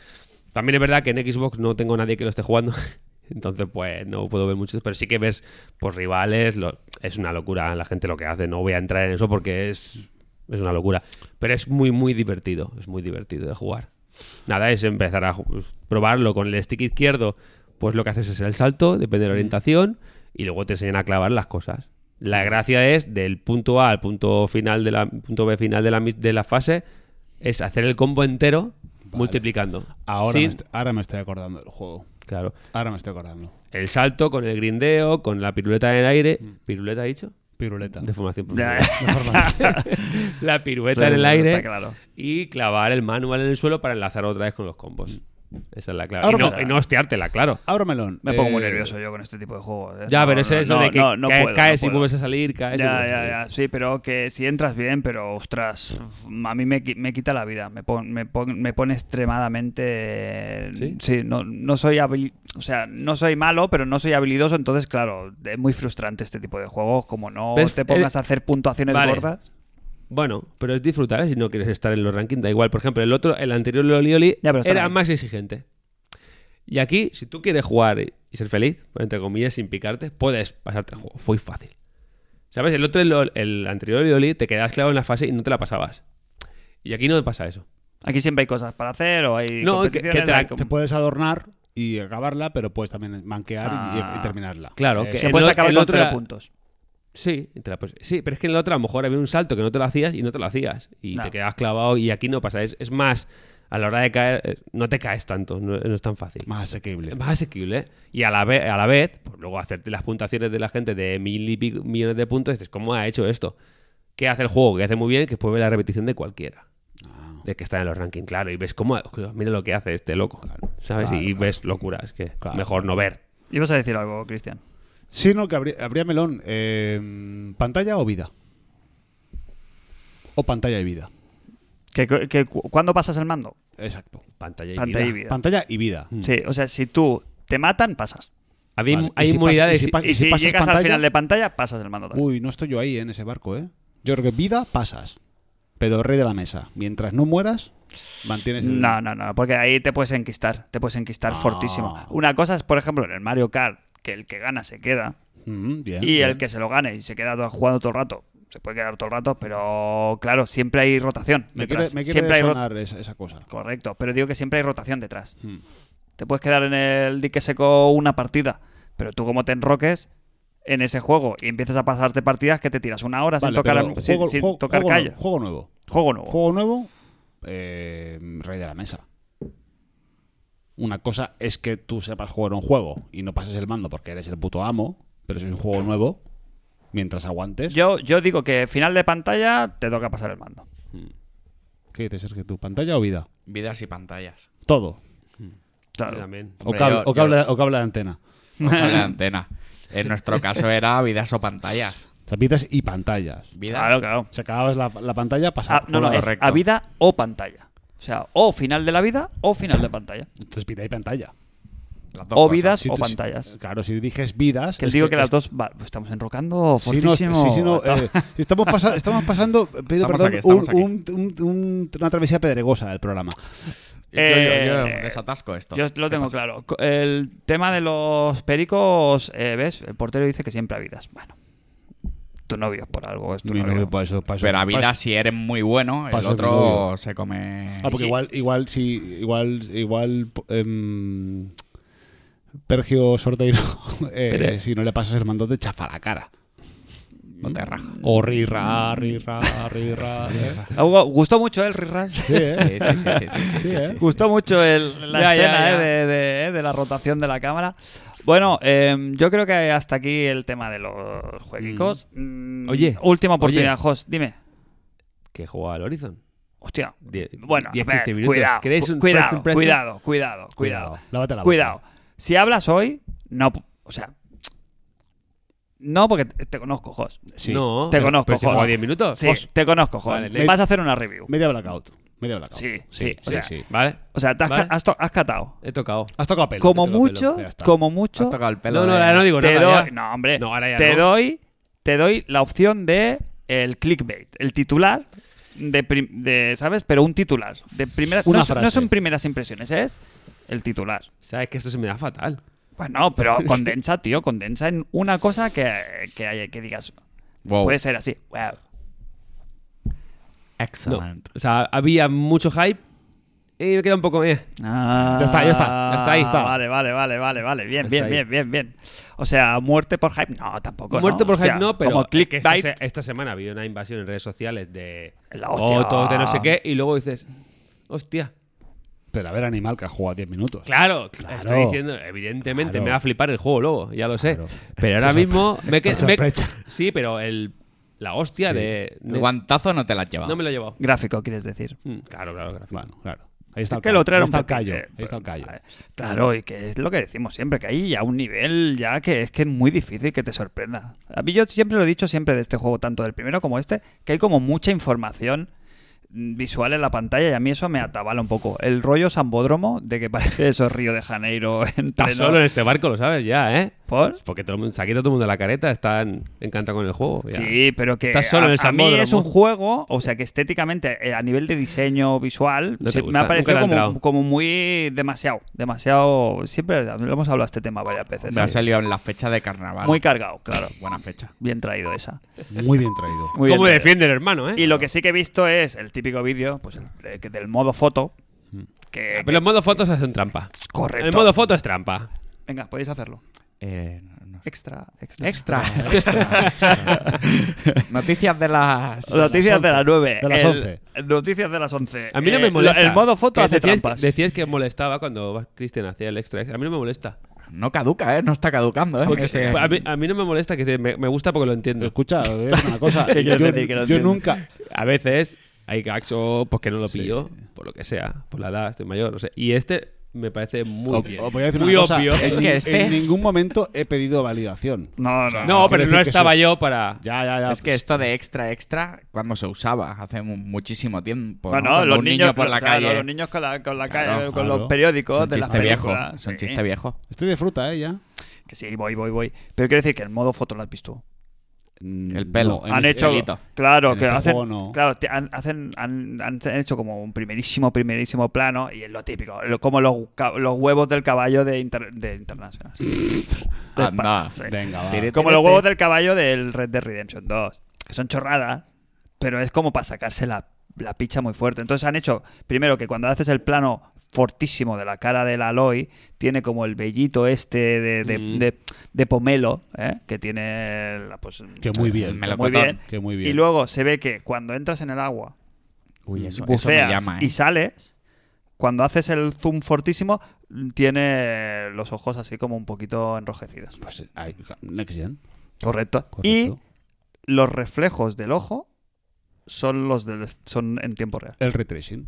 Speaker 4: También es verdad que en Xbox no tengo nadie que lo esté jugando, entonces pues no puedo ver muchos, pero sí que ves pues rivales, lo- es una locura la gente lo que hace, no voy a entrar en eso porque es, es una locura, pero es muy muy divertido, es muy divertido de jugar. Nada, es empezar a ju- probarlo con el stick izquierdo, pues lo que haces es el salto, depende de la orientación, y luego te enseñan a clavar las cosas. La gracia es del punto A al punto final de la punto B final de la, mis- de la fase es hacer el combo entero multiplicando.
Speaker 2: Ahora,
Speaker 4: Sin-
Speaker 2: me est- ahora me estoy acordando del juego.
Speaker 4: claro,
Speaker 2: Ahora me estoy acordando.
Speaker 4: el salto con el grindeo, con la piruleta en el aire, piruleta he dicho,
Speaker 2: Piruleta.
Speaker 4: de formación
Speaker 1: Ya,
Speaker 4: profesional. la pirueta en el
Speaker 1: Está
Speaker 4: aire
Speaker 1: claro.
Speaker 4: y clavar el manual en el suelo para enlazar otra vez con los combos. Esa es la clave.
Speaker 2: Ahora
Speaker 4: Y no,
Speaker 2: me-
Speaker 4: y no hostiártela, claro.
Speaker 2: Abro melón.
Speaker 1: Me pongo muy
Speaker 2: Eh,
Speaker 1: nervioso yo con este tipo de juegos. ¿eh?
Speaker 4: Ya,
Speaker 1: No,
Speaker 4: pero
Speaker 1: no,
Speaker 4: es eso
Speaker 1: no,
Speaker 4: de que
Speaker 1: no, no
Speaker 4: cae-
Speaker 1: puedo,
Speaker 4: caes
Speaker 1: no
Speaker 4: y
Speaker 1: puedo.
Speaker 4: vuelves a salir, caes y
Speaker 1: Ya,
Speaker 4: vuelves a
Speaker 1: ya,
Speaker 4: salir.
Speaker 1: ya. Sí, pero que si entras bien, pero ostras, a mí me, qui- me quita la vida. Me, pon- me, pon- me pone extremadamente.
Speaker 4: ¿Sí?
Speaker 1: no, no soy habili- O sea, no soy malo, pero no soy habilidoso. Entonces, claro, es muy frustrante este tipo de juegos. Como no
Speaker 4: Pero es-
Speaker 1: te pongas
Speaker 4: eres-
Speaker 1: a hacer puntuaciones
Speaker 4: Eh, Vale.
Speaker 1: gordas.
Speaker 4: Bueno, pero es disfrutar ¿eh? si no quieres estar en los rankings, da igual. Por ejemplo, el otro, el anterior Loli Oli
Speaker 1: Ya, pero está
Speaker 4: era
Speaker 1: bien.
Speaker 4: más exigente. Y aquí, si tú quieres jugar y ser feliz, entre comillas, sin picarte, puedes pasarte el juego. Fue fácil. ¿Sabes? El otro, el, el anterior Loli Oli, te quedabas clavado en la fase y no te la pasabas. Y aquí no pasa eso.
Speaker 1: Aquí siempre hay cosas para hacer o hay.
Speaker 4: No, que- que
Speaker 1: competiciones,
Speaker 4: te-
Speaker 1: hay
Speaker 4: te
Speaker 1: com-
Speaker 2: Te puedes adornar y acabarla, pero puedes también manquear y-
Speaker 1: Ah.
Speaker 2: y, terminarla.
Speaker 4: Claro,
Speaker 2: Eh,
Speaker 4: que-
Speaker 1: que
Speaker 4: el
Speaker 1: puedes
Speaker 4: o-
Speaker 1: acabar
Speaker 4: el
Speaker 1: con
Speaker 4: otro
Speaker 1: cero
Speaker 4: era-
Speaker 1: puntos.
Speaker 4: Sí, y te la pos- sí, pero es que en la otra a lo mejor había un salto que no te lo hacías y no te lo hacías. Y
Speaker 1: No.
Speaker 4: te quedabas clavado y aquí no pasa. Es, es más, a la hora de caer, eh, no te caes tanto, no, no es tan fácil.
Speaker 2: más asequible.
Speaker 4: Es más asequible. ¿eh? Y a la, vez, a la vez, pues luego hacerte las puntuaciones de la gente de mil y pico millones de puntos, dices, ¿cómo ha hecho esto? ¿Qué hace el juego? Que hace muy bien, que puede ver la repetición de cualquiera.
Speaker 2: Ah.
Speaker 4: De que está en los rankings, claro. Y ves cómo, mira lo que hace este loco. ¿Sabes? y ves locuras que
Speaker 2: Claro.
Speaker 4: mejor no ver.
Speaker 1: Ibas a decir algo, Cristian.
Speaker 2: Sí, no, que habría, habría melón. eh, ¿Pantalla o vida? O pantalla y vida.
Speaker 1: Que, que cu- ¿Cuándo pasas el mando?
Speaker 2: Exacto.
Speaker 4: Pantalla y
Speaker 1: Pantalla y
Speaker 4: vida.
Speaker 1: vida. Mm.
Speaker 2: Pantalla y vida.
Speaker 4: Mm.
Speaker 1: Sí, o sea, si tú te matan, pasas.
Speaker 4: Había-
Speaker 2: Vale.
Speaker 4: Hay
Speaker 2: Y si pas-
Speaker 4: inmunidades.
Speaker 2: y si pas-
Speaker 1: Y si,
Speaker 2: pasas
Speaker 1: llegas al
Speaker 2: pantalla-
Speaker 1: final de pantalla, pasas el mando también.
Speaker 2: Uy, no estoy yo ahí eh, en ese barco, ¿eh? Yo creo que vida pasas, pero rey de la mesa. Mientras no mueras, mantienes el...
Speaker 1: No, no, no, porque ahí te puedes enquistar, te puedes
Speaker 2: Ah.
Speaker 1: enquistar fortísimo. Una cosa es, por ejemplo, en el Mario Kart, que el que gana se queda,
Speaker 2: Mm, bien,
Speaker 1: y el
Speaker 2: bien.
Speaker 1: que se lo gane y se queda todo- jugando todo el rato, se puede quedar todo el rato, pero claro, siempre hay rotación.
Speaker 2: Me quiere,
Speaker 1: detrás.
Speaker 2: me quiere
Speaker 1: siempre hay ro-
Speaker 2: sonar esa, esa cosa.
Speaker 1: Correcto, pero digo que siempre hay rotación detrás.
Speaker 2: Mm.
Speaker 1: Te puedes quedar en el dique seco una partida, pero tú como te enroques en ese juego y empiezas a pasarte partidas que te tiras una hora sin
Speaker 2: Vale,
Speaker 1: tocar,
Speaker 2: pero
Speaker 1: a- sin-
Speaker 2: juego,
Speaker 1: sin
Speaker 2: juego-
Speaker 1: tocar
Speaker 2: juego
Speaker 1: callo. Oh.
Speaker 2: nuevo, juego nuevo.
Speaker 1: Juego nuevo.
Speaker 2: Juego nuevo, eh, rey de la mesa. Una cosa es que tú sepas jugar un juego y no pases el mando porque eres el puto amo, pero si es un juego nuevo, mientras aguantes...
Speaker 1: Yo, yo digo que final de pantalla te toca pasar el mando.
Speaker 2: ¿Qué dices, Sergio? ¿Tu pantalla o vida?
Speaker 3: Vidas y pantallas.
Speaker 2: Todo.
Speaker 1: Claro.
Speaker 4: También.
Speaker 2: O
Speaker 3: Hombre,
Speaker 2: cable,
Speaker 3: yo-
Speaker 2: o cable-
Speaker 3: yo-
Speaker 2: o cable de antena.
Speaker 3: Ojo a la antena. En nuestro caso era vidas o pantallas.
Speaker 2: Tapitas y pantallas.
Speaker 3: Vidas.
Speaker 1: Claro, claro.
Speaker 2: Se acababa la, la pantalla,
Speaker 1: Ah,
Speaker 2: pasaba.
Speaker 1: no, no, es
Speaker 3: correcto.
Speaker 1: a vida o pantalla. O sea, o final de la vida o final de pantalla.
Speaker 2: Entonces vida y pantalla.
Speaker 3: las dos
Speaker 1: O
Speaker 3: cosas.
Speaker 1: vidas
Speaker 2: Si
Speaker 1: o
Speaker 2: tú- si-
Speaker 1: pantallas.
Speaker 2: claro, si diriges vidas.
Speaker 1: Que
Speaker 2: es
Speaker 1: digo que, las
Speaker 2: es-
Speaker 1: dos va, estamos enrocando
Speaker 2: si no-
Speaker 1: fortísimo.
Speaker 2: si- si no, eh, si estamos, pasa- estamos pasando, eh, pido
Speaker 3: Estamos
Speaker 2: perdón,
Speaker 3: aquí, estamos
Speaker 2: un- un- un- una travesía pedregosa del programa.
Speaker 3: Yo, yo- yo
Speaker 1: Eh,
Speaker 3: desatasco esto.
Speaker 1: Yo lo tengo claro. Co- El tema de los pericos, eh, ¿ves? El portero dice que siempre a vidas. Bueno, tu novio es por algo. Es tu
Speaker 2: Mi
Speaker 1: novio.
Speaker 2: novio, pues. pa' eso- pa' eso-
Speaker 3: Pero a
Speaker 2: pa'
Speaker 3: vida,
Speaker 2: eso-
Speaker 3: si eres muy bueno, el
Speaker 2: paso de
Speaker 3: otro
Speaker 2: novio.
Speaker 3: se come.
Speaker 2: Ah, porque
Speaker 1: Sí.
Speaker 2: igual, igual, si, igual, igual, em, Pergio Sorteiro, eh, si no le pasas el mando, te chafa la cara.
Speaker 3: No te raja.
Speaker 2: O rirra, rirra, rirra. rirra.
Speaker 1: Ah, Hugo, gustó mucho el Rirras.
Speaker 2: Sí, eh.
Speaker 3: Sí, sí, sí, sí, sí, sí, sí,
Speaker 2: ¿eh?
Speaker 3: sí, sí.
Speaker 1: Gustó mucho el- la
Speaker 3: Ya, ya,
Speaker 1: escena
Speaker 3: ya.
Speaker 1: eh, de, de- eh, de la rotación de la cámara. Bueno, em, yo creo que hasta aquí el tema de los jueguicos. Mm,
Speaker 4: Oye,
Speaker 1: última oportunidad,
Speaker 4: oye.
Speaker 1: Jos, dime.
Speaker 4: Que juega al Horizon.
Speaker 1: Hostia.
Speaker 4: Die-
Speaker 1: Bueno, a
Speaker 4: 10,
Speaker 1: ver,
Speaker 4: 15 minutos.
Speaker 1: cuidado,
Speaker 4: ¿Queréis un first
Speaker 1: cuidado,
Speaker 4: impressions?
Speaker 1: cuidado, cuidado, cuidado,
Speaker 2: Cuidado. Lávate la boca.
Speaker 1: cuidado. Si hablas hoy, no, pu- o sea, no porque te te conozco, Jos.
Speaker 2: Sí.
Speaker 4: No, eh,
Speaker 1: Te conozco,
Speaker 4: pero si
Speaker 1: Jos.
Speaker 4: juega 10 minutos.
Speaker 1: Sí, te conozco, Jos.
Speaker 4: Vale, le-
Speaker 1: Vas a hacer una review.
Speaker 2: Media blackout. Media blackout.
Speaker 1: Sí, sí, o sea,
Speaker 4: Vale,
Speaker 1: O sea, te has,
Speaker 4: Vale.
Speaker 1: ca- has to- has catado.
Speaker 4: he tocado.
Speaker 2: Has tocado pelo.
Speaker 1: Como
Speaker 2: Te toco
Speaker 1: mucho,
Speaker 2: pelo. Ya está.
Speaker 1: como mucho,
Speaker 3: Has tocado el pelo.
Speaker 4: No, no,
Speaker 3: de-
Speaker 4: ahora no digo
Speaker 1: te
Speaker 4: nada.
Speaker 1: doy,
Speaker 4: ya.
Speaker 1: no hombre,
Speaker 4: No, ahora ya
Speaker 1: te
Speaker 4: no.
Speaker 1: doy, te doy la opción de el clickbait, el titular de, prim- de ¿sabes? Pero un titular de primera,
Speaker 2: Una
Speaker 1: no, es-
Speaker 2: frase.
Speaker 1: no son primeras impresiones, es el titular.
Speaker 4: Sabes que esto se me da fatal.
Speaker 1: Bueno, pero condensa, tío, condensa en una cosa que, que, haya- que digas,
Speaker 4: Oh.
Speaker 3: Wow.
Speaker 1: puede ser así. Wow.
Speaker 4: No.
Speaker 3: Excellent.
Speaker 4: O sea, había mucho hype y me queda un poco. eh.
Speaker 1: Ah,
Speaker 2: Ya está, ya está, ya está, ahí está.
Speaker 1: Vale, vale, vale, vale, vale, bien,
Speaker 4: Está
Speaker 1: bien,
Speaker 4: ahí.
Speaker 1: bien, bien, bien. O sea, muerte por hype, no, tampoco. ¿no?
Speaker 4: Muerto por
Speaker 1: Hostia,
Speaker 4: hype no, pero
Speaker 1: como
Speaker 4: es que esta,
Speaker 1: clickbait,
Speaker 4: se- esta semana había una invasión en redes sociales de
Speaker 1: La hostia.
Speaker 4: fotos de no sé qué y luego dices, hostia,
Speaker 2: Pero a ver, animal que ha jugado 10 minutos.
Speaker 4: claro, estoy
Speaker 2: Claro.
Speaker 4: diciendo, evidentemente
Speaker 2: Claro.
Speaker 4: me va a flipar el juego luego, ya lo sé,
Speaker 2: Claro.
Speaker 4: pero ahora mismo me, que-
Speaker 2: Esta
Speaker 4: me-
Speaker 2: sorpresa.
Speaker 4: sí, pero el la hostia de
Speaker 3: El guantazo no te la has llevado.
Speaker 4: no me lo he llevado.
Speaker 1: gráfico, quieres decir.
Speaker 4: Mm, Claro, claro, claro.
Speaker 2: Bueno, claro. Ahí está
Speaker 1: Es
Speaker 2: el
Speaker 1: que
Speaker 2: callo,
Speaker 1: lo traen
Speaker 2: ahí está el
Speaker 1: porque-
Speaker 2: callo.
Speaker 1: eh,
Speaker 2: Ahí está el callo.
Speaker 1: Claro, y que es lo que decimos siempre, que hay ya un nivel ya que es que es muy difícil que te sorprenda. A mí yo siempre lo he dicho siempre de este juego, tanto del primero como este, que hay como mucha información mm, visual en la pantalla y a mí eso me atabala un poco. El rollo sambódromo de que parece eso Río de Janeiro en
Speaker 4: Estás
Speaker 1: pleno-
Speaker 4: solo en este barco, lo sabes ya, ¿eh?
Speaker 1: ¿Por?
Speaker 4: Porque todo el mundo, se ha quitado todo el mundo la careta, están encantados con el juego. ya.
Speaker 1: Sí, pero que
Speaker 4: Estás solo
Speaker 1: a,
Speaker 4: en el
Speaker 1: a mí
Speaker 4: sambódromo.
Speaker 1: es un juego, o sea que estéticamente, eh, a nivel de diseño visual,
Speaker 4: No te
Speaker 1: sí, me
Speaker 4: gusta,
Speaker 1: ha parecido
Speaker 4: nunca te ha
Speaker 1: como,
Speaker 4: entrado.
Speaker 1: como muy demasiado, demasiado... Siempre lo hemos hablado este tema varias veces.
Speaker 3: Me ha
Speaker 1: Sí.
Speaker 3: salido en la fecha de carnaval.
Speaker 1: Muy cargado, claro.
Speaker 3: Buena fecha.
Speaker 1: Bien traído esa.
Speaker 2: Muy bien traído.
Speaker 1: Muy bien
Speaker 4: ¿Cómo
Speaker 1: traído.
Speaker 4: defiende el hermano, eh?
Speaker 1: Y lo que sí que he visto es el típico vídeo pues, el- eh, que del modo foto. Que,
Speaker 4: Mm. Ah, Pero en modo fotos hacen trampa.
Speaker 1: que- correcto.
Speaker 4: En modo foto es trampa.
Speaker 1: Venga, podéis hacerlo.
Speaker 3: Eh, no- no-
Speaker 1: Extra, extra.
Speaker 3: Extra, extra, extra. Noticias de las.
Speaker 1: Noticias de las 9.
Speaker 2: De las
Speaker 1: El-
Speaker 2: 11.
Speaker 1: Noticias de las 11.
Speaker 4: A mí no
Speaker 1: Eh,
Speaker 4: me molesta.
Speaker 1: El modo foto
Speaker 4: Que
Speaker 1: hace
Speaker 4: decías,
Speaker 1: trampas.
Speaker 4: Decías que molestaba cuando Cristian hacía el extra. A mí no me molesta.
Speaker 3: No caduca, ¿eh? No está caducando, ¿eh?
Speaker 4: Porque-
Speaker 3: Ese-
Speaker 4: a, mí, a mí no me molesta, que me, me gusta porque lo entiendo.
Speaker 2: Escucha, es una cosa.
Speaker 1: ¿Qué
Speaker 2: yo
Speaker 1: quieres decir que no
Speaker 2: yo
Speaker 1: entiendes?
Speaker 2: nunca.
Speaker 4: A veces hay gags o porque no lo pillo, por lo que sea, por la edad, estoy mayor, no sé. Y este me parece muy
Speaker 2: Os-
Speaker 4: bien.
Speaker 2: os voy a decir
Speaker 4: muy
Speaker 2: una cosa,
Speaker 4: obvio.
Speaker 2: En,
Speaker 3: Es que
Speaker 2: nin-
Speaker 3: este-
Speaker 2: en ningún momento he pedido validación.
Speaker 1: No, este- no.
Speaker 4: No,
Speaker 2: quiero
Speaker 4: pero
Speaker 2: decir
Speaker 4: no
Speaker 2: que
Speaker 4: estaba
Speaker 2: sí.
Speaker 4: yo para.
Speaker 2: Ya, ya, ya.
Speaker 3: Es que esto de extra, extra, cuando se usaba hace mu- muchísimo tiempo.
Speaker 1: No, no,
Speaker 3: Cuando
Speaker 1: los
Speaker 3: un
Speaker 1: niños
Speaker 3: niño por la
Speaker 1: claro,
Speaker 3: calle.
Speaker 1: Los niños con la, con la
Speaker 3: Claro,
Speaker 1: calle, con
Speaker 2: claro.
Speaker 1: los periódicos
Speaker 3: son
Speaker 1: de las
Speaker 3: chiste viejo.
Speaker 1: películas.
Speaker 3: Son
Speaker 1: Sí.
Speaker 3: chiste viejo.
Speaker 2: Estoy de fruta, ¿eh? Ya.
Speaker 1: Que sí, voy, voy, voy. Pero quiero decir que el modo foto lo has visto.
Speaker 2: Mm,
Speaker 3: El pelo.
Speaker 2: no, en
Speaker 1: han
Speaker 2: este-
Speaker 1: hecho
Speaker 3: pelito.
Speaker 1: claro
Speaker 2: En
Speaker 1: que
Speaker 2: este
Speaker 1: hacen,
Speaker 2: juego no.
Speaker 1: claro te- han, hacen- han, han hecho como un primerísimo primerísimo plano y es lo típico lo- como los, ca- los huevos del caballo de, Inter- de International De
Speaker 3: Anda.
Speaker 1: España, sí.
Speaker 2: Venga, va.
Speaker 3: Tire-
Speaker 1: como
Speaker 3: tírate.
Speaker 1: los huevos del caballo del Red Dead Redemption 2 que son chorradas pero es como para sacarse la, la picha muy fuerte entonces han hecho primero que cuando haces el plano fortísimo de la cara del Aloy tiene como el vellito este de, de,
Speaker 4: Mm.
Speaker 1: de- de pomelo ¿eh? que tiene la- pues,
Speaker 2: Que muy bien.
Speaker 3: Me
Speaker 1: que
Speaker 3: lo-
Speaker 1: muy
Speaker 3: melocotón.
Speaker 1: bien.
Speaker 2: Que muy bien.
Speaker 1: Y luego se ve que cuando entras en el agua,
Speaker 3: Uy, eso, eso me
Speaker 1: Mm. buceas
Speaker 3: llama, ¿eh?
Speaker 1: y sales, cuando haces el zoom fortísimo, tiene los ojos así como un poquito enrojecidos.
Speaker 2: Pues, ahí, next gen.
Speaker 1: Correcto.
Speaker 2: Correcto.
Speaker 1: Y los reflejos del ojo son los del, son en tiempo real.
Speaker 2: El retracing.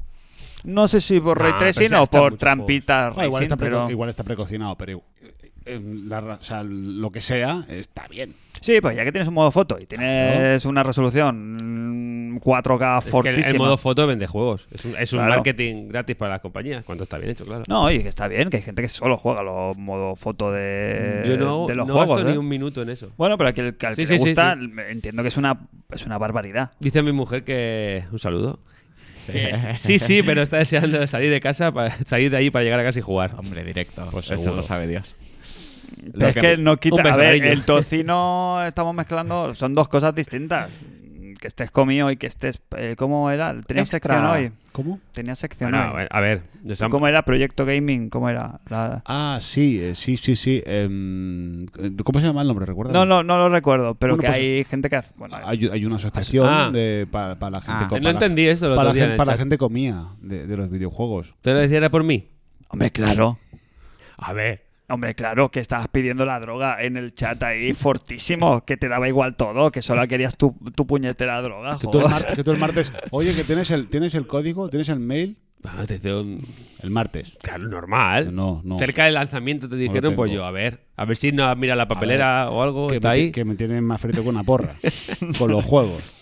Speaker 1: No sé si por
Speaker 4: Ah,
Speaker 1: ray
Speaker 4: pero
Speaker 1: tracing
Speaker 4: sí,
Speaker 1: o
Speaker 4: está
Speaker 1: por
Speaker 4: mucho
Speaker 1: trampitas
Speaker 2: Ah, igual,
Speaker 1: racing,
Speaker 2: está preco-
Speaker 1: pero...
Speaker 2: igual está precocinado, pero eh, eh, la ra- o sea, lo que sea está bien.
Speaker 1: Sí, pues ya que tienes un modo foto y tienes una resolución mm, 4K
Speaker 4: Es que el-
Speaker 1: fortísima.
Speaker 4: el modo foto vende juegos. Es un, es un
Speaker 1: Claro.
Speaker 4: marketing gratis para las compañías. Cuando está bien hecho, claro.
Speaker 1: No, y que está bien, que hay gente que solo juega los modos foto de,
Speaker 4: Yo no,
Speaker 1: Eh, de los
Speaker 4: no
Speaker 1: juegos.
Speaker 4: gasto
Speaker 1: ¿eh?
Speaker 4: ni un minuto en eso.
Speaker 1: Bueno, pero al que, al que
Speaker 4: Sí,
Speaker 1: le
Speaker 4: sí, sí,
Speaker 1: gusta,
Speaker 4: sí.
Speaker 1: me- entiendo que es una, es una barbaridad.
Speaker 4: Dice mi mujer que. Un saludo. Eh, sí, sí, pero está deseando salir de casa, para, salir de ahí para llegar a casa y jugar.
Speaker 3: Hombre, directo.
Speaker 2: Pues
Speaker 3: eso
Speaker 2: seguro.
Speaker 3: lo sabe Dios.
Speaker 1: Pero es
Speaker 3: que-
Speaker 1: que no quita.
Speaker 4: un beso,
Speaker 1: a ver,
Speaker 4: cariño.
Speaker 1: el tocino estamos mezclando, son dos cosas distintas. Que estés comido y que estés. eh, ¿Cómo era? Tenía
Speaker 3: Extra.
Speaker 1: sección hoy.
Speaker 2: ¿Cómo?
Speaker 1: Tenía sección
Speaker 4: Bueno, a
Speaker 1: hoy.
Speaker 4: ver, a ver, nos han-
Speaker 1: ¿Cómo era? Proyecto Gaming, ¿cómo era? La-
Speaker 2: Ah, sí, eh, sí, sí, sí. em, ¿Cómo se llama el nombre? ¿Recuerdas?
Speaker 1: No, no, no lo recuerdo, pero
Speaker 2: Bueno,
Speaker 1: que
Speaker 2: pues-
Speaker 1: hay gente que hace. Bueno,
Speaker 2: Hay, hay una asociación
Speaker 4: Ah.
Speaker 2: de- para, para la gente
Speaker 3: Ah.
Speaker 2: co- para
Speaker 4: No
Speaker 2: la-
Speaker 4: entendí eso el
Speaker 2: para,
Speaker 4: otro
Speaker 2: la
Speaker 4: día en
Speaker 2: gente,
Speaker 4: el
Speaker 2: para la
Speaker 4: chat.
Speaker 2: gente comía de, de los videojuegos.
Speaker 4: ¿Te lo decía era por mí?
Speaker 1: hombre, claro.
Speaker 4: A ver.
Speaker 1: Hombre, claro, que estabas pidiendo la droga en el chat ahí, fortísimo, que te daba igual todo, que solo querías tu, tu puñetera droga.
Speaker 2: Que tú, el
Speaker 1: joder.
Speaker 2: mar- que tú el martes, oye, que tienes el, tienes el código, tienes el mail,
Speaker 4: Ah, te digo,
Speaker 2: el martes.
Speaker 4: Claro, normal.
Speaker 2: No, no.
Speaker 4: Cerca del lanzamiento te
Speaker 2: No
Speaker 4: dijeron,
Speaker 2: lo
Speaker 4: pues
Speaker 2: tengo.
Speaker 4: yo, a ver. A ver si no mira la papelera o algo.
Speaker 2: que,
Speaker 4: está
Speaker 2: me, ti-
Speaker 4: ahí.
Speaker 2: que me tienen más frito que una porra con los juegos.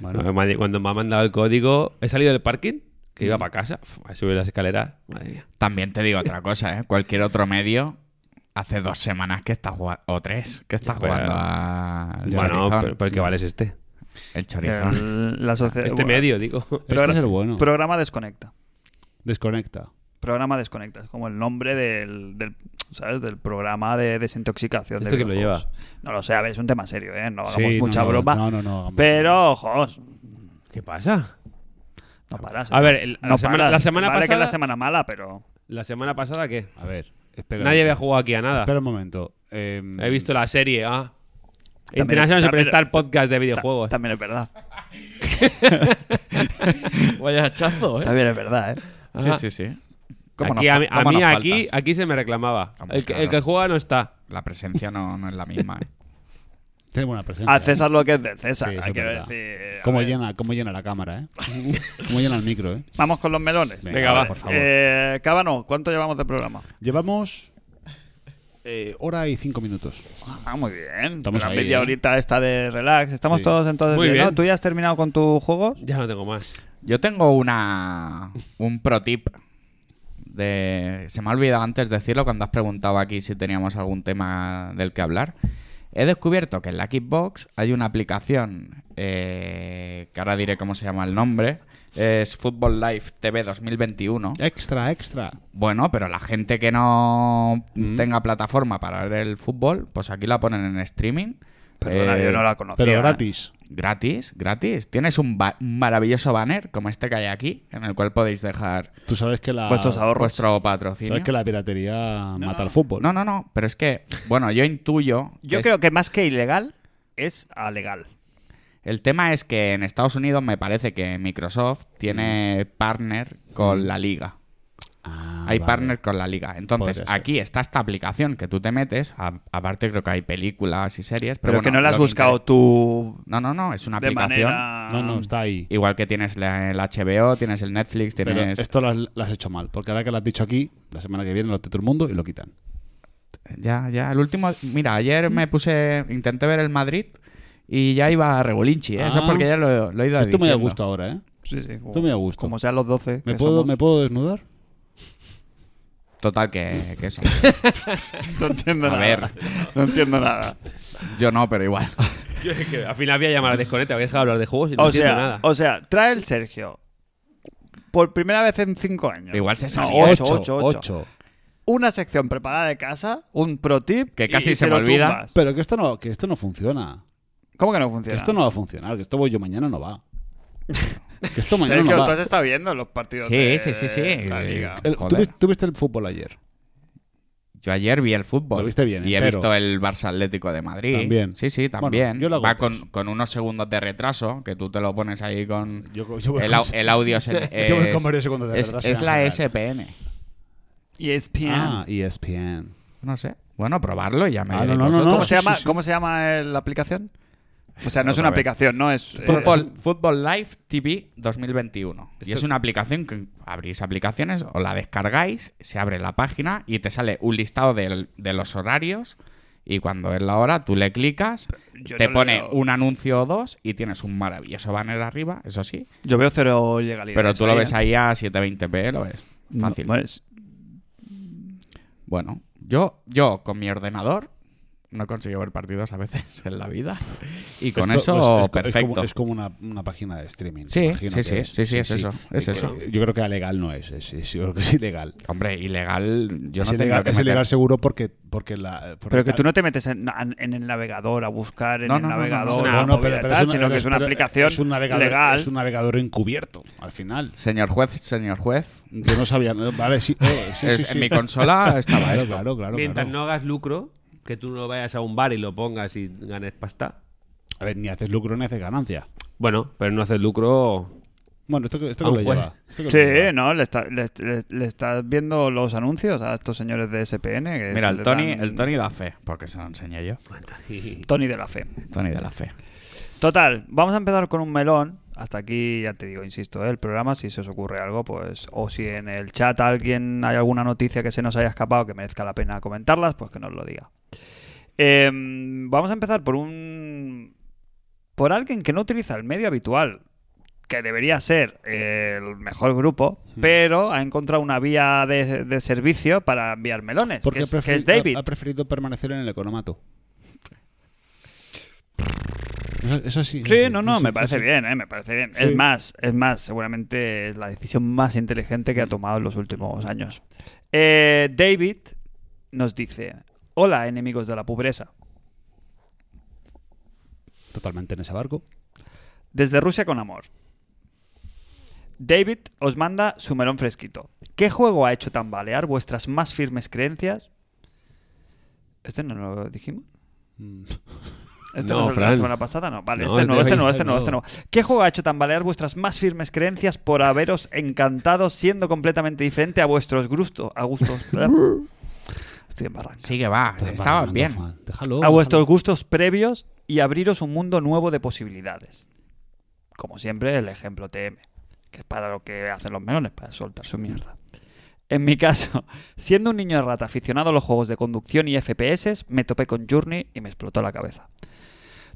Speaker 2: Bueno,
Speaker 4: No, madre, cuando me ha mandado el código, he salido del parking, que iba para casa, uf, a subir las escaleras. Madre mía.
Speaker 3: También te digo otra cosa, ¿eh? Cualquier otro medio hace dos semanas que está jugando, o tres, que está
Speaker 4: Ya, pero-
Speaker 3: jugando al
Speaker 4: Bueno,
Speaker 3: chorizón.
Speaker 4: pero, pero el que vale es este.
Speaker 3: pues, El chorizón.
Speaker 1: El- la socie-
Speaker 4: Este
Speaker 1: bueno,
Speaker 4: medio, digo.
Speaker 2: este es el bueno.
Speaker 1: Programa Desconecta.
Speaker 2: Desconecta.
Speaker 1: Programa Desconecta. Es como el nombre del, del- ¿sabes? del programa de desintoxicación. de
Speaker 4: ¿Esto quién lo
Speaker 1: videojuegos. No lo sé, a ver, es un tema serio, ¿eh? No hagamos
Speaker 2: Sí, no,
Speaker 1: mucha
Speaker 2: no,
Speaker 1: broma.
Speaker 2: no, no, no, hagamos-
Speaker 1: pero, ojos,
Speaker 4: ¿Qué pasa?
Speaker 1: no paras.
Speaker 4: A ver, el- la
Speaker 1: no
Speaker 4: semana-
Speaker 1: paras.
Speaker 4: la semana
Speaker 1: Vale que es la
Speaker 4: pasada-
Speaker 1: semana mala, pero...
Speaker 4: ¿La semana pasada qué?
Speaker 2: A ver, espera.
Speaker 4: Nadie había jugado aquí a nada.
Speaker 2: Espera un momento. Eh,
Speaker 4: Ah. He visto la serie, ah.
Speaker 1: También-
Speaker 4: International
Speaker 1: también-
Speaker 4: Superstar Podcast de
Speaker 1: ta-
Speaker 4: videojuegos.
Speaker 1: También es verdad.
Speaker 3: Vaya hachazo,
Speaker 1: También es verdad, ¿eh?
Speaker 3: Sí,
Speaker 4: Ajá.
Speaker 3: sí, sí. ¿Cómo
Speaker 4: Aquí,
Speaker 3: nos
Speaker 4: a
Speaker 3: fa-
Speaker 4: mí, a
Speaker 3: cómo
Speaker 4: mí
Speaker 3: nos
Speaker 4: aquí,
Speaker 3: faltas?
Speaker 4: aquí se me reclamaba.
Speaker 3: Hombre,
Speaker 4: El que, el
Speaker 3: claro.
Speaker 4: que juega no está.
Speaker 3: La presencia no, no es la misma. ¿eh?
Speaker 2: Tiene buena presencia.
Speaker 1: Al Ah, César lo que es de César,
Speaker 2: Sí, eso
Speaker 1: hay
Speaker 2: es
Speaker 1: que
Speaker 2: verdad.
Speaker 1: decir. a
Speaker 2: ¿Cómo
Speaker 1: ver.
Speaker 2: llena, cómo llena la cámara, ¿eh? ¿Cómo llena el micro, eh?
Speaker 1: Vamos con los melones.
Speaker 2: Venga,
Speaker 1: Venga,
Speaker 2: va,
Speaker 1: va.
Speaker 2: por favor.
Speaker 1: Eh, Cábano, ¿cuánto llevamos de programa?
Speaker 2: Llevamos eh, hora y cinco minutos.
Speaker 1: Ah, muy bien.
Speaker 2: Estamos
Speaker 1: la
Speaker 2: ahí,
Speaker 1: media
Speaker 2: ¿eh?
Speaker 1: horita esta de relax. Estamos
Speaker 2: Sí.
Speaker 1: todos entonces
Speaker 4: Muy
Speaker 1: bien, ¿no?
Speaker 4: bien.
Speaker 1: ¿Tú ya has terminado con tu juego?
Speaker 4: Ya no tengo más.
Speaker 3: Yo tengo una un pro tip de se me ha olvidado antes decirlo cuando has preguntado aquí si teníamos algún tema del que hablar. He descubierto que en la Xbox hay una aplicación eh, que ahora diré cómo se llama el nombre. Es Football Live TV 2021.
Speaker 2: Extra, extra.
Speaker 3: Bueno, pero la gente que no
Speaker 2: Mm.
Speaker 3: tenga plataforma para ver el fútbol, pues aquí la ponen en streaming.
Speaker 1: Perdona,
Speaker 3: Eh,
Speaker 1: yo no la conocía.
Speaker 2: Pero gratis.
Speaker 3: Gratis, gratis. Tienes un, ba- un maravilloso banner como este que hay aquí, en el cual podéis dejar
Speaker 2: Tú sabes que la,
Speaker 1: Vuestros ahorros.
Speaker 3: vuestro patrocinio.
Speaker 2: sabes que la piratería mata al fútbol.
Speaker 3: No, no, no, pero es que, bueno, yo intuyo. que
Speaker 1: Yo
Speaker 3: es-
Speaker 1: creo que más que ilegal, es alegal.
Speaker 3: El tema es que en Estados Unidos me parece que Microsoft tiene partner con la liga.
Speaker 2: Ah,
Speaker 3: hay
Speaker 2: vale.
Speaker 3: partner con la liga. Entonces,
Speaker 2: Podría ser.
Speaker 3: aquí está esta aplicación que tú te metes. a- Aparte, creo que hay películas y series.
Speaker 1: Pero,
Speaker 3: Pero,
Speaker 1: que
Speaker 3: bueno,
Speaker 1: no la has
Speaker 3: lo que
Speaker 1: buscado
Speaker 3: inter-
Speaker 1: tú
Speaker 3: No, no, no. Es una
Speaker 1: de
Speaker 3: aplicación.
Speaker 1: manera.
Speaker 2: No, no, está ahí.
Speaker 3: Igual que tienes la- el HBO, tienes el Netflix,
Speaker 2: Pero
Speaker 3: tienes.
Speaker 2: esto lo has, lo has hecho mal, porque ahora que lo has dicho aquí, la semana que viene lo hace todo el mundo y lo quitan.
Speaker 3: Ya, ya. El último. Mira, ayer me puse. Intenté ver el Madrid y ya iba a Regolinchi. ¿eh? Eso es
Speaker 2: Ah.
Speaker 3: porque ya lo, lo he ido
Speaker 2: Estoy muy a
Speaker 3: diciendo.
Speaker 2: gusto ahora, ¿eh?
Speaker 1: Sí, sí, como,
Speaker 2: Estoy muy a gusto.
Speaker 1: como sean los 12.
Speaker 2: ¿Me
Speaker 1: que
Speaker 2: puedo,
Speaker 1: somos.
Speaker 2: ¿Me puedo desnudar?
Speaker 3: Total, que, que eso.
Speaker 1: No entiendo
Speaker 3: A
Speaker 1: nada.
Speaker 3: ver.
Speaker 1: No entiendo nada.
Speaker 3: Yo no, pero igual.
Speaker 4: Yo es que al final voy a llamar a Desconecta, voy a dejar de hablar de juegos y no
Speaker 1: O
Speaker 4: entiendo
Speaker 1: sea,
Speaker 4: nada.
Speaker 1: o sea, trae el Sergio. Por primera vez en cinco años.
Speaker 3: Igual se
Speaker 1: No,
Speaker 3: sabía.
Speaker 1: ocho,
Speaker 2: Ocho,
Speaker 1: ocho, ocho.
Speaker 2: ocho.
Speaker 1: Una sección preparada de casa, un pro tip.
Speaker 3: Que casi
Speaker 1: y
Speaker 3: se me
Speaker 1: lo
Speaker 3: olvida.
Speaker 1: tumbas.
Speaker 2: Pero que esto no, que esto no funciona.
Speaker 1: ¿Cómo que no
Speaker 2: Que
Speaker 1: funciona?
Speaker 2: esto no va a funcionar, que esto voy yo mañana no va. Que esto mañana
Speaker 1: Sergio,
Speaker 2: no
Speaker 1: tú has
Speaker 2: va.
Speaker 1: estado viendo los partidos
Speaker 3: Sí,
Speaker 1: de
Speaker 3: sí, sí, sí.
Speaker 1: la Liga.
Speaker 2: El- ¿tú,
Speaker 3: Joder.
Speaker 2: viste, tú viste el fútbol ayer?
Speaker 3: Yo ayer vi el fútbol.
Speaker 2: Lo viste bien,
Speaker 3: Y he
Speaker 2: entero.
Speaker 3: visto el Barça Atlético de Madrid.
Speaker 2: También.
Speaker 3: Sí, sí,
Speaker 2: Bueno,
Speaker 3: también.
Speaker 2: yo lo hago
Speaker 3: Va
Speaker 2: antes.
Speaker 3: con, con unos segundos de retraso, que tú te lo pones ahí con.
Speaker 2: Yo, yo voy
Speaker 3: El,
Speaker 2: con-
Speaker 3: au- el audio se- es,
Speaker 2: Yo voy con varios segundos de
Speaker 3: es-
Speaker 2: retraso
Speaker 3: Es
Speaker 2: en
Speaker 3: la E
Speaker 2: general.
Speaker 3: SPN.
Speaker 1: Y ESPN.
Speaker 2: Ah, ESPN.
Speaker 3: No sé. Bueno, probarlo y ya me
Speaker 2: Ah,
Speaker 3: diréis
Speaker 2: no, no, no,
Speaker 3: vosotros.
Speaker 1: ¿Cómo, se
Speaker 2: sí,
Speaker 1: llama,
Speaker 2: sí, sí.
Speaker 1: ¿Cómo se llama eh, la aplicación? O sea, no es
Speaker 3: Otra
Speaker 1: una
Speaker 3: vez.
Speaker 1: aplicación, no es. eh,
Speaker 3: Fútbol, Fútbol Live TV 2021. Y es
Speaker 4: Esto-
Speaker 3: una aplicación que abrís aplicaciones o la descargáis, se abre la página y te sale un listado del- de, los horarios. Y cuando es la hora, tú le clicas,
Speaker 1: Yo
Speaker 3: te
Speaker 1: no
Speaker 3: pone
Speaker 1: leo.
Speaker 3: un anuncio o dos y tienes un maravilloso banner arriba, eso sí.
Speaker 1: Yo veo cero legalidad.
Speaker 3: Pero tú lo ves ahí a 720p, lo ves. Fácil. Bueno, yo, yo con mi ordenador no he conseguido ver partidos a veces en la vida. Y con
Speaker 2: Esto pues,
Speaker 3: eso,
Speaker 2: es- es- es
Speaker 3: perfecto.
Speaker 2: como- Es como, una, una página de streaming.
Speaker 3: Sí,
Speaker 2: imagino
Speaker 3: sí,
Speaker 2: que
Speaker 3: sí,
Speaker 2: es.
Speaker 3: sí, sí, es eso, es
Speaker 2: Eh,
Speaker 3: eso.
Speaker 2: Yo creo que legal no es, es, es- yo creo que es ilegal.
Speaker 3: Hombre, ilegal. Yo
Speaker 2: es
Speaker 3: no
Speaker 2: ilegal,
Speaker 3: tengo que
Speaker 2: es
Speaker 3: meter-
Speaker 2: ilegal seguro porque, porque la. porque
Speaker 1: Pero que
Speaker 2: la-
Speaker 1: tú no te metes en, en el navegador a buscar en
Speaker 3: No,
Speaker 1: el
Speaker 3: no, no, no,
Speaker 1: navegador,
Speaker 3: no,
Speaker 1: una
Speaker 2: Bueno,
Speaker 1: movida
Speaker 2: pero- pero
Speaker 1: tal,
Speaker 2: es una-
Speaker 1: sino que es una
Speaker 2: pero
Speaker 1: aplicación
Speaker 2: es un navegador,
Speaker 1: legal.
Speaker 2: Es un navegador encubierto, al final.
Speaker 3: Señor juez, señor juez.
Speaker 2: Yo no sabía. no, Vale, sí. eh, sí,
Speaker 3: es-
Speaker 2: sí,
Speaker 3: en
Speaker 2: sí.
Speaker 3: mi consola estaba
Speaker 2: Claro,
Speaker 3: esto.
Speaker 2: Ah, claro, claro,
Speaker 4: Mientras
Speaker 2: claro.
Speaker 4: no hagas lucro, que tú no vayas a un bar y lo pongas y ganes pasta.
Speaker 2: A ver, ni haces lucro ni haces ganancia.
Speaker 4: Bueno, pero no haces lucro.
Speaker 2: Bueno, esto, que- esto
Speaker 4: A
Speaker 2: que
Speaker 4: un
Speaker 2: lo
Speaker 4: juez.
Speaker 2: lleva. esto que lo lleva.
Speaker 1: Sí, no, le, está- le- le- le estás viendo los anuncios a estos señores de SPN. que
Speaker 3: Mira,
Speaker 1: se
Speaker 3: el
Speaker 1: le
Speaker 3: Tony,
Speaker 1: dan-
Speaker 3: el Tony da fe, porque se lo enseñé yo.
Speaker 1: Tony de la fe.
Speaker 3: Tony de la fe.
Speaker 1: Total, vamos a empezar con un melón. Hasta aquí, ya te digo, insisto, ¿eh? el programa, si se os ocurre algo, pues, o si en el chat alguien hay alguna noticia que se nos haya escapado que merezca la pena comentarlas, pues que nos lo diga. Em, vamos a empezar por un. por alguien que no utiliza el medio habitual, que debería ser eh, el mejor grupo, pero ha encontrado una vía de, de servicio para enviar melones,
Speaker 2: Porque
Speaker 1: que
Speaker 2: ha
Speaker 1: es, que
Speaker 2: preferi-
Speaker 1: es David.
Speaker 2: Ha, ha preferido permanecer en el economato. Eso, eso sí.
Speaker 1: Sí,
Speaker 2: eso
Speaker 1: no, no,
Speaker 2: eso
Speaker 1: me
Speaker 2: sí,
Speaker 1: parece
Speaker 2: eso sí.
Speaker 1: bien, eh, me parece bien.
Speaker 2: Sí.
Speaker 1: Es más, es más, seguramente es la decisión más inteligente que
Speaker 2: Mm.
Speaker 1: ha tomado en los últimos años. Eh, David nos dice, hola enemigos de la pobreza.
Speaker 2: Totalmente en ese barco.
Speaker 1: Desde Rusia con amor. David os manda su melón fresquito. ¿Qué juego ha hecho tambalear vuestras más firmes creencias? ¿Este no lo dijimos?
Speaker 2: Mm.
Speaker 1: Este
Speaker 4: No,
Speaker 1: no, es el de la
Speaker 4: Fran.
Speaker 1: semana pasada, no. Vale,
Speaker 4: No,
Speaker 1: este
Speaker 4: es
Speaker 1: no,
Speaker 4: de
Speaker 1: este
Speaker 4: hoy,
Speaker 1: no,
Speaker 4: es
Speaker 1: este no, este no.
Speaker 4: nuevo.
Speaker 1: ¿Qué juego ha hecho tambalear vuestras más firmes creencias por haberos encantado siendo completamente diferente a vuestros gustos? A gustos? Estoy en Barranca.
Speaker 3: Sí que va,
Speaker 2: Estás
Speaker 3: estaba
Speaker 2: mal,
Speaker 3: bien.
Speaker 2: andas mal. Déjalo.
Speaker 1: A vuestros gustos previos y abriros un mundo nuevo de posibilidades. Como siempre, el ejemplo TM, que es para lo que hacen los melones, para soltar su mierda. En mi caso, siendo un niño de rata aficionado a los juegos de conducción y FPS, me topé con Journey y me explotó la cabeza.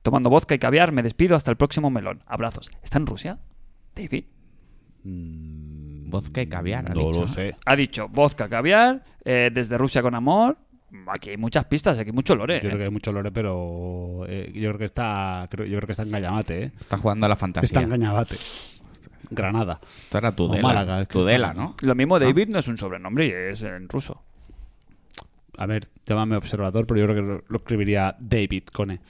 Speaker 1: Tomando vodka y caviar, me despido hasta el próximo melón. Abrazos. ¿Está en Rusia? David.
Speaker 2: Mm,
Speaker 3: Vodka y caviar, ha
Speaker 2: No
Speaker 3: dicho,
Speaker 2: lo
Speaker 3: ¿no?
Speaker 2: sé.
Speaker 1: Ha dicho vodka, caviar, eh, desde Rusia con amor. Aquí hay muchas pistas, aquí hay mucho lore.
Speaker 2: Yo creo
Speaker 1: ¿eh?
Speaker 2: que hay mucho lore, pero eh, yo creo que está creo- yo creo que está en Gallamate, ¿eh?
Speaker 3: Está jugando a la
Speaker 2: Está
Speaker 3: fantasía.
Speaker 2: en Gallamate. Granada.
Speaker 3: Esto era Tudela.
Speaker 2: Málaga, es que Ah.
Speaker 3: Tudela,
Speaker 2: está-
Speaker 3: ¿no?
Speaker 1: Lo mismo David no es un sobrenombre, es en ruso.
Speaker 2: A ver, llámame observador, pero yo creo que lo, lo escribiría David Cone.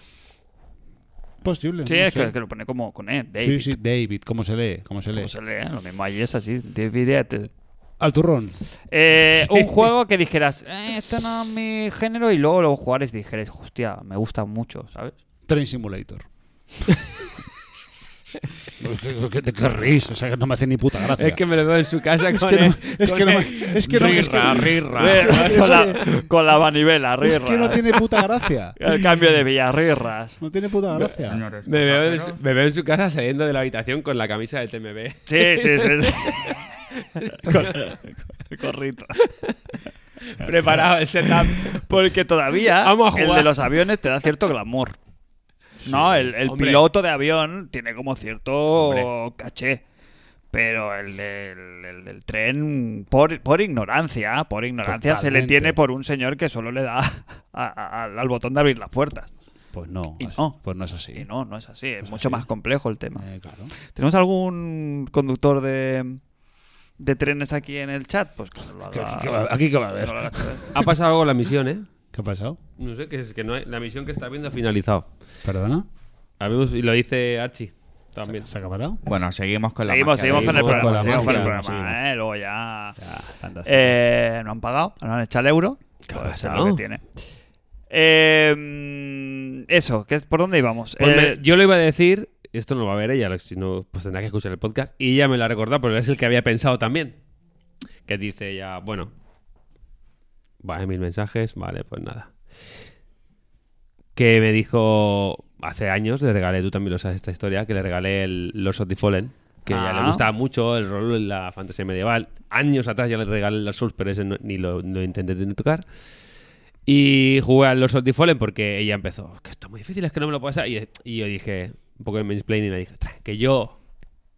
Speaker 2: Posible.
Speaker 1: Sí,
Speaker 2: Pues no
Speaker 1: es
Speaker 2: sé.
Speaker 1: que, que lo pone como con E, David.
Speaker 2: Sí, sí, David. ¿Cómo se lee? ¿Cómo se lee?
Speaker 1: Como se lee, lo mismo allí es así, David.
Speaker 2: Al turrón.
Speaker 1: Eh, Un juego que dijeras, eh, esto no es mi género, y luego los jugadores dijeras, hostia, me gusta mucho, ¿sabes?
Speaker 2: Train Simulator. Es que- que- ¿De qué rís? O sea, que no me hace ni puta gracia.
Speaker 4: Es que me lo veo en su casa
Speaker 2: Es
Speaker 4: con
Speaker 2: que no-
Speaker 4: el-
Speaker 2: es que
Speaker 4: con
Speaker 2: no
Speaker 4: el-
Speaker 2: me- es que no me- es que-
Speaker 4: Rirra, rirra.
Speaker 1: Rirra,
Speaker 2: es
Speaker 1: Eh, con,
Speaker 2: que-
Speaker 1: la, con la manivela,
Speaker 2: Es
Speaker 1: rirra.
Speaker 2: Pues que no tiene puta gracia.
Speaker 1: El cambio de villarrirras.
Speaker 2: No tiene puta gracia.
Speaker 4: Me veo, en su, me veo en su casa saliendo de la habitación con la camisa del TMB.
Speaker 1: Sí, sí, sí. sí. Con- con Rita.
Speaker 4: Preparado el setup.
Speaker 1: Porque todavía
Speaker 4: Vamos a
Speaker 1: el
Speaker 4: jugar.
Speaker 1: de los aviones te da cierto glamour. No, el, el
Speaker 4: Hombre.
Speaker 1: piloto de avión tiene como cierto
Speaker 4: Hombre.
Speaker 1: caché. Pero el del, el del tren, por, por ignorancia, por ignorancia se le
Speaker 2: Totalmente.
Speaker 1: tiene por un señor que solo le da a- a- al- al botón de abrir las puertas.
Speaker 2: Pues no.
Speaker 1: Y
Speaker 2: así-
Speaker 1: no.
Speaker 2: Pues no es así.
Speaker 1: Y no, no es así, es
Speaker 2: Pues
Speaker 1: mucho
Speaker 2: así.
Speaker 1: más complejo el tema.
Speaker 2: Eh, claro.
Speaker 1: ¿Tenemos algún conductor de, de trenes aquí en el chat? Pues que nos lo haga-
Speaker 2: ¿Qué- qué va- aquí que va a haber.
Speaker 1: nos lo haga saber.
Speaker 4: Ha pasado algo en la misión, ¿eh?
Speaker 2: ¿Qué ha pasado?
Speaker 4: No sé, que es que no hay- la misión que está viendo ha finalizado.
Speaker 2: ¿Perdona?
Speaker 4: Habemos- y lo dice Archie también.
Speaker 2: ¿Se, se ha acabado?
Speaker 3: Bueno, seguimos con la
Speaker 1: Seguimos,
Speaker 3: magia.
Speaker 1: seguimos con el
Speaker 2: Seguimos con
Speaker 1: programa.
Speaker 2: la
Speaker 1: Seguimos con el
Speaker 2: magia, seguimos.
Speaker 1: programa. ¿eh? Luego ya.
Speaker 2: fantástico.
Speaker 1: Eh, no han pagado, no han echado el euro.
Speaker 4: ¿Qué ha
Speaker 1: Pues es
Speaker 4: pasado?
Speaker 1: lo que tiene. Eh, eso, ¿qué es- ¿por dónde íbamos?
Speaker 4: Pues me-
Speaker 1: Eh,
Speaker 4: yo lo iba a decir, esto no lo va a ver ella, si no, pues tendrá que escuchar el podcast. Y ya me lo ha recordado, pero es el que había pensado también. Que dice ella, bueno, vale, mil mensajes, vale, pues nada. Que me dijo hace años, le regalé, tú también lo sabes esta historia, que le regalé el Lords of the Fallen, que ya
Speaker 1: Ah.
Speaker 4: le gustaba mucho el rol en la fantasía medieval. Años atrás ya le regalé el Dark Souls, pero ese no- ni lo no intenté ni tocar. Y jugué al Lords of the Fallen porque ella empezó, "Es que esto es muy difícil, es que no me lo puedo hacer. Y, y yo dije, un poco de mansplaining, le dije, "Tra, que yo...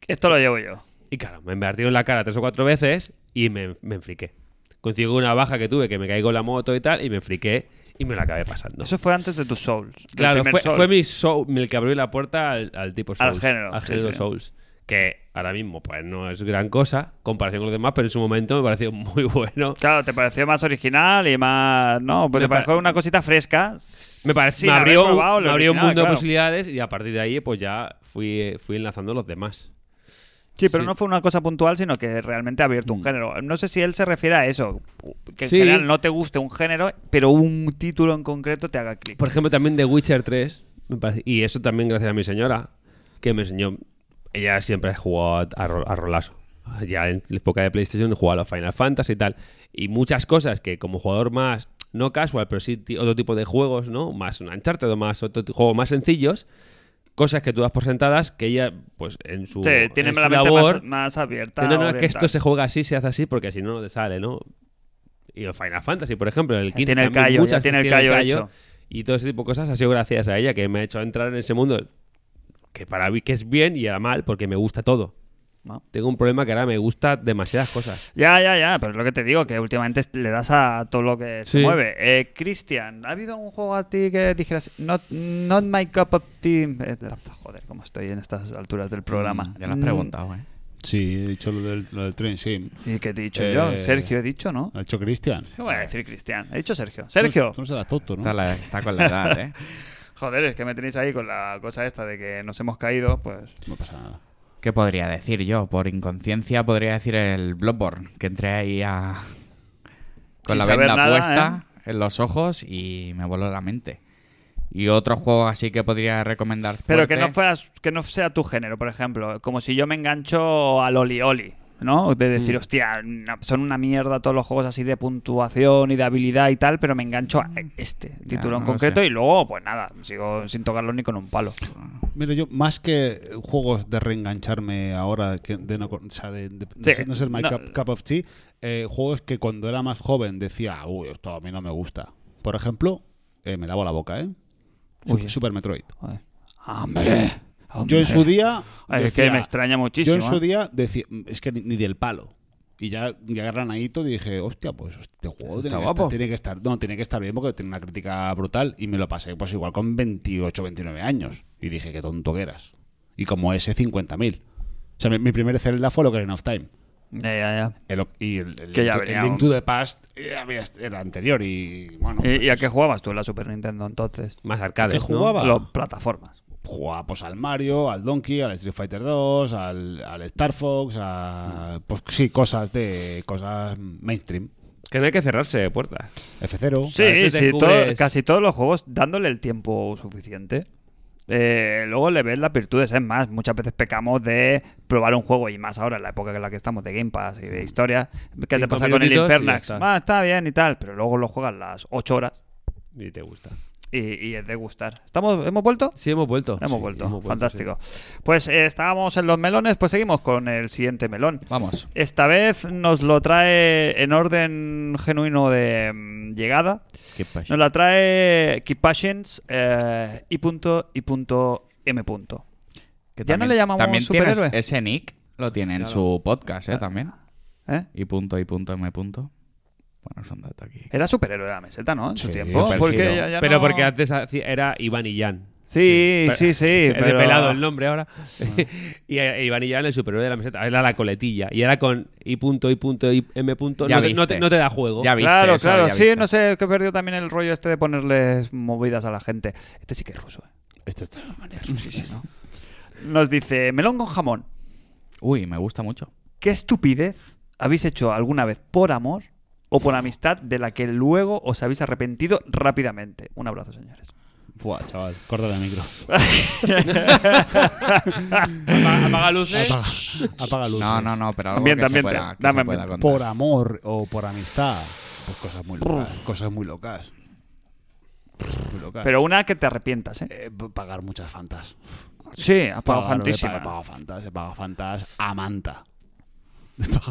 Speaker 1: esto lo llevo yo.
Speaker 4: Y claro, me partieron la cara tres o cuatro veces y me, me enfriqué. Consigo una baja que tuve, que me caí con la moto y tal, y me enfriqué y me la acabé pasando.
Speaker 1: Eso fue antes de tus Souls. del
Speaker 4: claro,
Speaker 1: primer
Speaker 4: fue,
Speaker 1: Soul.
Speaker 4: fue mi soul, el que abrió la puerta al, al tipo
Speaker 1: Al
Speaker 4: Souls.
Speaker 1: género,
Speaker 4: Al
Speaker 1: sí,
Speaker 4: género
Speaker 1: sí.
Speaker 4: Souls. Que ahora mismo, pues no es gran cosa, comparación con los demás, pero en su momento me pareció muy bueno.
Speaker 1: Claro, te pareció más original y más. No, pues
Speaker 4: Me
Speaker 1: te pareció
Speaker 4: pare-
Speaker 1: una cosita fresca.
Speaker 4: Me, parece,
Speaker 1: sin
Speaker 4: me
Speaker 1: haber
Speaker 4: abrió,
Speaker 1: probado
Speaker 4: un-
Speaker 1: lo
Speaker 4: me abrió un
Speaker 1: original,
Speaker 4: mundo de
Speaker 1: claro.
Speaker 4: posibilidades y a partir de ahí, pues ya fui, fui enlazando los demás.
Speaker 1: Sí, pero
Speaker 4: Sí. Mm.
Speaker 1: no fue una cosa puntual, sino que realmente ha abierto un género. No sé si él se refiere a eso, que en
Speaker 4: Sí.
Speaker 1: general no te guste un género, pero un título en concreto te haga clic.
Speaker 4: Por ejemplo, también The Witcher 3. me parece- y eso también gracias a mi señora, que me enseñó. Ella siempre ha jugado a, ro- a rolazo. Ya en la época de PlayStation jugaba a los Final Fantasy y tal. Y muchas cosas que como jugador más, no casual, pero sí ti- otro tipo de juegos, ¿no? Más un Uncharted o más otro ti- juego más sencillos. Cosas que tú das por sentadas que ella, pues en su,
Speaker 1: Sí, tiene
Speaker 4: en su
Speaker 1: la mente
Speaker 4: labor...
Speaker 1: más, más abierta.
Speaker 4: No, no, es que
Speaker 1: oriental.
Speaker 4: esto se juega así, se hace así, porque si no, no te sale, ¿no? Y el Final Fantasy, por ejemplo, el 15
Speaker 1: tiene el
Speaker 4: también,
Speaker 1: callo,
Speaker 4: muchas
Speaker 1: ya tiene el
Speaker 4: veces
Speaker 1: callo hecho.
Speaker 4: Y todo ese tipo de cosas ha sido gracias a ella, que me ha hecho entrar en ese mundo que para mí que es bien y era mal, porque me gusta todo.
Speaker 1: No.
Speaker 4: Tengo un problema que ahora me gusta demasiadas cosas.
Speaker 1: Ya, ya, ya, pero es lo que te digo, que últimamente le das a todo lo que se
Speaker 4: Sí.
Speaker 1: mueve. Eh, Cristian, ¿ha habido un juego a ti que dijeras, not, not my cup of tea? Eh, joder, cómo estoy en estas alturas del programa.
Speaker 3: Ya lo has
Speaker 1: Mm,
Speaker 3: preguntado, ¿eh?
Speaker 2: Sí, he dicho lo del, lo del tren, sí.
Speaker 1: ¿Y qué te he dicho yo?
Speaker 2: Eh,
Speaker 1: Sergio, he dicho, ¿no?
Speaker 2: Ha dicho Cristian.
Speaker 1: ¿Qué voy a decir, Cristian? He dicho Sergio. Sergio.
Speaker 2: Tú, tú no serás tonto, ¿no?
Speaker 3: Está, la- está con la edad, ¿eh?
Speaker 1: Joder, es que me tenéis ahí con la cosa esta de que nos hemos caído, pues.
Speaker 2: No pasa nada.
Speaker 3: ¿Qué podría decir yo? Por inconsciencia podría decir el Bloodborne, que entré ahí a... con
Speaker 1: Sin
Speaker 3: la
Speaker 1: saber
Speaker 3: venda
Speaker 1: nada, ¿eh?
Speaker 3: puesta en los ojos y me voló la mente. Y otro juego así que podría recomendar
Speaker 1: Pero
Speaker 3: fuerte-
Speaker 1: que no fueras, que no sea tu género, por ejemplo. Como si yo me engancho al Oli Oli. ¿no? De decir,
Speaker 2: Mm.
Speaker 1: hostia, no, son una mierda todos los juegos así de puntuación y de habilidad y tal, pero me engancho a este título en
Speaker 3: no lo
Speaker 1: concreto
Speaker 3: sé.
Speaker 1: y luego, pues nada, sigo sin tocarlo ni con un palo.
Speaker 2: Mira, yo más que juegos de reengancharme ahora, que de no, con- o sea, de, de- no
Speaker 1: Sí.
Speaker 2: ser- no ser my
Speaker 1: No.
Speaker 2: cup, cup of tea, eh, juegos que cuando era más joven decía, uy, esto a mí no me gusta. Por ejemplo, eh, me lavo la boca, ¿eh? Su-
Speaker 1: Uy.
Speaker 2: Super Metroid.
Speaker 1: Joder. ¡Hombre! ¡Hombre!
Speaker 2: Yo en su día.
Speaker 1: Ay, es que me extraña muchísimo,
Speaker 2: Yo en
Speaker 1: ¿eh?
Speaker 2: su día decía, es que ni, ni del palo. Y ya llegué granadito y dije, hostia, pues este juego tiene que, estar,
Speaker 1: guapo.
Speaker 2: tiene que estar- No, tiene que estar bien porque tiene una crítica brutal. Y me lo pasé, pues igual con 28, 29 años. Y dije, qué tonto que eras. Y como ese, 50.000. O sea, mi, mi primer Zelda fue Ocarina of Time.
Speaker 1: Ya, ya, ya.
Speaker 2: El, o- y el, el
Speaker 1: Que ya
Speaker 2: Link to- el
Speaker 1: venía
Speaker 2: Link
Speaker 1: un-
Speaker 2: to the Past eh, había- era anterior. Y bueno,
Speaker 1: ¿Y, y a
Speaker 2: pues,
Speaker 1: qué jugabas tú en la Super Nintendo entonces?
Speaker 4: Más arcades.
Speaker 2: ¿Qué
Speaker 4: ¿no?
Speaker 2: jugaba?
Speaker 1: Las plataformas.
Speaker 2: jugaba pues, al Mario, al Donkey, al Street Fighter 2, al, al Star Fox, a pues sí, cosas de cosas mainstream.
Speaker 4: Que no hay que cerrarse puertas.
Speaker 2: F0.
Speaker 4: a
Speaker 1: Sí,
Speaker 4: veces
Speaker 1: sí,
Speaker 4: descubres-
Speaker 1: todo- casi todos los juegos dándole el tiempo suficiente. Eh, luego le ves las virtudes, es más, muchas veces pecamos de probar un juego y más ahora en la época en la que estamos de Game Pass y de historia. ¿Qué te
Speaker 4: Mm. Cinco
Speaker 1: pasa con el
Speaker 4: minutitos y ya
Speaker 1: Infernax?
Speaker 4: está.
Speaker 1: Ah, está bien y tal, pero luego lo juegas las 8 horas
Speaker 4: Y te gusta.
Speaker 1: y, y es de gustar. ¿Estamos, ¿Hemos vuelto?
Speaker 4: Sí, hemos vuelto.
Speaker 1: Hemos,
Speaker 4: Sí,
Speaker 1: vuelto.
Speaker 4: sí.
Speaker 1: fantástico. Pues eh, estábamos en los melones, pues seguimos con el siguiente melón.
Speaker 3: Vamos.
Speaker 1: Esta vez nos lo trae en orden genuino de mm, llegada.
Speaker 3: Qué pash-
Speaker 1: Nos la trae Keep Passions eh, y punto y punto M punto.
Speaker 3: que
Speaker 1: ya no le llamamos
Speaker 3: también tienes
Speaker 1: superhéroe. Ah.
Speaker 3: Ese nick lo tiene en su podcast, ¿eh? También.
Speaker 1: ¿Eh?
Speaker 3: Y punto, y punto, m punto. Bueno, son datos aquí.
Speaker 1: Era superhéroe de la meseta, ¿no? En su
Speaker 2: Sí,
Speaker 1: tiempo.
Speaker 3: supergiro.
Speaker 1: Porque ya- ya
Speaker 4: Pero
Speaker 1: no-
Speaker 4: porque antes hacía- era Iván y Jan.
Speaker 1: Sí, sí, sí.
Speaker 4: Es de
Speaker 1: pero-
Speaker 4: pelado el nombre ahora. y eh, Iván y Jan, el superhéroe de la meseta. Era la coletilla. Y era con I punto, I punto, I M punto.
Speaker 3: Ya
Speaker 4: No te, no
Speaker 3: viste.
Speaker 4: te- no te da juego.
Speaker 3: Ya viste
Speaker 1: Claro,
Speaker 3: eso,
Speaker 1: claro.
Speaker 3: ya
Speaker 1: Sí,
Speaker 3: viste.
Speaker 1: no sé, que perdió también el rollo este de ponerles movidas a la gente. Este sí que es ruso, ¿eh?
Speaker 2: Este- este-
Speaker 1: Sí, sí, ¿no? Nos dice, melón con jamón.
Speaker 3: Uy, me gusta mucho.
Speaker 1: ¿Qué estupidez habéis hecho alguna vez por amor o por amistad de la que luego os habéis arrepentido rápidamente? Un abrazo, señores.
Speaker 2: Buah, chaval, corta el micro.
Speaker 4: Apaga, apaga luces.
Speaker 2: Apaga, apaga luces.
Speaker 3: No, no, no, pero algo
Speaker 1: Ambiente,
Speaker 3: que se
Speaker 1: ambiente.
Speaker 3: pueda, que
Speaker 1: Dame
Speaker 3: se pueda
Speaker 1: ambiente.
Speaker 3: contar.
Speaker 2: Por amor o por amistad. Pues cosas muy locas. Cosas muy locas. Muy locas.
Speaker 1: Pero una que te arrepientas, ¿eh?
Speaker 2: Eh, p- pagar muchas fantas.
Speaker 1: Sí, ha pagado
Speaker 2: Pagar,
Speaker 1: fantísima.
Speaker 2: He pagado fantas, he pagado fantas a manta.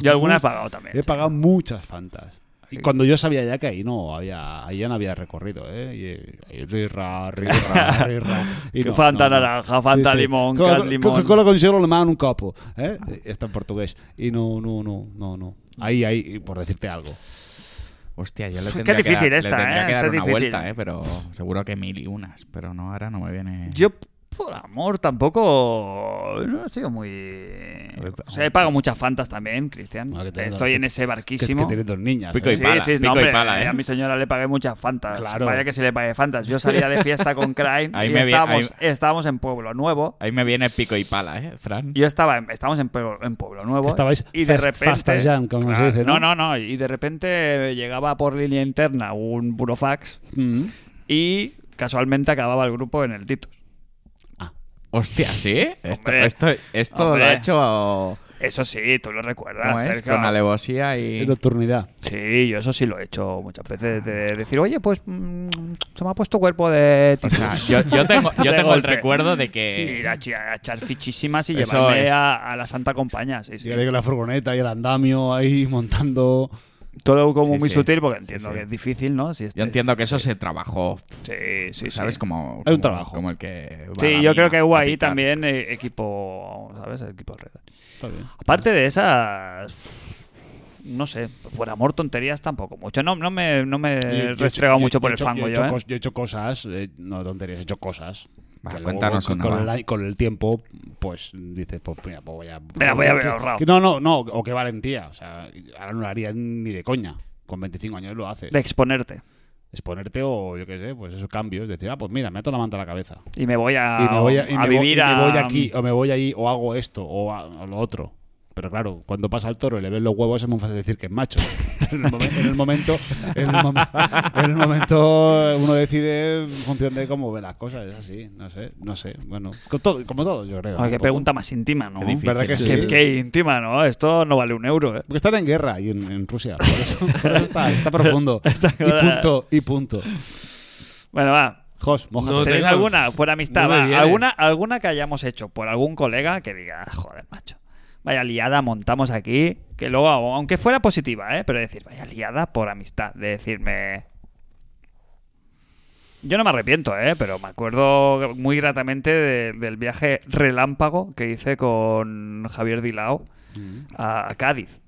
Speaker 1: Yo alguna he pagado también.
Speaker 2: He pagado muchas fantas. Y cuando yo sabía ya que ahí no había, ahí ya no había recorrido, ¿eh? Y, eh, ahí rirra, rirra, rirra. Y
Speaker 1: Que fanta naranja, fanta limón,
Speaker 2: Coca-
Speaker 1: cal limón.
Speaker 2: Coca-Cola con hielo le mandan un copo, ¿eh? Está en portugués. Y no, no, no, no, no. Ahí, ahí, y por decirte algo.
Speaker 3: Hostia, yo le tendría
Speaker 1: difícil
Speaker 3: que dar,
Speaker 1: esta,
Speaker 3: le tendría
Speaker 1: ¿eh?
Speaker 3: que dar
Speaker 1: Esta es
Speaker 3: una
Speaker 1: difícil.
Speaker 3: vuelta, ¿eh? Pero seguro que mil y unas. Pero no, ahora no me viene...
Speaker 1: Yo, por amor, tampoco. No he sido muy. O sea, he pagado muchas fantas también, Cristian.
Speaker 2: Ah, que te-
Speaker 1: Estoy en ese
Speaker 2: Que, que
Speaker 1: barquísimo.
Speaker 2: tienes dos niñas.
Speaker 3: Pico
Speaker 2: ¿eh?
Speaker 3: y
Speaker 1: Sí,
Speaker 3: pala,
Speaker 1: sí, no,
Speaker 3: pico y
Speaker 1: hombre,
Speaker 3: pala, ¿eh?
Speaker 1: A mi señora le pagué muchas fantas.
Speaker 2: Claro.
Speaker 1: Vaya que se le pagué fantas. Yo salía de fiesta con Crime
Speaker 3: Ahí
Speaker 1: y
Speaker 3: me vi-
Speaker 1: estábamos,
Speaker 3: ahí-
Speaker 1: estábamos en Pueblo Nuevo.
Speaker 3: Ahí me viene pico y pala, ¿eh, Fran?
Speaker 1: Yo estaba en, estábamos en Pueblo, en Pueblo Nuevo.
Speaker 2: Que estabais
Speaker 1: y de
Speaker 2: fast-
Speaker 1: repente.
Speaker 2: fastellan, como se dice, ¿no?
Speaker 1: no, no. Y de repente llegaba por línea interna un burofax
Speaker 2: Mm.
Speaker 1: y casualmente acababa el grupo en el Titus.
Speaker 3: Hostia, ¿sí? Esto,
Speaker 1: Hombre.
Speaker 3: esto, esto lo
Speaker 1: Hombre.
Speaker 3: ha hecho
Speaker 1: Eso sí, tú lo recuerdas.
Speaker 3: ¿cómo es?
Speaker 1: Sergio.
Speaker 3: con alevosía
Speaker 2: Es
Speaker 3: y...
Speaker 2: nocturnidad.
Speaker 1: Sí, yo eso sí lo he hecho muchas veces. De decir, oye, pues mm, se me ha puesto cuerpo de
Speaker 3: O
Speaker 1: Titus.
Speaker 3: sea, yo, yo tengo, yo
Speaker 1: De
Speaker 3: tengo el
Speaker 1: golpe.
Speaker 3: recuerdo de
Speaker 1: Sí,
Speaker 3: que...
Speaker 1: ir a, chi- a echar fichísimas y
Speaker 3: Eso
Speaker 1: llevarme
Speaker 3: es.
Speaker 1: a, a la Santa Compañía. Sí, sí.
Speaker 2: Llegaré con la furgoneta y el andamio ahí montando.
Speaker 1: Todo como
Speaker 3: Sí,
Speaker 1: muy
Speaker 3: sí.
Speaker 1: sutil porque entiendo
Speaker 3: Sí, sí.
Speaker 1: que es difícil, ¿no? Si este-
Speaker 3: Yo entiendo que eso se trabajó,
Speaker 2: Pues
Speaker 1: Sí, sí, sí.
Speaker 3: ¿sabes? Como,
Speaker 2: Es un
Speaker 3: como-
Speaker 2: trabajo.
Speaker 3: Como el que... va a
Speaker 1: Sí,
Speaker 3: la
Speaker 1: yo
Speaker 3: mina
Speaker 1: creo que hubo
Speaker 3: a
Speaker 1: ahí
Speaker 3: picar.
Speaker 1: también eh, equipo, ¿sabes? Equipo alrededor.
Speaker 2: Está bien.
Speaker 1: Aparte de esas, no sé, por amor tonterías tampoco mucho. No, no me, no me
Speaker 2: Yo- yo
Speaker 1: Eh, he
Speaker 2: he hecho-
Speaker 1: restregado
Speaker 2: yo-
Speaker 1: mucho
Speaker 2: yo
Speaker 1: por
Speaker 2: he
Speaker 1: el
Speaker 2: hecho-
Speaker 1: fango yo,
Speaker 2: he hecho
Speaker 1: ¿eh?
Speaker 2: cos- Yo he hecho cosas, eh, no tonterías, he hecho cosas.
Speaker 3: Va,
Speaker 2: que luego
Speaker 3: cuéntanos
Speaker 2: con,
Speaker 3: una,
Speaker 2: con
Speaker 3: va.
Speaker 2: el, con el tiempo, pues dices, pues mira, pues voy a.
Speaker 1: Mira, voy a haber
Speaker 2: que-
Speaker 1: ahorrado.
Speaker 2: que no, no, no, o qué valentía. O sea, ahora no lo haría ni de coña. Con 25 años lo haces.
Speaker 1: De exponerte.
Speaker 2: Exponerte o yo qué sé, pues esos cambios. Decir, ah, pues mira, me ato la manta a la cabeza.
Speaker 1: Y me voy a,
Speaker 2: Y me voy a, y
Speaker 1: a
Speaker 2: me voy-
Speaker 1: vivir
Speaker 2: y me
Speaker 1: a...
Speaker 2: voy aquí, o me voy ahí, o hago esto, o, a- o lo otro. Pero claro, cuando pasa el toro y le ves los huevos es muy fácil decir que es macho. en, el momen- en el momento, en, el momen- en el momento uno decide en función de cómo ve las cosas, es así, no sé, no sé. Bueno, co- todo- como todo, yo creo.
Speaker 1: Ay, qué
Speaker 2: un poco.
Speaker 1: pregunta más íntima, ¿no?
Speaker 3: Qué difícil.
Speaker 2: ¿Verdad que sí?
Speaker 1: Qué, qué íntima, ¿no? Esto no vale un euro, ¿eh?
Speaker 2: Porque están en guerra y en, en Rusia. Por eso, por eso está, está profundo. Y punto, y punto.
Speaker 1: Bueno, va.
Speaker 2: Jos, mójate.
Speaker 4: No
Speaker 1: ¿Tenéis
Speaker 4: tengo-
Speaker 1: alguna? Por amistad,
Speaker 4: no me
Speaker 1: va.
Speaker 4: viene.
Speaker 3: eh.
Speaker 1: ¿Alguna, alguna que hayamos hecho por algún colega que diga, "Ah, joder, macho, vaya liada montamos aquí, que luego, aunque fuera positiva, ¿eh? Pero decir, vaya liada por amistad, de decirme... Yo no me arrepiento, ¿eh? Pero me acuerdo muy gratamente de- del viaje relámpago que hice con Javier Dilao
Speaker 3: Mm.
Speaker 1: a Cádiz.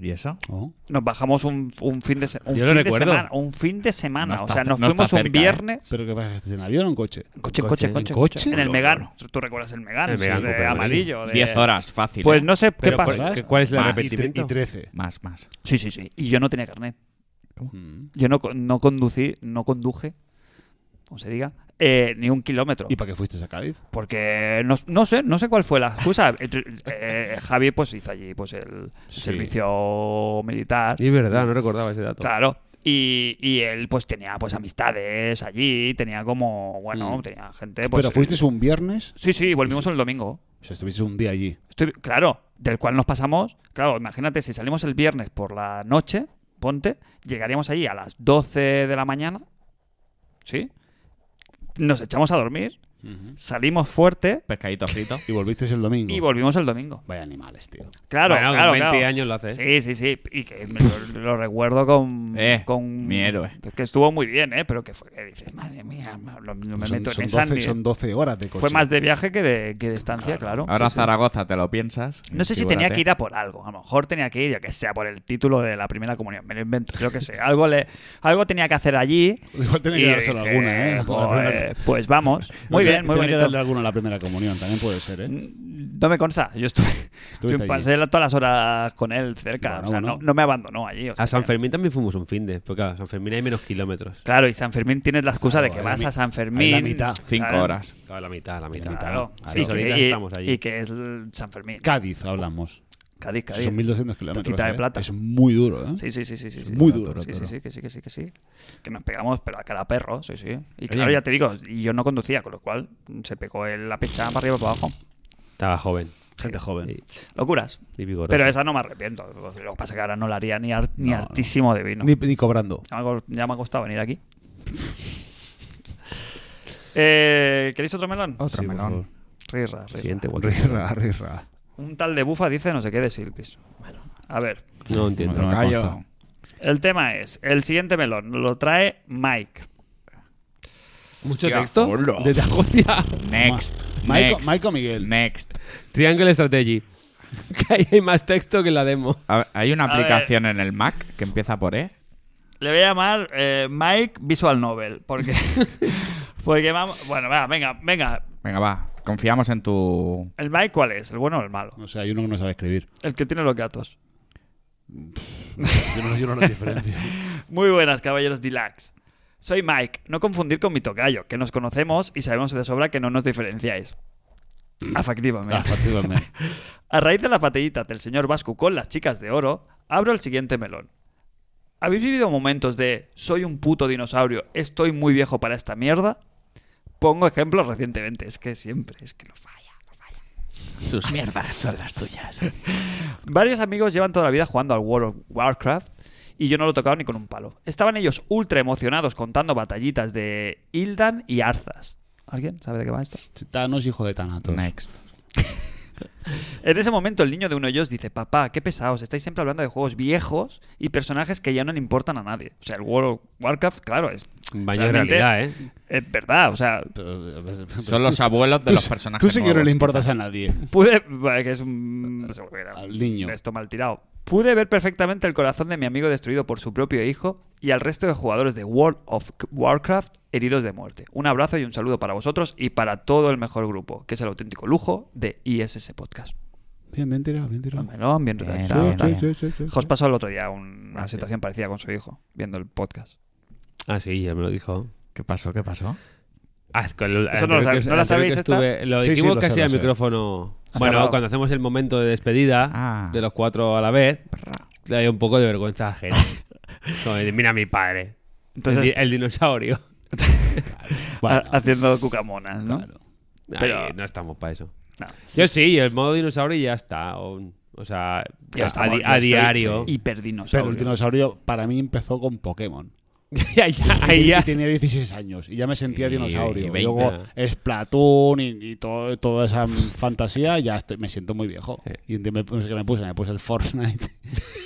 Speaker 3: ¿Y eso?
Speaker 2: Oh.
Speaker 1: Nos bajamos un, un fin de, se- un
Speaker 4: Yo lo
Speaker 1: fin de
Speaker 4: recuerdo.
Speaker 1: semana. Un fin de semana.
Speaker 3: No
Speaker 1: o
Speaker 3: está
Speaker 1: sea,
Speaker 3: ce-
Speaker 1: nos
Speaker 3: no está
Speaker 1: fuimos
Speaker 3: cerca,
Speaker 1: un
Speaker 3: ¿eh?
Speaker 1: viernes.
Speaker 2: ¿Pero qué pasa? ¿Estás en avión o en coche?
Speaker 1: Coche, coche,
Speaker 4: Coche,
Speaker 1: coche.
Speaker 2: ¿en coche?
Speaker 1: En el
Speaker 4: Loco.
Speaker 1: Megán. ¿Tú recuerdas el Megán?
Speaker 4: El
Speaker 1: Sí,
Speaker 4: Megán
Speaker 1: de
Speaker 4: Cooper, sí.
Speaker 1: amarillo. de-
Speaker 3: 10 horas, fácil.
Speaker 1: Pues
Speaker 3: ¿eh?
Speaker 1: no sé qué
Speaker 4: Pero
Speaker 1: pasó.
Speaker 4: fue-
Speaker 2: ¿Horas?
Speaker 4: ¿qué- ¿Cuál es el
Speaker 3: Más.
Speaker 4: arrepentimiento?
Speaker 2: Y 13.
Speaker 3: Más, más.
Speaker 1: Sí, sí, sí. Y yo no tenía carnet. Uh.
Speaker 2: Mm.
Speaker 1: Yo no, co- no conducí, no conduje, como se diga, eh, ni un kilómetro.
Speaker 2: ¿Y para qué fuiste a Cádiz?
Speaker 1: Porque no, no sé, no sé cuál fue la excusa. Eh, eh, Javi pues hizo allí pues el
Speaker 2: Sí.
Speaker 1: servicio militar.
Speaker 4: Y es verdad, no recordaba ese dato.
Speaker 1: Claro. Y, y él pues tenía pues amistades allí, tenía como, bueno, tenía gente. Pues,
Speaker 2: ¿Pero fuiste un viernes?
Speaker 1: Sí, sí, volvimos el domingo.
Speaker 2: O sea, estuviste un día allí.
Speaker 1: Estoy- claro, del cual nos pasamos. Claro, imagínate, si salimos el viernes por la noche, ponte, llegaríamos allí a las 12 de la mañana. ¿Sí? Nos echamos a dormir, salimos fuerte
Speaker 3: Pescadito frito.
Speaker 2: Y volviste el domingo.
Speaker 1: y volvimos el domingo.
Speaker 2: Vaya animales, tío.
Speaker 1: Claro,
Speaker 4: Bueno, con
Speaker 1: claro,
Speaker 4: 20
Speaker 1: claro.
Speaker 4: años lo haces.
Speaker 1: Sí, sí, sí. Y que me lo, lo recuerdo con.
Speaker 3: Eh,
Speaker 1: con
Speaker 3: mi héroe.
Speaker 1: Que estuvo muy bien, ¿eh? Pero que fue que dices, madre mía, no, no me
Speaker 2: son,
Speaker 1: meto en
Speaker 2: son
Speaker 1: esa
Speaker 2: 12,
Speaker 1: ni-
Speaker 2: son 12 horas de coche.
Speaker 1: Fue más de viaje que de, que de estancia, claro.
Speaker 3: Ahora Zaragoza, te lo piensas.
Speaker 1: No sé si
Speaker 3: Figúrate.
Speaker 1: tenía que ir a por algo. A lo mejor tenía que ir, yo que sea, por el título de la primera comunión. Me lo invento, yo que sé. Algo, le, algo tenía que hacer allí.
Speaker 2: Igual tenía que
Speaker 1: Y
Speaker 2: dárselo
Speaker 1: dije,
Speaker 2: alguna, ¿eh? Como la
Speaker 1: Pues,
Speaker 2: primera-
Speaker 1: pues vamos. Muy bien, muy
Speaker 2: Tenía que
Speaker 1: bonito. Mm.
Speaker 2: darle alguna a la primera comunión, también puede ser, ¿eh?
Speaker 1: No me consta. Yo estuve, estuve-
Speaker 2: allí.
Speaker 1: pasé la- todas las horas con él cerca.
Speaker 2: Bueno,
Speaker 1: o sea,
Speaker 2: bueno.
Speaker 1: no, no me abandonó allí. o sea,
Speaker 4: A San Fermín también fuimos un fin de. Porque claro, a San Fermín hay menos kilómetros.
Speaker 1: Claro, y San Fermín tienes la excusa
Speaker 2: Claro,
Speaker 1: de que
Speaker 2: ahí la
Speaker 1: vas
Speaker 2: mi-
Speaker 1: a San
Speaker 2: ahí
Speaker 1: Fermín.
Speaker 2: la mitad.
Speaker 3: Cinco
Speaker 1: ¿sabes?
Speaker 3: horas.
Speaker 4: Claro, la mitad, la mitad.
Speaker 1: Claro.
Speaker 2: Claro.
Speaker 1: Sí,
Speaker 4: Seis horitas
Speaker 1: y- y-
Speaker 4: estamos allí.
Speaker 1: Y que es el San Fermín.
Speaker 2: Cádiz hablamos.
Speaker 1: Cádiz, Cádiz.
Speaker 2: Son 1200 kilómetros.
Speaker 1: Tacita de
Speaker 2: ¿eh?
Speaker 1: plata.
Speaker 2: Es muy duro, ¿eh?
Speaker 1: Sí, sí, sí, sí, sí. sí.
Speaker 2: muy duro,
Speaker 1: Sí, sí,
Speaker 2: duro.
Speaker 1: sí, que sí, que sí, que sí. Que nos pegamos, pero a cada perro, sí, sí. Y claro,
Speaker 3: Oye.
Speaker 1: ya te digo, y yo no conducía, con lo cual mm, se pegó el- la pechada para arriba y para abajo.
Speaker 4: Estaba joven.
Speaker 2: Gente joven.
Speaker 1: Locuras.
Speaker 4: Y vigoroso.
Speaker 1: Pero esa no me arrepiento. Lo que pasa es que ahora no la haría ni, ar- ni
Speaker 2: No, no.
Speaker 1: hartísimo de vino.
Speaker 2: Ni, ni cobrando.
Speaker 1: Ya, me ha, cos- ya me ha costado venir aquí. Eh, ¿Queréis otro melón?
Speaker 3: Otro
Speaker 2: Sí, por
Speaker 3: melón.
Speaker 2: favor.
Speaker 1: Rirra, rirra.
Speaker 4: Siguiente,
Speaker 2: Pues
Speaker 4: guapo.
Speaker 2: Rirra, rirra.
Speaker 1: Un tal de bufa dice no sé qué de Silpis. Bueno, a ver.
Speaker 4: No entiendo.
Speaker 2: No me
Speaker 3: Tocayo.
Speaker 2: consta.
Speaker 1: El tema es, el siguiente melón lo trae Mike.
Speaker 4: ¿Mucho
Speaker 3: Hostia,
Speaker 4: texto?
Speaker 3: hola.
Speaker 4: Desde hostia.
Speaker 3: Next.
Speaker 2: Maico,
Speaker 3: next,
Speaker 2: Maico Miguel.
Speaker 3: Next.
Speaker 4: Triangle Strategy. Que ahí hay más texto que en la demo.
Speaker 3: A ver, hay una
Speaker 1: A ver.
Speaker 3: aplicación en el Mac que empieza por E.
Speaker 1: Le voy a llamar eh, Mike Visual Novel, porque, porque vamos... Bueno, va, venga, venga.
Speaker 3: Venga, va. Confiamos en tu.
Speaker 1: ¿El Mike cuál es? ¿El bueno o el malo?
Speaker 2: O sea, hay uno que no sabe escribir.
Speaker 1: El que tiene los gatos.
Speaker 2: Yo no, yo no lo diferencio.
Speaker 1: Muy buenas, caballeros Dilax. Soy Mike, no confundir con mi tocayo, que nos conocemos y sabemos de sobra que no nos diferenciáis.
Speaker 2: Ah,
Speaker 1: Efectivamente.
Speaker 2: fatídame.
Speaker 1: A raíz de la patellita del señor Vasco con las chicas de oro, abro el siguiente melón. ¿Habéis vivido momentos de soy un puto dinosaurio, estoy muy viejo para esta mierda? Pongo ejemplos recientemente, es que siempre, es que no falla, no falla.
Speaker 3: Sus mierdas son las tuyas.
Speaker 1: Varios amigos llevan toda la vida jugando al World of Warcraft y yo no lo he tocado ni con un palo. Estaban ellos ultra emocionados contando batallitas de Ildan y Arzas. ¿Alguien sabe de qué va esto?
Speaker 2: Thanos, hijo de Thanatos.
Speaker 3: Next.
Speaker 1: En ese momento el niño de uno de ellos dice, papá, qué pesados, estáis siempre hablando de juegos viejos y personajes que ya no le importan a nadie. O sea, el World of Warcraft, claro, es...
Speaker 4: Un baño de
Speaker 1: realmente-
Speaker 4: realidad, ¿eh?
Speaker 1: Es verdad, o sea,
Speaker 3: Son los abuelos de los personajes.
Speaker 2: Tú sí que no
Speaker 3: nuevos.
Speaker 2: le importas a nadie.
Speaker 1: pude... bueno, que es un... no sé, era
Speaker 2: Al niño.
Speaker 1: Esto mal tirado. Pude ver perfectamente el corazón de mi amigo destruido por su propio hijo y al resto de jugadores de World of Warcraft heridos de muerte. Un abrazo y un saludo para vosotros y para todo el mejor grupo, que es el auténtico lujo de ISS Podcast.
Speaker 2: Bien, bien tirado, bien tirado.
Speaker 1: Melón, bien
Speaker 3: Bien,
Speaker 1: redactado,
Speaker 3: bien,
Speaker 1: tal.
Speaker 3: bien.
Speaker 1: Jos pasó el otro día un- una
Speaker 4: Gracias.
Speaker 1: situación parecida con su hijo, viendo el podcast.
Speaker 4: Ah, sí, ya me lo dijo.
Speaker 3: ¿Qué pasó? ¿Qué pasó?
Speaker 4: Ah, con el-
Speaker 1: Eso no lo
Speaker 4: anterior
Speaker 1: sab-
Speaker 4: que os-
Speaker 1: ¿no la
Speaker 4: anterior
Speaker 1: sabéis
Speaker 4: que
Speaker 1: esta?
Speaker 4: estuve- Lo
Speaker 2: Sí, sí,
Speaker 4: dijimos
Speaker 2: lo sé,
Speaker 4: casi
Speaker 2: lo
Speaker 4: al
Speaker 2: sé.
Speaker 4: micrófono.
Speaker 1: Ah,
Speaker 4: Bueno,
Speaker 1: claro.
Speaker 4: cuando hacemos el momento de despedida
Speaker 3: Ah.
Speaker 4: de los cuatro a la vez, le doy un poco de vergüenza ajena. Como de, Mira a mi padre.
Speaker 1: Entonces- eh,
Speaker 4: el, di- el dinosaurio.
Speaker 2: Bueno,
Speaker 3: Ah,
Speaker 1: ha- haciendo cucamonas, ¿no?
Speaker 2: claro.
Speaker 1: Pero-
Speaker 4: Ay, no estamos para eso.
Speaker 1: No.
Speaker 4: Yo sí, el modo dinosaurio y ya está. O, un- o sea,
Speaker 1: Ya
Speaker 4: a-
Speaker 1: estamos,
Speaker 4: a, di-
Speaker 1: ya
Speaker 4: a
Speaker 1: estoy,
Speaker 4: diario.
Speaker 1: sí.
Speaker 2: Pero el
Speaker 1: Hiperdinosaurio.
Speaker 2: dinosaurio para mí empezó con Pokémon.
Speaker 4: Ya, ya, ahí
Speaker 2: Y
Speaker 4: ya.
Speaker 2: tenía 16 años y ya me sentía
Speaker 3: Y-
Speaker 2: dinosaurio.
Speaker 3: y
Speaker 2: Y
Speaker 3: 20.
Speaker 2: Luego Splatoon y, y todo, toda esa fantasía, ya estoy, me siento muy viejo.
Speaker 4: Sí.
Speaker 2: Y entiendo- no sé qué me puse, me puse el Fortnite.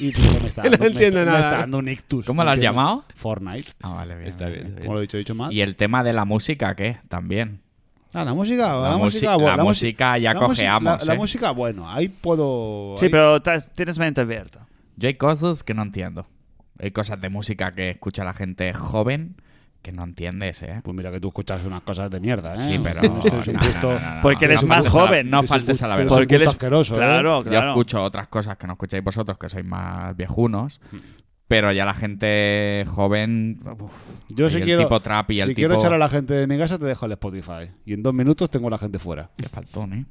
Speaker 2: Y tío, me está dando,
Speaker 4: No
Speaker 2: me está-
Speaker 4: entiendo
Speaker 2: me
Speaker 4: nada.
Speaker 2: está dando un ictus.
Speaker 3: ¿Cómo lo
Speaker 2: No
Speaker 3: has
Speaker 2: entiendo.
Speaker 3: llamado?
Speaker 2: Fortnite.
Speaker 3: Ah, vale, bien.
Speaker 4: Está bien, está bien.
Speaker 2: Como lo he dicho, he dicho mal.
Speaker 3: ¿Y el tema de la música qué? También.
Speaker 2: Ah, la música, la,
Speaker 3: La
Speaker 2: música,
Speaker 3: musi-
Speaker 2: bu-
Speaker 3: la
Speaker 2: musi-
Speaker 3: música ya
Speaker 2: la musi-
Speaker 3: cojeamos,
Speaker 2: La, la
Speaker 3: ¿eh?
Speaker 2: música, bueno, ahí puedo.
Speaker 1: Sí,
Speaker 2: ahí-
Speaker 1: pero tas- tienes mente abierta.
Speaker 2: Ah,
Speaker 3: Yo hay cosas que no entiendo. Hay cosas de música que escucha la gente joven que no entiendes, ¿eh?
Speaker 2: Pues mira que tú escuchas unas cosas de mierda, ¿eh?
Speaker 3: Sí, pero
Speaker 2: Esto es un
Speaker 3: no, no,
Speaker 2: gusto-
Speaker 3: no, no, no.
Speaker 1: Porque él es
Speaker 2: Tienes un
Speaker 1: más
Speaker 2: gusto-
Speaker 1: joven.
Speaker 3: No
Speaker 2: tienes un
Speaker 3: faltes a la
Speaker 2: gusto-
Speaker 3: verdad.
Speaker 2: tienes un
Speaker 1: Porque él es
Speaker 2: gusto asqueroso, ¿eh?
Speaker 1: Claro,
Speaker 3: Yo
Speaker 1: claro.
Speaker 3: escucho otras cosas que no escucháis vosotros, que sois más viejunos. Pero ya la gente joven. uf,
Speaker 2: Yo
Speaker 3: y
Speaker 2: si
Speaker 3: el
Speaker 2: quiero,
Speaker 3: tipo trap y el
Speaker 2: si
Speaker 3: tipo.
Speaker 2: quiero echar a la gente de mi casa, te dejo el Spotify. Y en dos minutos tengo a la gente fuera.
Speaker 3: Te faltó, ¿eh?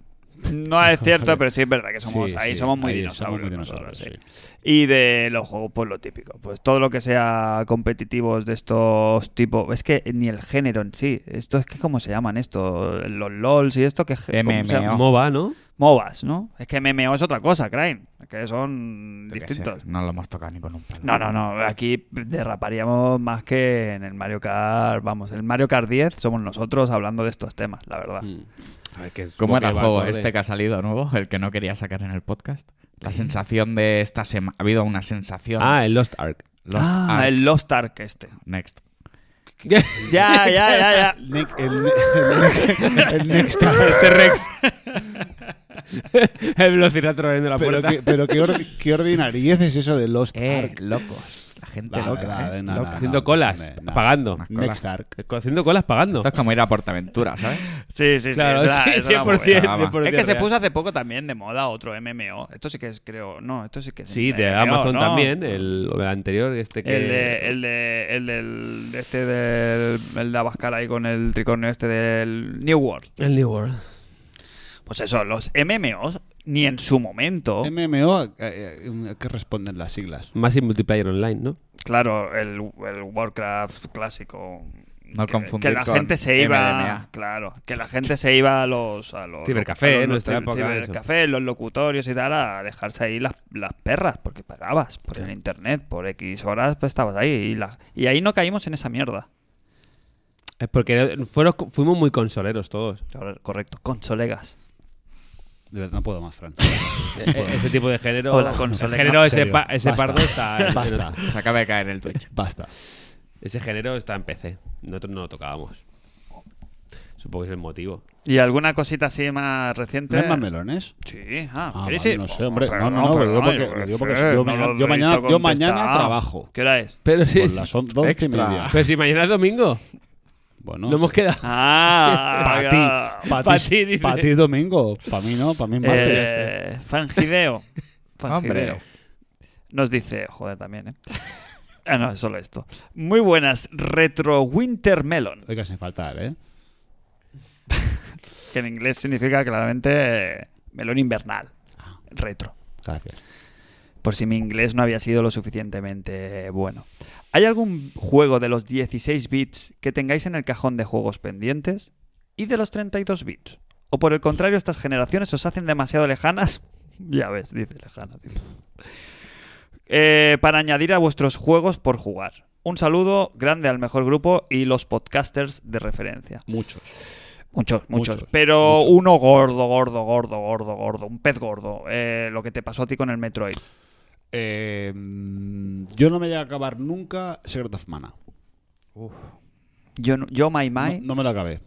Speaker 1: No es cierto, pero sí es verdad que somos,
Speaker 2: Sí,
Speaker 1: ahí
Speaker 2: sí,
Speaker 1: somos muy
Speaker 2: ahí somos
Speaker 1: dinosaurios.
Speaker 2: muy
Speaker 1: nosotros,
Speaker 2: dinosaurios,
Speaker 1: sí. Y de los juegos, pues lo típico. Pues todo lo que sea competitivos de estos tipos. Es que ni el género en sí. Esto es que, ¿cómo se llaman esto? Los LOLs y esto que. ¿cómo se llama?
Speaker 3: MMO.
Speaker 4: MOBA, ¿no?
Speaker 1: MOBAs, ¿no? Es que MMO es otra cosa, Crane. Que son
Speaker 3: Yo qué sé,
Speaker 1: distintos.
Speaker 3: No lo hemos tocado ni con un palo.
Speaker 1: No, no, no. Aquí derraparíamos más que en el Mario Kart. Vamos, el Mario Kart 10 somos nosotros hablando de estos temas, la verdad.
Speaker 4: A ver, que
Speaker 3: ¿Cómo
Speaker 4: supongo
Speaker 3: era
Speaker 4: que
Speaker 3: el
Speaker 4: va
Speaker 3: juego
Speaker 4: acorde.
Speaker 3: este que ha salido nuevo? El que no quería sacar en el podcast. La sensación de esta semana. Ha habido una sensación.
Speaker 4: Ah, el Lost Ark.
Speaker 3: Lost
Speaker 1: ah,
Speaker 3: Ark
Speaker 1: el Lost Ark este.
Speaker 3: Next.
Speaker 1: Ya, ya, ya, ya.
Speaker 2: El, ne- el ne- el Next
Speaker 3: Este
Speaker 4: T-Rex. el velociraptor abriendo la
Speaker 2: Pero,
Speaker 4: puerta.
Speaker 2: que, pero qué, or- qué ordinariez es eso de Lost
Speaker 3: Eh,
Speaker 2: Ark.
Speaker 3: locos. La gente
Speaker 2: La
Speaker 3: loca,
Speaker 2: verdad,
Speaker 3: ¿eh?
Speaker 2: no,
Speaker 3: Loca.
Speaker 2: no,
Speaker 4: Haciendo colas,
Speaker 2: no, no.
Speaker 4: pagando.
Speaker 2: Next Ark.
Speaker 4: Haciendo colas pagando.
Speaker 3: Esto es como ir a Portaventura, ¿sabes?
Speaker 1: Sí, sí, sí.
Speaker 4: Claro,
Speaker 1: es una-
Speaker 4: sí,
Speaker 1: es una
Speaker 4: 100%,
Speaker 1: movida.
Speaker 3: vamos.
Speaker 4: 100%
Speaker 1: Es que se
Speaker 4: real.
Speaker 1: puso hace poco también de moda otro MMO. Esto sí que es, creo. No, esto sí que es.
Speaker 4: Sí, de
Speaker 1: MMO,
Speaker 4: Amazon
Speaker 1: ¿no?
Speaker 4: también, el, el anterior, este que...
Speaker 1: El de, el de, el del, de este del, el de Abascal ahí con el tricornio este del New World.
Speaker 4: El New World.
Speaker 1: Pues eso, los MMOs ni en su momento.
Speaker 2: MMO, eh, eh, ¿a qué responden las siglas?
Speaker 4: Más en multiplayer online, ¿no?
Speaker 1: Claro, el, el Warcraft clásico.
Speaker 3: No
Speaker 1: que,
Speaker 3: confundir
Speaker 1: que la
Speaker 3: con
Speaker 1: gente se iba
Speaker 3: MDMA.
Speaker 1: claro que la gente se iba a los a los
Speaker 4: Cibercafé,
Speaker 1: a los-
Speaker 4: en nuestra
Speaker 1: ciber-
Speaker 4: época, eso.
Speaker 1: cibercafé, los locutorios y tal a dejarse ahí las, las perras porque pagabas por el internet por x horas pues estabas ahí y la, y ahí no caímos en esa mierda
Speaker 4: Es porque fueron, fuimos muy consoleros todos.
Speaker 1: correcto consolegas
Speaker 2: De verdad, no puedo más, Fran.
Speaker 4: E- e- Ese tipo de género.
Speaker 1: Pues, Hola,
Speaker 4: el
Speaker 1: consolero.
Speaker 4: género
Speaker 2: En
Speaker 4: ese,
Speaker 2: serio,
Speaker 4: pa- ese
Speaker 2: basta.
Speaker 4: pardo está.
Speaker 2: Basta,
Speaker 3: Se acaba de caer el Twitch.
Speaker 2: basta.
Speaker 4: Ese género está en PC. Nosotros no lo tocábamos. Supongo que es el motivo.
Speaker 1: y alguna cosita así más reciente
Speaker 2: ¿No hay más melones?
Speaker 1: sí ah,
Speaker 2: Ah,
Speaker 1: ¿queréis
Speaker 2: vale,
Speaker 1: ir?
Speaker 2: no sé, hombre.
Speaker 1: Perdón,
Speaker 2: No, no, no, pero yo
Speaker 1: perdón,
Speaker 2: porque-
Speaker 1: qué
Speaker 2: yo porque
Speaker 1: sé,
Speaker 2: yo
Speaker 1: no
Speaker 2: mañana-
Speaker 1: lo
Speaker 2: yo
Speaker 1: he
Speaker 2: mañana-
Speaker 1: visto
Speaker 2: yo mañana
Speaker 1: contestar.
Speaker 2: trabajo.
Speaker 1: ¿qué hora es?
Speaker 4: Pero sí.
Speaker 2: Pues las son doce y
Speaker 3: Extra.
Speaker 2: media.
Speaker 4: Pero si mañana es domingo.
Speaker 2: Bueno,
Speaker 4: lo hemos quedado.
Speaker 1: ah
Speaker 2: Para
Speaker 1: ya.
Speaker 2: ti, para
Speaker 4: Pa'
Speaker 2: ti,
Speaker 4: ti, dice.
Speaker 2: pa' ti es domingo, para mí no, para mí es martes.
Speaker 1: Eh, Fangideo. Fangideo.
Speaker 3: Hombre.
Speaker 1: Nos dice, joder, también, ¿eh? Ah, no, es solo esto. Muy buenas, Retro Winter Melon,
Speaker 2: Oiga, sin faltar, ¿eh?
Speaker 1: que en inglés significa claramente eh, melón invernal. Retro.
Speaker 2: Gracias.
Speaker 1: Por si mi inglés no había sido lo suficientemente bueno. ¿Hay algún juego de los 16 bits que tengáis en el cajón de juegos pendientes y de los 32 bits? ¿O por el contrario, estas generaciones os hacen demasiado lejanas? ya ves, dice lejana. dice. Eh, para añadir a vuestros juegos por jugar. Un saludo grande al mejor grupo y los podcasters de referencia.
Speaker 2: Muchos.
Speaker 1: Muchos, muchos.
Speaker 2: Muchos,
Speaker 1: pero
Speaker 2: muchos.
Speaker 1: uno gordo, gordo, gordo, gordo, gordo. Un pez gordo. Eh, lo que te pasó a ti con el Metroid.
Speaker 2: Eh, mm, yo no me voy a acabar nunca Secret of Mana.
Speaker 1: Yo, no- yo My
Speaker 2: No,
Speaker 1: My.
Speaker 2: no me lo acabé.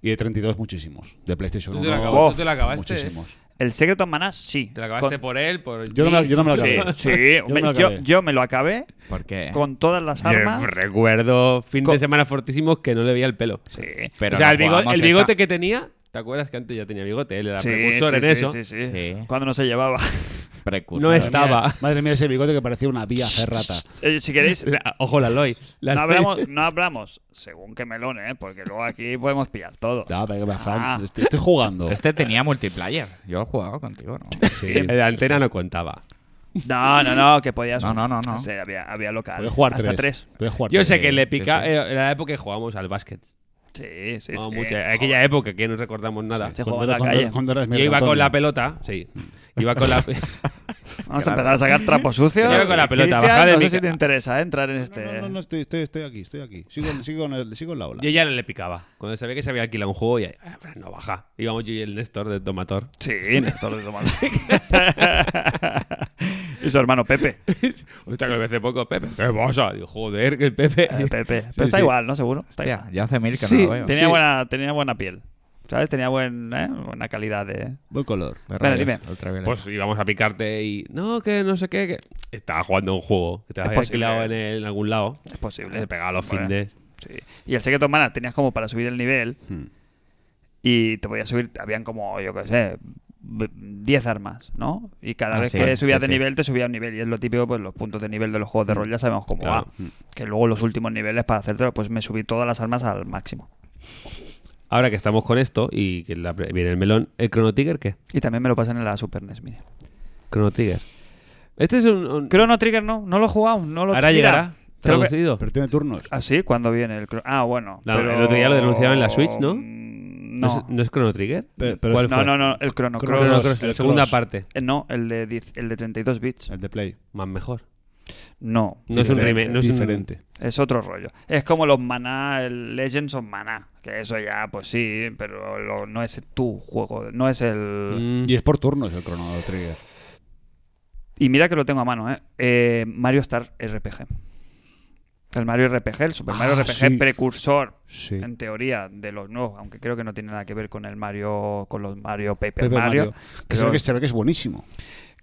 Speaker 2: Y de 32 muchísimos. De PlayStation
Speaker 4: ¿Tú
Speaker 2: 1.
Speaker 4: te lo acabas- tú te lo acabaste?
Speaker 2: Muchísimos.
Speaker 1: El Secreto of Mana, sí.
Speaker 4: Te la acabaste
Speaker 1: Con-
Speaker 4: por él, por.
Speaker 2: Yo no me, yo no me lo
Speaker 1: Sí,
Speaker 2: acabé.
Speaker 1: sí,
Speaker 2: Yo no me
Speaker 1: hombre,
Speaker 2: lo
Speaker 1: yo,
Speaker 2: acabé.
Speaker 1: yo me lo acabé
Speaker 3: Porque.
Speaker 1: con todas las armas.
Speaker 4: Recuerdo fin
Speaker 1: Co-
Speaker 4: de semana fortísimos que no le veía el pelo.
Speaker 1: Sí.
Speaker 3: Pero
Speaker 4: o sea,
Speaker 3: no
Speaker 4: el, bigo-
Speaker 3: jugamos
Speaker 4: el bigote
Speaker 3: esta-
Speaker 4: que tenía, ¿te acuerdas que antes ya tenía bigote? Él era
Speaker 1: Sí,
Speaker 4: precursor
Speaker 1: sí,
Speaker 4: en
Speaker 1: sí,
Speaker 4: eso.
Speaker 1: sí, sí.
Speaker 3: Sí.
Speaker 1: Cuando no se llevaba.
Speaker 3: precursor.
Speaker 4: No
Speaker 2: Madre mía,
Speaker 4: estaba.
Speaker 2: madre mía, ese bigote que parecía una vía cerrata.
Speaker 1: Eh, si queréis,
Speaker 4: La- ojo, la Loy. La
Speaker 1: no
Speaker 4: Loy-
Speaker 1: hablamos, no hablamos, según que melón, ¿eh? Porque luego aquí podemos pillar todo.
Speaker 2: Ya, venga, va, Fran,
Speaker 1: Ah.
Speaker 2: estoy, estoy jugando.
Speaker 3: Este tenía multiplayer. Yo lo he jugado contigo, ¿no?
Speaker 4: Sí, eh, la antena no contaba.
Speaker 1: No, no, no, que podías.
Speaker 3: No, no, no, no.
Speaker 1: sé, había, había local.
Speaker 2: Puedes jugar
Speaker 1: hasta
Speaker 2: tres.
Speaker 1: tres.
Speaker 2: Puedes jugar
Speaker 4: Yo
Speaker 2: tres.
Speaker 4: sé que le
Speaker 3: sí,
Speaker 4: pica.
Speaker 3: sí.
Speaker 4: eh, Era la época que jugábamos al básquet.
Speaker 1: Sí, sí,
Speaker 4: Jugábamos
Speaker 1: sí.
Speaker 4: mucho. Aquella época que no recordamos nada.
Speaker 1: Se
Speaker 2: Cuando
Speaker 1: jugaba en la
Speaker 2: era- cuando-
Speaker 1: calle.
Speaker 2: cuando eras
Speaker 4: Yo iba
Speaker 2: Miguel
Speaker 4: con la
Speaker 2: Antonio.
Speaker 4: pelota, sí. Iba con la.
Speaker 1: Vamos a empezar a sacar trapos sucios.
Speaker 4: Yo con la pelota,
Speaker 1: Cristian,
Speaker 4: baja de
Speaker 1: no
Speaker 4: mi
Speaker 1: sé si
Speaker 4: ca-
Speaker 1: te interesa eh, entrar en este.
Speaker 2: No, no, no, no, estoy, estoy, estoy aquí, estoy aquí. Sigo, en- sigo, en el- sigo en la ola.
Speaker 4: Yo ya no le picaba. Cuando sabía que se había alquilado un juego, ya. "Ah, Fran, no baja. Íbamos yo y el Néstor de Tomator.
Speaker 1: Sí, Néstor de Tomás. y su hermano Pepe.
Speaker 4: Hostia, que me hace poco, Pepe. ¿Qué pasa? Digo, joder, que el Pepe.
Speaker 1: Eh, Pepe. Pero
Speaker 4: Sí,
Speaker 1: está
Speaker 4: sí.
Speaker 1: igual, ¿no? Seguro. Está
Speaker 3: Hostia,
Speaker 1: igual.
Speaker 3: ya hace mil que
Speaker 4: Sí,
Speaker 3: no lo veo.
Speaker 1: Tenía,
Speaker 4: sí.
Speaker 1: buena, tenía buena piel. ¿Sabes? Tenía buen, eh, buena calidad de.
Speaker 2: Buen color.
Speaker 3: Me
Speaker 1: Bueno,
Speaker 3: rayas,
Speaker 1: dime.
Speaker 3: ultravioleta.
Speaker 4: Pues íbamos a picarte y. No, que no sé qué. que-". Estaba jugando un juego que te había
Speaker 1: posible.
Speaker 4: alquilado en, el- en algún lado.
Speaker 1: Es posible.
Speaker 4: Se pegaba a los
Speaker 1: Bueno,
Speaker 4: findes.
Speaker 1: Sí. Y el Secret of Mana tenías como para subir el nivel. Y te podías subir, habían como, yo qué sé, b- 10 armas, ¿no? Y cada
Speaker 3: Ah,
Speaker 1: vez
Speaker 3: sí,
Speaker 1: que subías
Speaker 3: sí,
Speaker 1: de
Speaker 3: sí.
Speaker 1: nivel, te subía un nivel. Y es lo típico, pues los puntos de nivel de los juegos de rol ya sabemos cómo
Speaker 4: Claro.
Speaker 1: va. Que luego los últimos niveles para hacértelo, pues me subí todas las armas al máximo.
Speaker 4: Ahora que estamos con esto y que la- viene el melón, ¿el Chrono Trigger qué?
Speaker 1: Y también me lo pasan en la Super NES, mire.
Speaker 4: Chrono Trigger. Este es un. un-
Speaker 1: Chrono Trigger no, no lo he jugado, no lo
Speaker 4: Ahora
Speaker 1: mira,
Speaker 4: llegará.
Speaker 1: creo que-
Speaker 4: Traducido.
Speaker 2: Pero tiene turnos.
Speaker 1: Ah, sí, cuando viene el Chrono. Ah, bueno.
Speaker 4: La-
Speaker 1: pero-
Speaker 4: el otro día lo denunciaron en la Switch, ¿no?
Speaker 1: Mm,
Speaker 4: ¿No,
Speaker 1: No,
Speaker 4: es, no es Chrono Trigger?
Speaker 2: Pe- pero
Speaker 4: ¿Cuál
Speaker 2: es-
Speaker 1: no,
Speaker 4: fue?
Speaker 1: no, no, el Chrono
Speaker 2: Chrono
Speaker 1: Cross.
Speaker 4: Chrono
Speaker 2: Cross,
Speaker 4: Cross,
Speaker 2: el
Speaker 4: la segunda
Speaker 2: Cross.
Speaker 4: parte.
Speaker 1: Eh, no, el de, 10 el de 32 bits.
Speaker 2: El de Play.
Speaker 4: Más mejor.
Speaker 1: No.
Speaker 4: No es un
Speaker 2: Diferente,
Speaker 4: remake, no es un-
Speaker 2: Diferente.
Speaker 1: Es otro rollo. Es como los maná, el Legends of Maná. Que eso ya, pues sí, pero lo- no es tu juego, no es el...
Speaker 4: Mm.
Speaker 2: Y este es por turnos el Chrono Trigger.
Speaker 1: Y mira que lo tengo a mano, ¿eh? Eh, Mario Star RPG. El Mario RPG, el Super
Speaker 2: Ah,
Speaker 1: Mario RPG
Speaker 2: sí.
Speaker 1: precursor,
Speaker 2: Sí.
Speaker 1: en teoría, de los nuevos, aunque creo que no tiene nada que ver con el Mario, con los Mario Paper,
Speaker 2: Paper
Speaker 1: Mario.
Speaker 2: Mario. Que se,
Speaker 1: Pero-
Speaker 2: ve que, se ve que es buenísimo.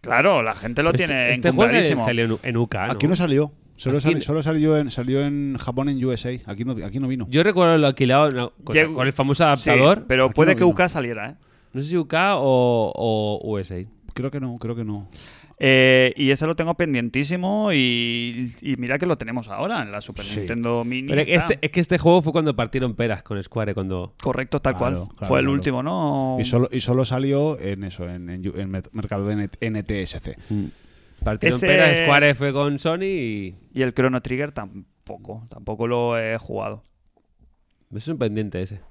Speaker 1: Claro, la gente lo
Speaker 4: Este-
Speaker 1: tiene
Speaker 4: este juego se-
Speaker 1: encumbradísimo.
Speaker 4: salió en, en UK, Ah, ¿no?
Speaker 2: Aquí no salió. Solo,
Speaker 4: Aquí-
Speaker 2: sali- solo salió, en, salió en Japón, en USA. Aquí no, aquí no vino.
Speaker 4: Yo recuerdo lo alquilado no, con,
Speaker 1: Llegó-
Speaker 4: con el famoso
Speaker 1: Sí,
Speaker 4: adaptador.
Speaker 1: pero
Speaker 2: Aquí
Speaker 1: puede
Speaker 2: no
Speaker 1: que
Speaker 2: vino.
Speaker 1: UK saliera, ¿eh?
Speaker 4: No sé si UK o, o USA.
Speaker 2: Creo que no, creo que no.
Speaker 1: Eh, y ese lo tengo pendientísimo y, y mira que lo tenemos ahora en la Super
Speaker 2: Sí.
Speaker 1: Nintendo Mini.
Speaker 4: Pero es que
Speaker 1: está.
Speaker 4: este, es que este juego fue cuando partieron peras con Square. Cuando...
Speaker 1: Correcto, tal
Speaker 2: Claro,
Speaker 1: cual.
Speaker 2: claro,
Speaker 1: Fue el
Speaker 2: claro.
Speaker 1: último, ¿no?
Speaker 2: Y solo, y solo salió en eso, en, en, Yu- en mer- mercado de N- NTSC.
Speaker 4: Partieron
Speaker 1: Ese-
Speaker 4: peras, Square fue con Sony y...
Speaker 1: Y el Chrono Trigger tampoco, tampoco lo he jugado.
Speaker 4: Es un pendiente ese.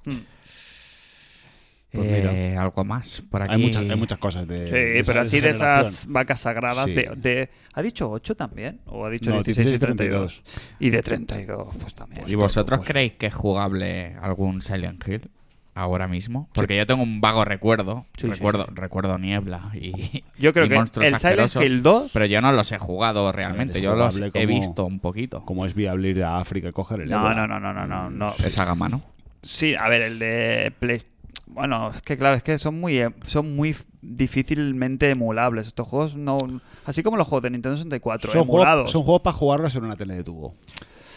Speaker 2: Pues
Speaker 3: Eh, algo más por aquí.
Speaker 2: Hay, muchas, hay muchas cosas de.
Speaker 1: Sí,
Speaker 2: eh, de esa-
Speaker 1: pero así de
Speaker 2: generación.
Speaker 1: esas vacas sagradas
Speaker 2: Sí.
Speaker 1: de, de- ¿Ha dicho 8 también? ¿O ha dicho
Speaker 2: No,
Speaker 1: 16 y
Speaker 2: 16 y
Speaker 1: 32? Y de 32, pues también.
Speaker 3: ¿Y vosotros
Speaker 2: pues-
Speaker 3: creéis que es jugable algún Silent Hill ahora mismo? Porque yo tengo un vago recuerdo. recuerdo, recuerdo niebla y,
Speaker 1: Yo creo
Speaker 3: y
Speaker 1: que
Speaker 3: monstruos
Speaker 1: el Silent
Speaker 3: asquerosos,
Speaker 1: Hill 2
Speaker 3: Pero yo no los he jugado realmente.
Speaker 2: es
Speaker 3: Yo los
Speaker 2: jugable
Speaker 3: he
Speaker 2: como-
Speaker 3: visto un poquito.
Speaker 2: Como es viable ir a África y coger el
Speaker 1: No,
Speaker 2: ébola.
Speaker 1: no, no, no, no, no, no.
Speaker 3: Esa gama, ¿no?
Speaker 1: Sí, a ver, el de Play... Bueno, es que claro, es que son muy, son muy f- difícilmente emulables. Estos juegos no... Así como los juegos de Nintendo 64,
Speaker 2: Son
Speaker 1: emulados.
Speaker 2: juegos, son juegos para jugarlos en una tele de tubo.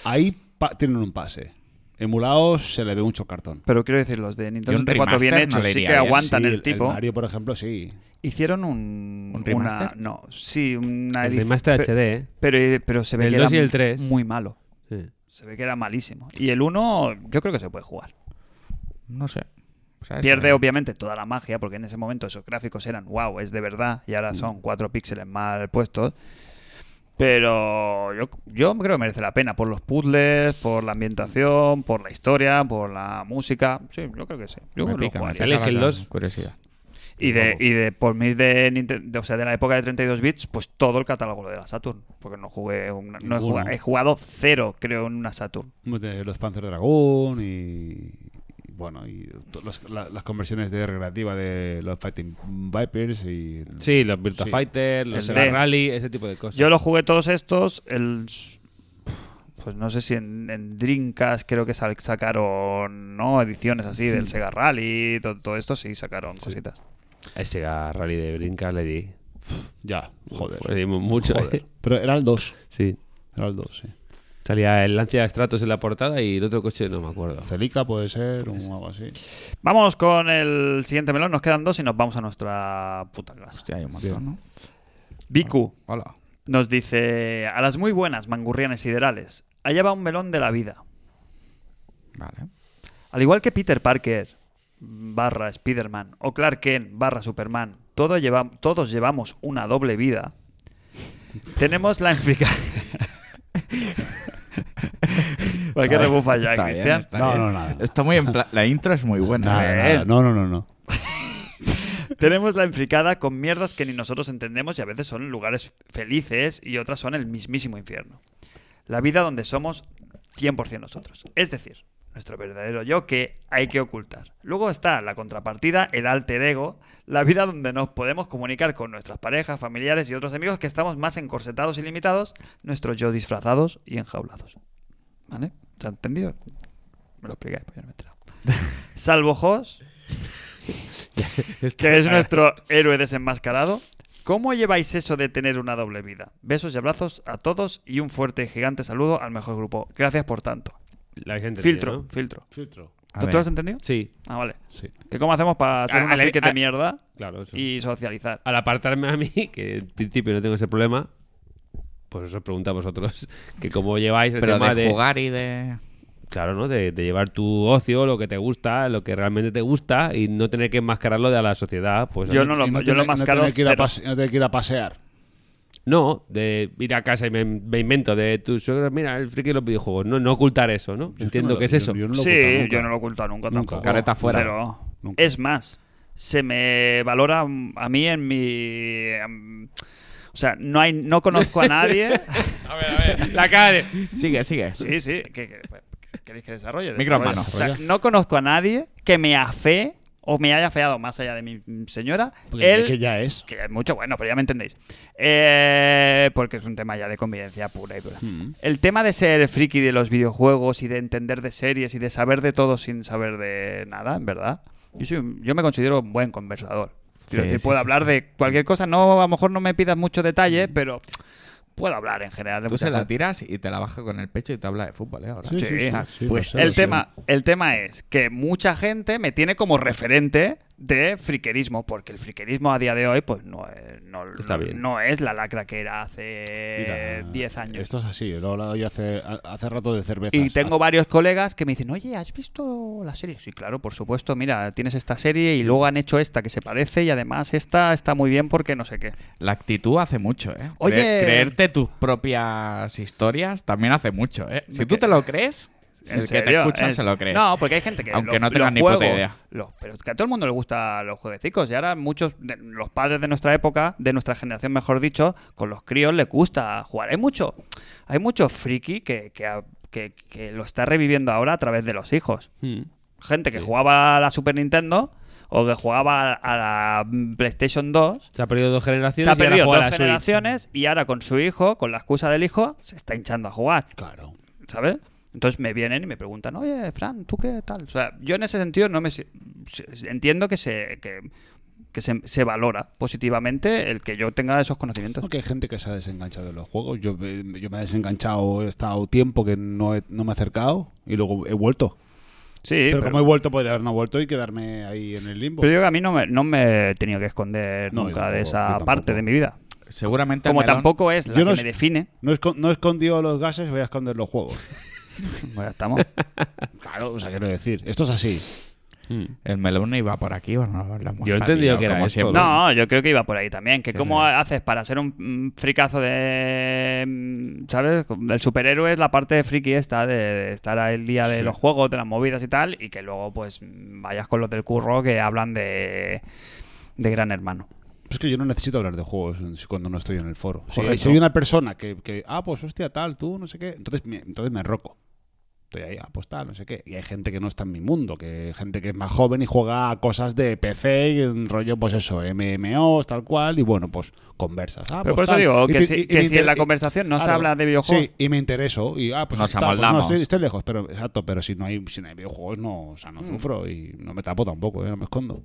Speaker 2: Ahí pa- tienen un pase. Emulados se le ve mucho cartón.
Speaker 1: Pero quiero decir, los de Nintendo
Speaker 3: Y un
Speaker 1: 64 bien
Speaker 3: remaster no
Speaker 1: hechos
Speaker 3: le
Speaker 1: sí
Speaker 3: iría
Speaker 1: que
Speaker 3: bien.
Speaker 1: aguantan
Speaker 2: Sí,
Speaker 1: el tipo.
Speaker 2: El Mario, por ejemplo, sí.
Speaker 1: Hicieron un...
Speaker 3: ¿Un
Speaker 1: una-
Speaker 3: remaster?
Speaker 1: no, sí, una...
Speaker 4: El
Speaker 1: edic-
Speaker 4: remaster
Speaker 1: Ah, pe-
Speaker 4: HD, ¿eh?
Speaker 1: Pero, pero se ve
Speaker 4: El
Speaker 1: que
Speaker 4: 2 y
Speaker 1: era
Speaker 4: el 3.
Speaker 1: muy malo.
Speaker 4: Sí.
Speaker 1: Se ve que era malísimo. Y el 1 yo creo que se puede jugar.
Speaker 3: No sé. ¿Sabes?
Speaker 1: Pierde obviamente toda la magia, porque en ese momento esos gráficos eran wow, es de verdad, y ahora son cuatro píxeles mal puestos. Pero yo, yo creo que merece la pena por los puzzles, por la ambientación, por la historia, por la música. Sí, yo creo que sí. Yo
Speaker 3: Me
Speaker 1: lo
Speaker 3: pica, me
Speaker 1: jugaría.
Speaker 3: pica
Speaker 4: Silent
Speaker 3: la
Speaker 4: Hill 2.
Speaker 3: Curiosidad.
Speaker 1: Y de, y de por mí de, Ninten- de- o sea, de la época de 32 bits, pues todo el catálogo de la Saturn. Porque no jugué una- no he,
Speaker 2: Ninguno.
Speaker 1: jugado, he jugado cero, creo, en una Saturn.
Speaker 2: De Los Panzer Dragoon y. y Bueno, y to- los- la- las conversiones de recreativa de los Fighting Vipers y.
Speaker 4: Sí, los Virtua
Speaker 2: Sí.
Speaker 4: Fighter, los
Speaker 1: El
Speaker 4: Sega
Speaker 1: D.
Speaker 4: Rally, ese tipo de
Speaker 1: Pues
Speaker 4: cosas.
Speaker 1: Yo lo jugué todos estos. El, pues no sé si en, en Dreamcast creo que sal- sacaron no ediciones así del Sega Rally, to- todo, esto sí sacaron cositas.
Speaker 4: El Sega Rally de Brinca le di.
Speaker 2: Ya, joder.
Speaker 4: Le dimos mucho. ¿eh?
Speaker 2: Joder. Pero era el 2.
Speaker 4: Sí.
Speaker 2: Era el 2, sí.
Speaker 4: Salía el Lancia Stratos en la portada y el otro coche no me acuerdo.
Speaker 2: Celica puede ser, o algo así.
Speaker 1: Vamos con el siguiente melón, nos quedan dos y nos vamos a nuestra puta casa.
Speaker 3: Hostia, hay un montón, ¿no?
Speaker 1: Biku
Speaker 3: Hola.
Speaker 1: nos dice: A las muy buenas, mangurrianes siderales. Allá va un melón de la vida.
Speaker 3: Vale.
Speaker 1: Al igual que Peter Parker barra Spider-Man o Clark Kent barra Superman, todo lleva- todos llevamos una doble vida. Tenemos la implicación. ¿Por qué
Speaker 3: Está bien,
Speaker 1: rebufa ya,
Speaker 3: está bien,
Speaker 1: Cristian?
Speaker 3: está
Speaker 2: No,
Speaker 3: bien.
Speaker 2: no, nada.
Speaker 3: Está muy en pla- La intro es muy buena.
Speaker 2: Nada,
Speaker 1: ver.
Speaker 2: nada. No, no, no, no.
Speaker 1: Tenemos la enfricada con mierdas que ni nosotros entendemos y a veces son lugares felices y otras son el mismísimo infierno. La vida donde somos 100% nosotros. Es decir, nuestro verdadero yo que hay que ocultar. Luego está la contrapartida, el alter ego, la vida donde nos podemos comunicar con nuestras parejas, familiares y otros amigos que estamos más encorsetados y limitados, nuestro yo disfrazados y enjaulados. ¿Vale? ¿Se ha entendido? Me lo explicáis, pues yo no me he enterado. Salvo Jos, que es nuestro héroe desenmascarado. ¿Cómo lleváis eso de tener una doble vida? Besos y abrazos a todos y un fuerte y gigante saludo al mejor grupo. Gracias por tanto.
Speaker 4: La habéis entendido,
Speaker 1: Filtro,
Speaker 4: ¿no?
Speaker 1: filtro.
Speaker 2: Filtro.
Speaker 3: A
Speaker 1: ¿Tú, tú
Speaker 3: ver,
Speaker 1: lo has entendido?
Speaker 4: Sí,
Speaker 1: Ah, vale.
Speaker 2: Sí.
Speaker 1: ¿Que ¿Cómo hacemos para ser
Speaker 4: A-
Speaker 1: una
Speaker 4: a la-
Speaker 1: fake de
Speaker 4: a-
Speaker 1: mierda
Speaker 4: claro. eso.
Speaker 1: y socializar?
Speaker 4: al apartarme a mí, que en principio no tengo ese problema, pues os pregunto a vosotros que cómo lleváis el
Speaker 3: Pero
Speaker 4: tema
Speaker 3: de, jugar y de.
Speaker 4: claro, ¿no? De, de llevar tu ocio, lo que te gusta, lo que realmente te gusta y no tener que enmascararlo de a la sociedad. Pues
Speaker 1: Yo no lo,
Speaker 2: Y
Speaker 1: yo
Speaker 2: tiene-
Speaker 1: lo mascaro.
Speaker 2: No tiene que ir a
Speaker 1: cero.
Speaker 2: pase- no tiene que ir a pasear.
Speaker 4: No, de ir a casa y me, me invento de tus suegros, mira, el friki de los videojuegos. No, no ocultar eso, ¿no?
Speaker 2: Yo es
Speaker 4: Entiendo
Speaker 2: no-
Speaker 4: que es
Speaker 2: yo-
Speaker 4: eso.
Speaker 2: yo no lo oculto
Speaker 1: Sí,
Speaker 2: nunca.
Speaker 1: yo no lo oculto nunca
Speaker 2: Nunca.
Speaker 1: tampoco.
Speaker 3: Careta fuera.
Speaker 1: Pero
Speaker 2: Nunca.
Speaker 1: es más, se me valora a mí en mi. em, o sea, no, hay, no conozco a nadie.
Speaker 4: A ver, a ver, la cara de...
Speaker 3: Sigue, sigue.
Speaker 1: Sí, sí. que- que- que- ¿Queréis que desarrolle?
Speaker 3: Micro en
Speaker 1: Desarrolla.
Speaker 3: mano.
Speaker 1: O sea, no conozco a nadie que me afee o me haya afeado más allá de mi señora.
Speaker 2: Porque
Speaker 1: Él-
Speaker 2: que ya Pues es.
Speaker 1: que es mucho bueno, pero ya me entendéis. Eh, porque es un tema ya de convivencia pura y dura.
Speaker 3: Mm.
Speaker 1: El tema de ser friki de los videojuegos y de entender de series y de saber de todo sin saber de nada, en verdad. Yo, soy un- yo me considero un buen conversador. Quiero
Speaker 3: Sí,
Speaker 1: decir,
Speaker 3: sí,
Speaker 1: puedo
Speaker 3: sí,
Speaker 1: hablar
Speaker 3: sí. Mm.
Speaker 1: de cualquier cosa. No, a lo mejor no me pidas mucho detalle, pero puedo hablar en general de
Speaker 3: Tú
Speaker 1: muchas
Speaker 3: se la
Speaker 1: cosas.
Speaker 3: tiras y te la baja con el pecho y te habla de fútbol, ¿eh? Ahora.
Speaker 2: Sí, sí,
Speaker 1: sí,
Speaker 3: Está
Speaker 2: sí,
Speaker 3: puesto.
Speaker 2: lo sé,
Speaker 1: el, tema, el tema es que mucha gente me tiene como referente de friquerismo, porque el friquerismo a día de hoy pues no es, no,
Speaker 4: Está bien.
Speaker 1: no es la lacra que era hace
Speaker 2: Mira,
Speaker 1: 10 eh, años.
Speaker 2: Esto es así, lo he hablado yo hace, hace rato de cerveza.
Speaker 1: Y tengo varios colegas que me dicen, oye, ¿has visto la serie? Sí, claro, por supuesto, mira, tienes esta serie y luego han hecho esta que se parece y además esta está muy bien porque no sé qué.
Speaker 3: La actitud hace mucho, ¿eh? Cre-
Speaker 1: Oye.
Speaker 3: creerte tus propias historias también hace mucho, ¿eh? Si
Speaker 1: ¿De
Speaker 3: tú
Speaker 1: qué?
Speaker 3: te lo crees,
Speaker 1: ¿En
Speaker 3: el que te
Speaker 1: serio?
Speaker 3: escucha
Speaker 1: Es-
Speaker 3: se lo cree.
Speaker 1: No, porque hay gente que.
Speaker 3: Aunque
Speaker 1: lo-
Speaker 3: no tengas
Speaker 1: los
Speaker 3: ni puta
Speaker 1: juegos-
Speaker 3: idea.
Speaker 1: los- pero es que a todo el mundo le gustan los jueguecicos. Y ahora muchos, de- los padres de nuestra época, de nuestra generación, mejor dicho, con los críos les gusta jugar. Hay mucho, hay mucho friki que, que, ha- que- que lo está reviviendo ahora a través de los hijos.
Speaker 4: Mm.
Speaker 1: Gente que jugaba a la Super Nintendo o que jugaba a la mm, PlayStation 2
Speaker 4: Se ha perdido dos generaciones
Speaker 1: se ha
Speaker 4: y ahora
Speaker 1: perdido
Speaker 4: juega a
Speaker 1: dos
Speaker 4: la Switch.
Speaker 1: generaciones y ahora con su hijo, con la excusa del hijo, se está hinchando a jugar.
Speaker 2: Claro.
Speaker 1: ¿sabes? Entonces me vienen y me preguntan, oye, Fran, ¿tú qué tal? O sea, yo en ese sentido no me si- si- entiendo que se que, que se, se valora positivamente el que yo tenga esos conocimientos.
Speaker 2: Porque hay gente que se ha desenganchado de los juegos. Yo, eh, yo me he desenganchado, he estado tiempo que no, he- no me he acercado y luego he vuelto.
Speaker 1: Sí,
Speaker 2: pero,
Speaker 1: pero,
Speaker 2: como he vuelto, podría haber no vuelto y quedarme ahí en el limbo.
Speaker 1: pero yo que a mí no me, no me he tenido que esconder
Speaker 2: No, yo
Speaker 1: nunca
Speaker 2: tampoco,
Speaker 1: de
Speaker 2: yo
Speaker 1: esa
Speaker 2: tampoco.
Speaker 1: parte de mi vida.
Speaker 3: Seguramente. el
Speaker 1: Como
Speaker 3: melón-
Speaker 1: tampoco es la
Speaker 2: Yo
Speaker 1: que
Speaker 2: no
Speaker 1: me
Speaker 2: sé-
Speaker 1: define.
Speaker 2: No, he escon- no he escondido los gases, voy a esconder los juegos.
Speaker 1: Bueno, ya estamos.
Speaker 2: claro, o sea, quiero decir, esto es así.
Speaker 4: Mm.
Speaker 3: El melón iba por aquí, bueno, lo hemos
Speaker 4: Yo he entendido
Speaker 3: pillado,
Speaker 4: que era
Speaker 3: como
Speaker 4: esto,
Speaker 3: siempre.
Speaker 1: No, yo creo que iba por ahí también. Que cómo
Speaker 3: sí.
Speaker 1: haces para ser un mm, fricazo de. mm, ¿Sabes? El superhéroe es la parte friki esta, de, de estar al día de
Speaker 2: Sí.
Speaker 1: los juegos, de las movidas y tal, y que luego pues mm, vayas con los del curro que hablan de. de Gran Hermano.
Speaker 2: Es que yo no necesito hablar de juegos en- cuando no estoy en el foro. Si
Speaker 1: Correcto.
Speaker 2: soy una persona que, que, ah, pues hostia, tal, tú, no sé qué, entonces me, entonces me enroco. Estoy ahí, ah, pues tal, no sé qué. Y hay gente que no está en mi mundo, que hay gente que es más joven y juega a cosas de PC, y un rollo, pues eso, MMOs, tal cual, y bueno, pues conversas. Ah,
Speaker 1: Pero por eso
Speaker 2: pues, tal.
Speaker 1: digo
Speaker 2: Y
Speaker 1: que
Speaker 2: te-
Speaker 1: si-
Speaker 2: y- y
Speaker 1: que
Speaker 2: me
Speaker 1: si en
Speaker 2: inter-
Speaker 1: la conversación no se habla de videojuegos.
Speaker 2: Sí, y me intereso, y ah, pues
Speaker 3: Nos
Speaker 2: está, pues, no,
Speaker 3: amoldamos.
Speaker 2: estoy, estoy lejos, pero exacto, pero si no hay, si no hay videojuegos, no, o sea,
Speaker 1: Mm.
Speaker 2: no sufro y no me tapo tampoco, eh, no me escondo.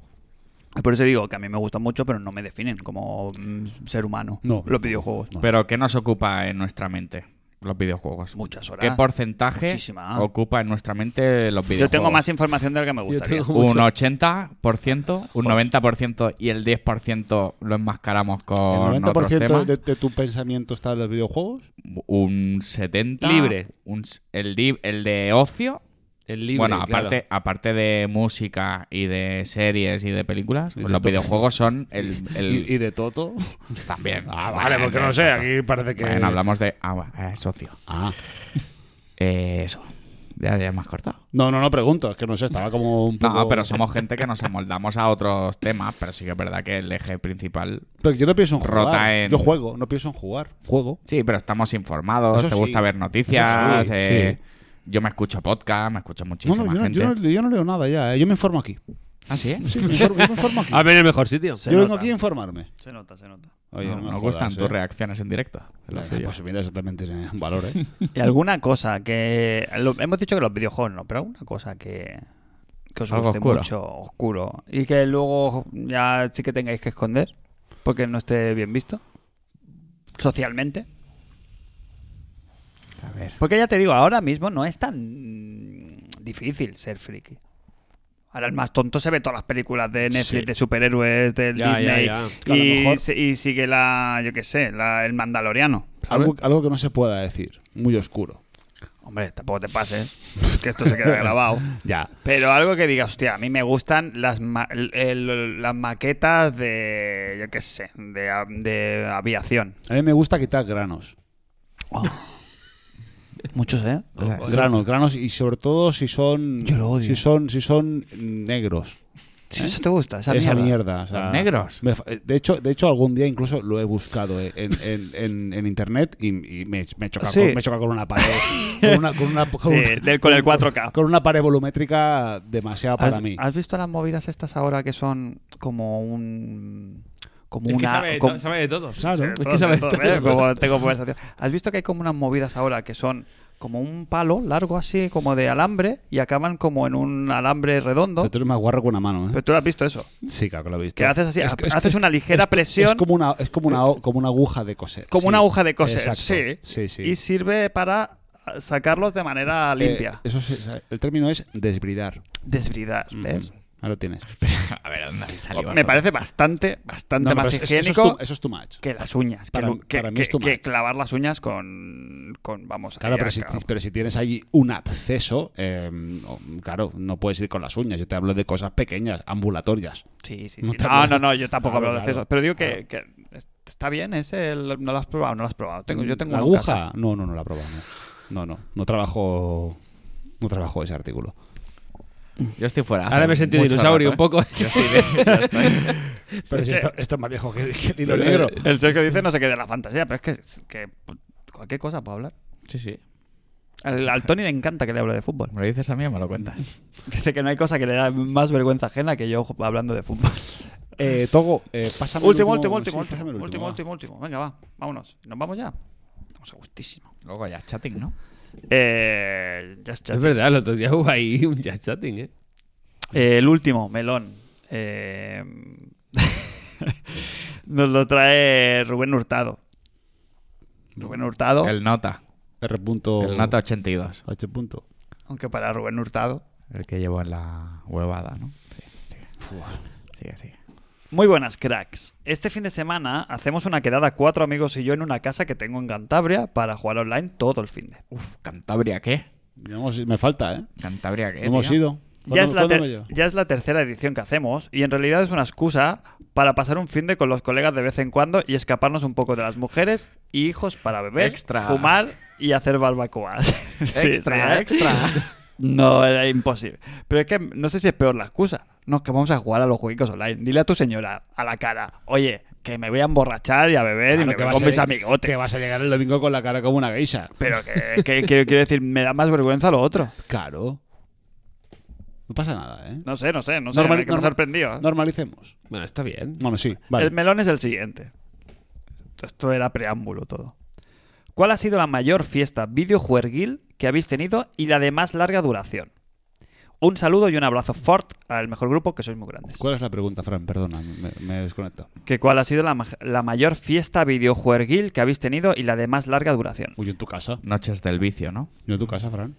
Speaker 1: Por eso digo que a mí me gustan mucho, pero no me definen como mm, ser humano
Speaker 2: No.
Speaker 1: los videojuegos.
Speaker 2: Pues No.
Speaker 3: Pero ¿qué nos ocupa en nuestra mente? los videojuegos.
Speaker 1: Muchas horas.
Speaker 3: ¿Qué porcentaje
Speaker 1: Muchísima.
Speaker 3: ocupa en nuestra mente los
Speaker 1: Yo
Speaker 3: videojuegos?
Speaker 1: tengo más información de la que me gustaría.
Speaker 4: tengo-
Speaker 3: Un
Speaker 4: mucho.
Speaker 3: 80%, un 90% y el 10% lo enmascaramos con
Speaker 2: ¿El
Speaker 3: otros
Speaker 2: 90%
Speaker 3: temas.
Speaker 2: de, de tu pensamiento está en los videojuegos?
Speaker 3: Un 70%.
Speaker 4: Libre.
Speaker 3: un s- el, lib- el de ocio.
Speaker 4: El libre,
Speaker 3: bueno,
Speaker 4: claro.
Speaker 3: aparte, aparte de música y de series y de películas, pues los videojuegos son el, el-
Speaker 2: ¿Y, y de Toto?
Speaker 3: también.
Speaker 2: Ah, vale,
Speaker 3: Bueno,
Speaker 2: porque no sé,
Speaker 3: exacto.
Speaker 2: aquí parece que...
Speaker 3: Bueno, hablamos de. Ah, bueno, eh, socio.
Speaker 2: Ah.
Speaker 3: Eh, eso. Ya, ya me has cortado.
Speaker 2: No, no, no pregunto, es que no sé, estaba como un poco...
Speaker 3: No, pero somos gente que nos amoldamos a otros temas, pero sí que es verdad que el eje principal.
Speaker 2: Pero yo no pienso en
Speaker 3: Rota
Speaker 2: jugar.
Speaker 3: en-
Speaker 2: Yo juego, no pienso en jugar. Juego.
Speaker 3: Sí, pero estamos informados,
Speaker 2: Eso
Speaker 3: te
Speaker 2: sí.
Speaker 3: gusta ver noticias.
Speaker 2: Eso sí,
Speaker 3: eh, Yo me escucho podcast, me escucho
Speaker 2: No,
Speaker 3: muchísima
Speaker 2: no, yo, no-
Speaker 3: gente.
Speaker 2: yo no, yo no leo nada ya, eh, yo me informo aquí.
Speaker 3: Ah, sí, eh?
Speaker 2: Sí, me informo, yo me informo aquí.
Speaker 4: A ver, el mejor sitio.
Speaker 1: Se
Speaker 2: Yo vengo
Speaker 1: nota.
Speaker 2: aquí a informarme.
Speaker 1: Se nota, se nota.
Speaker 2: Oye,
Speaker 3: no,
Speaker 2: me
Speaker 3: nos
Speaker 2: jodas,
Speaker 3: gustan
Speaker 2: eh.
Speaker 3: tus reacciones en directo. Lo sé yo.
Speaker 2: Pues mira, eso también tiene un valor, ¿eh?
Speaker 1: ¿Y alguna cosa que. lo- hemos dicho que los videojuegos no, pero alguna cosa que. Que os
Speaker 3: Algo
Speaker 1: guste
Speaker 3: oscuro.
Speaker 1: mucho, oscuro. Y que luego ya sí que tengáis que esconder. Porque no esté bien visto. Socialmente.
Speaker 3: A ver.
Speaker 1: Porque ya te digo, ahora mismo no es tan difícil ser friki. Ahora el más tonto se ve todas las películas de Netflix,
Speaker 2: Sí.
Speaker 1: de superhéroes, del
Speaker 4: Ya,
Speaker 1: Disney.
Speaker 4: ya,
Speaker 2: ya. Que a lo
Speaker 1: Y,
Speaker 2: mejor-
Speaker 1: se- y sigue la, yo qué sé, la- el Mandaloriano. ¿sabes?
Speaker 2: Algo, algo que no se pueda decir, muy oscuro.
Speaker 1: Hombre, tampoco te pases, que esto se queda grabado.
Speaker 2: Ya.
Speaker 1: Pero algo que digas, hostia, a mí me gustan las, ma- el- el- las maquetas de, yo qué sé, de, a- de aviación.
Speaker 2: A mí me gusta quitar granos.
Speaker 1: Muchos, ¿eh?
Speaker 2: Granos, granos y sobre todo si son
Speaker 1: Yo lo odio.
Speaker 2: si son si son negros.
Speaker 1: Sí, eso te gusta, esa,
Speaker 2: Esa
Speaker 1: mierda.
Speaker 2: mierda, o sea,
Speaker 3: ¿Los negros?
Speaker 2: me fa- de hecho, de hecho algún día incluso lo he buscado eh, en, en- en- en internet y, y me, me he chocado
Speaker 1: Sí.
Speaker 2: con, me he chocado con una pared con una con una, con
Speaker 1: Sí,
Speaker 2: una-
Speaker 1: del- con el 4K.
Speaker 2: con una pared volumétrica demasiado
Speaker 1: ¿Has,
Speaker 2: para mí.
Speaker 1: has visto las movidas estas ahora que son como un. como
Speaker 4: Es que
Speaker 1: una.
Speaker 4: sabe, de to-
Speaker 1: como-
Speaker 4: sabe de todo.
Speaker 2: Claro.
Speaker 1: Sí,
Speaker 2: Es que
Speaker 1: todo,
Speaker 4: sabe
Speaker 1: todo,
Speaker 4: todo.
Speaker 1: ¿eh? Como tengo conversación. ¿Has visto que hay como unas movidas ahora que son como un palo largo así, como de alambre, y acaban como en un alambre redondo?
Speaker 2: Pero tú eres más guarro que una mano, ¿eh?
Speaker 1: Pero tú lo has visto eso.
Speaker 2: Sí, claro que lo he visto.
Speaker 1: Que haces así,
Speaker 2: Es-
Speaker 1: ha-
Speaker 2: es-
Speaker 1: haces
Speaker 2: es-
Speaker 1: una ligera
Speaker 2: es-
Speaker 1: presión.
Speaker 2: Es como una, es como una, o- como una aguja de coser.
Speaker 1: Como
Speaker 2: sí.
Speaker 1: una aguja de coser.
Speaker 2: Exacto.
Speaker 1: Sí.
Speaker 2: Sí, sí.
Speaker 1: Y sirve para sacarlos de manera
Speaker 2: Eh,
Speaker 1: limpia.
Speaker 2: eso sí, o sea, el término es desbridar.
Speaker 1: Desbridar. ¿ves?
Speaker 2: Ujú. Ahora lo tienes.
Speaker 3: A ver, ¿dónde habéis salido
Speaker 1: Oh, Me parante
Speaker 3: vosotros?
Speaker 1: parece bastante, bastante
Speaker 2: No, no,
Speaker 1: más
Speaker 2: pero es-
Speaker 1: higiénico.
Speaker 2: Eso es, tu, eso es too much.
Speaker 1: que las uñas.
Speaker 2: Para-
Speaker 1: que, lu- que-
Speaker 2: para mí
Speaker 1: que-
Speaker 2: es too
Speaker 1: que
Speaker 2: much.
Speaker 1: clavar las uñas con, con vamos.
Speaker 2: Claro,
Speaker 1: ahí
Speaker 2: pero si,
Speaker 1: acá.
Speaker 2: pero si tienes ahí un absceso, eh, no, claro, no puedes ir con las uñas. Yo te hablo de cosas pequeñas, ambulatorias.
Speaker 1: Sí, sí,
Speaker 2: no
Speaker 1: sí.
Speaker 2: te
Speaker 1: No,
Speaker 2: hablo-
Speaker 1: no, no, yo tampoco
Speaker 2: Claro,
Speaker 1: hablo de
Speaker 2: claro,
Speaker 1: accesos. Pero digo que, que est- está bien ese, el- no lo has probado, no lo has probado. Tengo, yo tengo
Speaker 2: Mm, ¿La
Speaker 1: una en casa.
Speaker 2: aguja? No, no, no la he probado. No, no, no, no trabajo, no trabajo ese artículo.
Speaker 3: Yo estoy fuera.
Speaker 4: Ahora
Speaker 3: hace
Speaker 4: me he sentido
Speaker 3: mucho
Speaker 4: dinosaurio
Speaker 3: rato,
Speaker 4: un poco.
Speaker 3: ¿eh? Yo estoy de- yo estoy-
Speaker 2: Pero si esto, esto es más viejo que, que el hilo negro.
Speaker 1: El Sergio dice no sé qué de la fantasía, pero es que, que cualquier cosa puedo hablar.
Speaker 3: Sí, sí.
Speaker 1: Al, al Tony le encanta que le hable de fútbol.
Speaker 3: ¿eh? ¿Me lo dices a mí o me lo cuentas?
Speaker 1: Dice que no hay cosa que le da más vergüenza ajena que yo hablando de fútbol.
Speaker 2: Eh, Togo, eh, pásame
Speaker 1: Último,
Speaker 2: el
Speaker 1: último,
Speaker 2: último,
Speaker 1: último,
Speaker 2: sí, pásame
Speaker 1: último,
Speaker 2: el
Speaker 1: último,
Speaker 2: va.
Speaker 1: último, último. Venga, va, vámonos. ¿Nos vamos ya? Vamos a gustísimo.
Speaker 3: Luego ya es chatting, ¿no?
Speaker 1: Eh, ya está.
Speaker 4: Es verdad, el otro día hubo ahí un jazz chatting, ¿eh?
Speaker 1: Eh, el último, melón. Eh, nos lo trae Rubén Hurtado. Rubén Hurtado.
Speaker 3: El Nota.
Speaker 2: R. punto-
Speaker 3: El Nota 82.
Speaker 2: H. punto.
Speaker 1: Aunque para Rubén Hurtado.
Speaker 3: El que llevo en la huevada, ¿no? Sí, sigue. Sigue, sigue.
Speaker 1: Muy buenas, cracks. Este fin de semana hacemos una quedada cuatro amigos y yo en una casa que tengo en Cantabria para jugar online todo el fin de.
Speaker 3: Uf, Cantabria, ¿qué?
Speaker 2: No hemos- me falta, ¿eh?
Speaker 3: Cantabria, ¿qué?
Speaker 2: No hemos
Speaker 3: tío?
Speaker 2: ido.
Speaker 1: Ya
Speaker 2: ¿Cuándo-
Speaker 1: es, la
Speaker 2: cuándo
Speaker 1: ter-
Speaker 2: me llevo?
Speaker 1: ya es la tercera edición que hacemos y en realidad es una excusa para pasar un fin de con los colegas de vez en cuando y escaparnos un poco de las mujeres y hijos para beber,
Speaker 3: Extra.
Speaker 1: fumar y hacer barbacoas. Sí,
Speaker 3: Extra,
Speaker 1: sí, ¿eh?
Speaker 3: extra.
Speaker 1: No, era imposible. Pero es que no sé si es peor la excusa. No, es que vamos a jugar a los juegos online. Dile a tu señora a la cara, oye, que me voy a emborrachar y a beber y
Speaker 2: Claro,
Speaker 1: me voy
Speaker 2: vas
Speaker 1: con
Speaker 2: a
Speaker 1: mis
Speaker 2: lleg-
Speaker 1: amigotes.
Speaker 2: Que vas a llegar el domingo con la cara como una geisha.
Speaker 1: Pero que, que quiero, quiero decir, me da más vergüenza lo otro.
Speaker 2: Claro. No pasa nada, ¿eh?
Speaker 1: No sé, no sé, no sé.
Speaker 2: Normal-
Speaker 1: me- que me ha
Speaker 2: norma-
Speaker 1: sorprendido. ¿eh?
Speaker 2: Normalicemos.
Speaker 4: Bueno, está bien.
Speaker 2: Bueno, sí, vale.
Speaker 1: El melón es el siguiente. Esto era preámbulo todo. ¿Cuál ha sido la mayor fiesta videojuerguil que habéis tenido y la de más larga duración? Un saludo y un abrazo fuerte al mejor grupo, que sois muy grandes.
Speaker 2: ¿Cuál es la pregunta, Fran? Perdona, me, me desconecto.
Speaker 1: Que cuál ha sido la, maj- la mayor fiesta videojuerguil que habéis tenido y la de más larga duración.
Speaker 2: Uy, yo en tu casa.
Speaker 3: Noches del vicio, ¿no?
Speaker 2: Yo en tu casa, Fran.